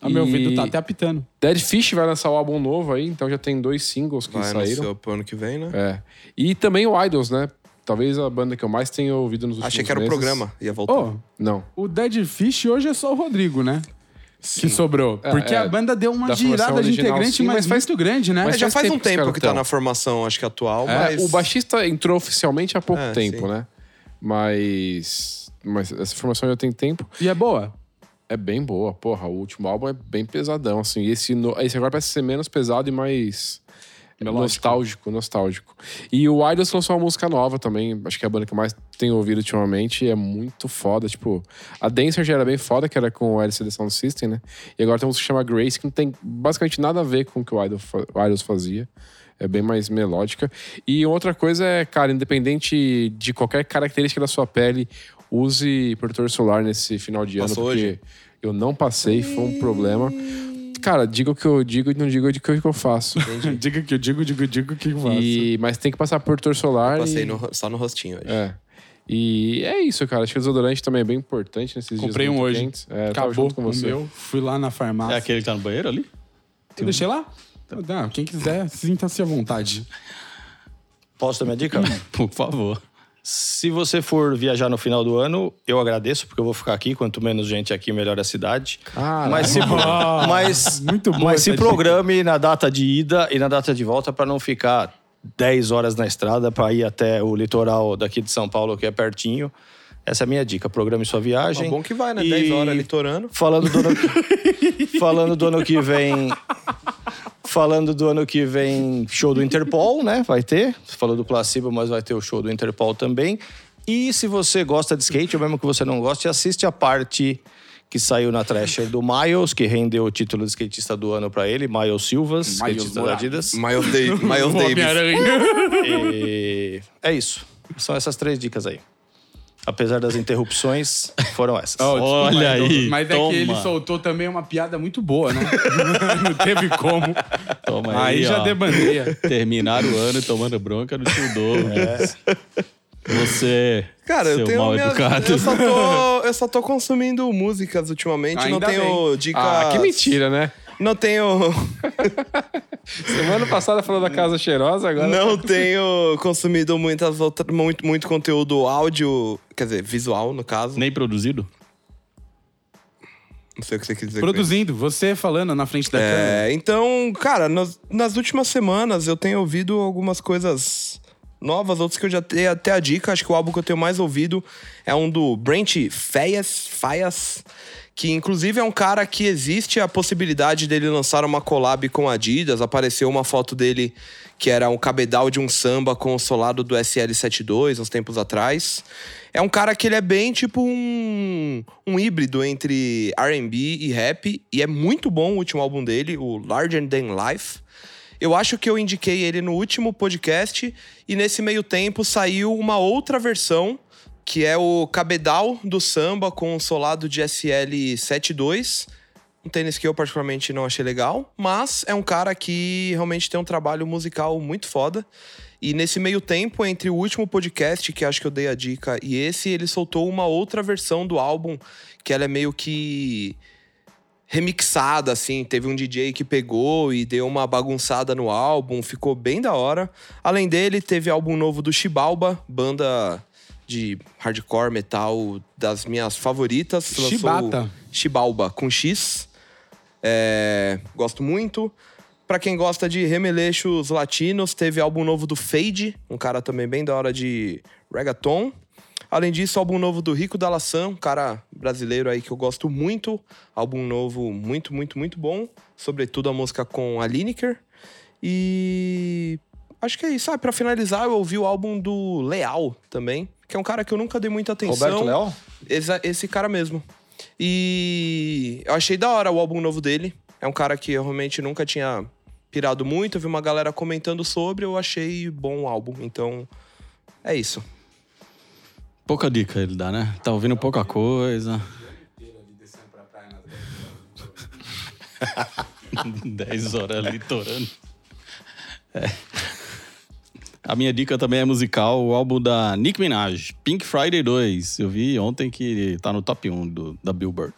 Ah, meu E- ouvido tá até apitando. Dead Fish vai lançar o álbum novo aí, então já tem dois singles que Vai no saíram. seu pro ano que vem, né? É. E também o Idols, né? Talvez a banda que eu mais tenha ouvido nos últimos Achei que era o meses. programa, ia voltar. É, Ô, Não. o Dead Fish hoje é só o Rodrigo, né? Que sobrou. É, Porque é. a banda deu uma Da formação girada de original, integrante, sim, mas, mas faz- muito grande, né? É, mas Mas, já faz faz um tempo que os tempo caras que tá tão. na formação, acho que atual, É, mas... O baixista entrou oficialmente há pouco É, tempo, sim. né? Mas, mas essa formação já tem tempo. E é boa. É bem boa, porra. O último álbum é bem pesadão, assim. E esse, no- esse agora parece ser menos pesado e mais nostálgico, nostálgico. E o Idols lançou uma música nova também. Acho que é a banda que eu mais tenho ouvido ultimamente. E é muito foda. Tipo, a Dancer já era bem foda, que era com o LCD Sound System, né? E agora tem uma música que chama Grace, que não tem basicamente nada a ver com o que o Idol fa- o Idols fazia. É bem mais melódica. E outra coisa é, cara, independente de qualquer característica da sua pele, use protetor solar nesse final de ano. Passou porque hoje? eu não passei, foi um problema. Cara, diga o que eu digo e não diga o que eu que eu faço. diga que eu digo, digo, digo que eu faço. E, mas tem que passar protetor solar. Passei e, no- só no rostinho hoje. É. E é isso, cara. Acho que o desodorante também é bem importante nesses Comprei dias. um muito hoje. quentes. É, eu tava Acabou junto com o você. meu. Fui lá na É farmácia. aquele que tá no banheiro ali? Eu deixei lá? Não, quem quiser, sinta-se à vontade. Posso dar minha dica? Hum. Por favor. Se você for viajar no final do ano, eu agradeço, porque eu vou ficar aqui. Quanto menos gente aqui, melhor a cidade. Ah, Caralho. mas se, mas, Muito boa mas se essa dica. programe na data de ida e na data de volta para não ficar 10 horas na estrada para ir até o litoral daqui de São Paulo, que é pertinho. Essa é a minha dica. Programe sua viagem. Mas bom que vai, né? E 10 horas litorando. Falando do ano que, falando do ano que vem. Falando do ano que vem, show do Interpol, né? Vai ter. Você Falou do Placebo, mas vai ter o show do Interpol também. E se você gosta de skate, ou mesmo que você não goste, assiste a parte que saiu na Thrasher do Miles, que rendeu o título de skatista do ano para ele, Miles Silvas, skatista da Morales. Adidas. Miles, Da- Miles Davis. E é isso. São essas três dicas aí. Apesar das interrupções, foram essas. Oh, desculpa, Olha Edu, aí, Mas é toma. que ele soltou também uma piada muito boa, né? não teve como. Toma Aí, aí, já ó. debandeia. Terminar o ano tomando bronca no tio Douglas. Você, Cara, seu eu tenho mal minha, educado. eu só tô eu só tô consumindo músicas ultimamente, Ainda não tenho bem. dicas. Ah, que mentira, né? Não tenho Semana passada falou da casa cheirosa, agora. não tenho consumido muitas outras, muito muito conteúdo áudio, quer dizer, visual no caso. Nem produzido? Não sei o que você quis dizer. com isso. Produzindo, você falando na frente da câmera. É, então, cara, nas, nas últimas semanas eu tenho ouvido algumas coisas novas, outras que eu já dei até a dica. Acho que o álbum que eu tenho mais ouvido é um do Brent Fayas, Fayas que inclusive é um cara que existe a possibilidade dele lançar uma collab com a Adidas. Apareceu uma foto dele que era um cabedal de um samba com o solado do SL72 uns tempos atrás. É um cara que ele é bem tipo um, um híbrido entre R&B e rap e é muito bom o último álbum dele, o Larger Than Life. Eu acho que eu indiquei ele no último podcast e nesse meio tempo saiu uma outra versão que é o cabedal do samba com o solado de SL72. Um tênis que eu particularmente não achei legal, mas é um cara que realmente tem um trabalho musical muito foda. E nesse meio tempo, entre o último podcast, que acho que eu dei a dica, e esse, ele soltou uma outra versão do álbum, que ela é meio que remixada, assim. Teve um DJ que pegou e deu uma bagunçada no álbum, ficou bem da hora. Além dele, teve álbum novo do Chibalba, banda de hardcore metal das minhas favoritas. Lançou o Chibata. Chibalba com X. É, gosto muito. Pra quem gosta de remeleixos latinos, teve álbum novo do Fade, um cara também bem da hora de reggaeton. Além disso, álbum novo do Rico Dalassan, um cara brasileiro aí que eu gosto muito. Álbum novo muito, muito, muito bom. Sobretudo a música com a Lineker. E acho que é isso. Ah, pra finalizar, eu ouvi o álbum do Leal também, que é um cara que eu nunca dei muita atenção. Roberto Leal? Exa- Esse, cara mesmo. E eu achei da hora o álbum novo dele. É um cara que eu realmente nunca tinha pirado muito. Eu vi uma galera comentando sobre, eu achei bom o álbum. Então, é isso. Pouca dica ele dá, né? Tá ouvindo pouca coisa. Dez horas litorando. É. A minha dica também é musical, o álbum da Nick Minaj, Pink Friday 2. Eu vi ontem que tá no top 1 do- da Billboard.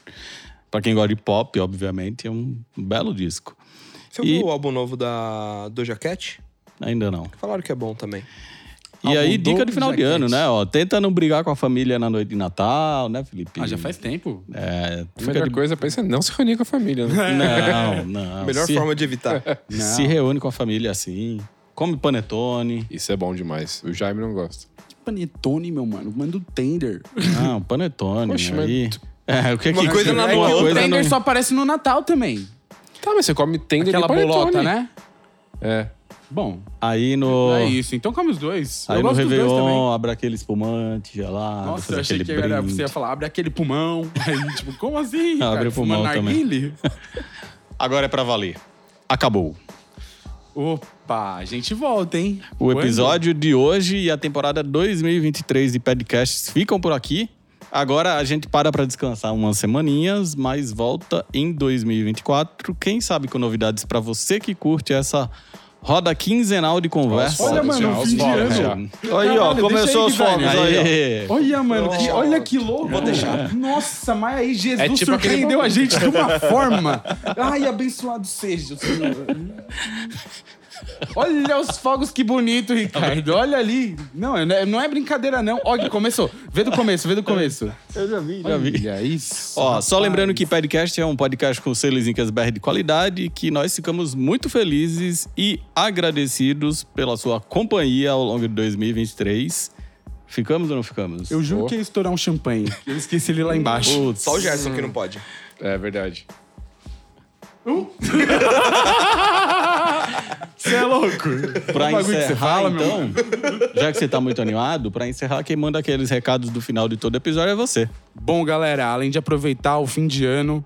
Pra quem gosta de pop, obviamente, é um belo disco. Você E- ouviu é o álbum novo da Doja Cat? Ainda não. Falaram que é bom também. E aí, Álbum do dica de final de Jaquete. ano, né? Ó, tenta não brigar com a família na noite de Natal, né, Felipe? Ah, já faz tempo. É, A fica melhor de... coisa pra isso é não se reunir com a família, né? Não, não. Melhor se, forma de evitar. Se reúne com a família assim. Come panetone. Isso é bom demais. O Jaime não gosta. Panetone, meu mano. Manda o Tender. Não, panetone. né? Poxa, mas aí. É, o que que coisa na uma É que boa, o coisa Tender não- só aparece no Natal também. Tá, mas você come tender Aquela e panetone. bolota, né? É. Bom, Aí no. é isso. Então come os dois. Aí eu no gosto dos dois também. Réveillon, abre aquele espumante gelado. Nossa, faz eu achei aquele que era, brinde. você ia falar, abre aquele pulmão. Aí, tipo, como assim? cara? Abre o Fuma pulmão também. narguile? Agora é pra valer. Acabou. Opa, a gente volta, hein? O Quando? episódio de hoje e a temporada 2023 de podcasts ficam por aqui. Agora a gente para para descansar umas semaninhas, mas volta em 2024. Quem sabe com novidades para você que curte essa roda quinzenal de conversa. Olha, mano, já, fim de olha, ano. Aí, ó, Caralho, deixa começou aí, os fogos Guilherme. aí, ó. Aê. Olha, mano, que- Nossa. olha que louco. Vou deixar. Nossa, mas aí Jesus surpreendeu a gente de uma forma. Ai, abençoado seja o Senhor. Olha os fogos, que bonito, Ricardo. Olha ali. Não, eu- não é brincadeira, não. Olha, começou. Vê do começo, vê do começo. Eu já vi, Já vi. Olha isso. Ó, só rapaz. lembrando que podcast é um podcast com selos Incas BR de qualidade e que nós ficamos muito felizes e agradecidos pela sua companhia ao longo de 2023. Ficamos ou não ficamos? Eu juro que ia estourar um champanhe. Eu esqueci ele lá embaixo. Putz. Só o Gerson que não pode. É verdade. Você é louco. Pra O bagulho que você encerrar, fala, meu então, já que você tá muito animado, pra encerrar, quem manda aqueles recados do final de todo episódio é você. Bom, galera, além de aproveitar o fim de ano,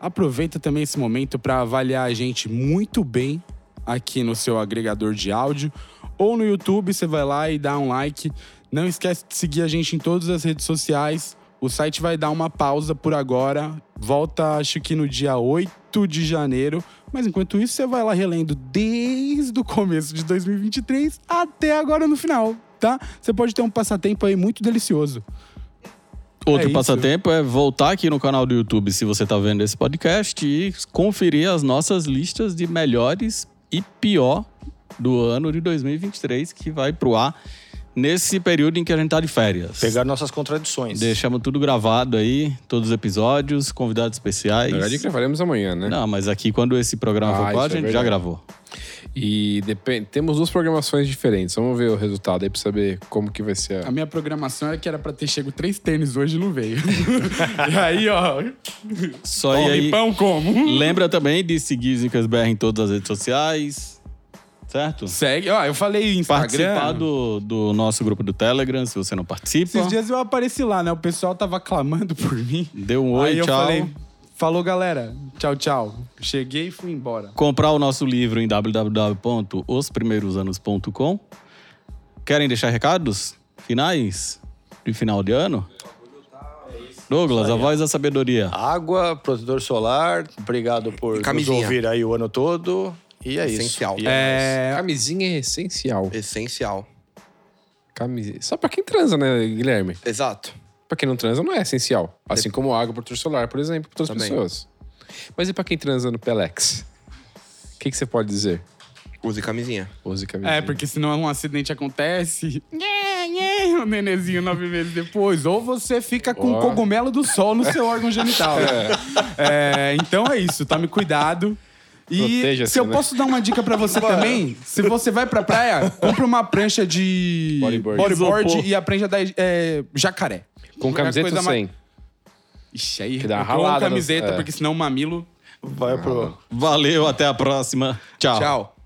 aproveita também esse momento para avaliar a gente muito bem aqui no seu agregador de áudio ou no YouTube, você vai lá e dá um like. Não esquece de seguir a gente em todas as redes sociais. O site vai dar uma pausa por agora. Volta, acho que no dia 8 de janeiro. Mas enquanto isso, você vai lá relendo desde o começo de 2023 até agora no final, tá? Você pode ter um passatempo aí muito delicioso. Outro isso. passatempo é voltar aqui no canal do YouTube, se você tá vendo esse podcast, e conferir as nossas listas de melhores e pior do ano de 2023, que vai pro ar nesse período em que a gente tá de férias. Pegar nossas contradições. Deixamos tudo gravado aí, todos os episódios, convidados especiais. Na verdade, gravaremos amanhã, né? É Não, mas aqui quando esse programa Ah, for pro ar, a isso é gente já verdade. gravou. E depende, temos duas programações diferentes. Vamos ver o resultado aí pra saber como que vai ser. A A... minha programação era que era pra ter chego três tênis hoje e não veio. e aí, ó, Só come e aí, pão como? lembra também de seguir Zincas BR em todas as redes sociais, certo? Segue, ó, eu falei Participar Instagram. do, do nosso grupo do Telegram, se você não participa. Esses dias eu apareci lá, né? O pessoal tava clamando por mim. Deu um oi, aí eu tchau. falei, falou galera, tchau, tchau. Cheguei e fui embora. Comprar o nosso livro em www.osprimeirosAnos.com. Querem deixar recados? Finais? De final de ano? Douglas, a voz da sabedoria. Água, protetor solar, obrigado por nos Camisinha. ouvir aí o ano todo. E é isso. Essencial. E É, Camisinha é essencial. Essencial. Camisinha. Só pra quem transa, né, Guilherme? Exato. Pra quem não transa, não é essencial. Assim como água protetor solar, por exemplo, para outras Também. pessoas. Mas e pra quem transa no Pelex? O que, que você pode dizer? Use camisinha. Use camisinha. é, porque senão um acidente acontece. Nhê, nhê, o nenenzinho nove meses depois. Ou você fica com Ó. cogumelo do sol no seu órgão genital. É, então é isso, tome cuidado. E Proteja-se, se eu né? posso dar uma dica pra você também, se você vai pra praia, compra uma prancha de Bodyboard. bodyboard e a prancha da é, jacaré. Com camiseta ou coisa mais- sem? Ixi, aí Que dá uma com ralada, camiseta, é. porque senão o mamilo Vai pro. Valeu, até a próxima. Tchau. Tchau.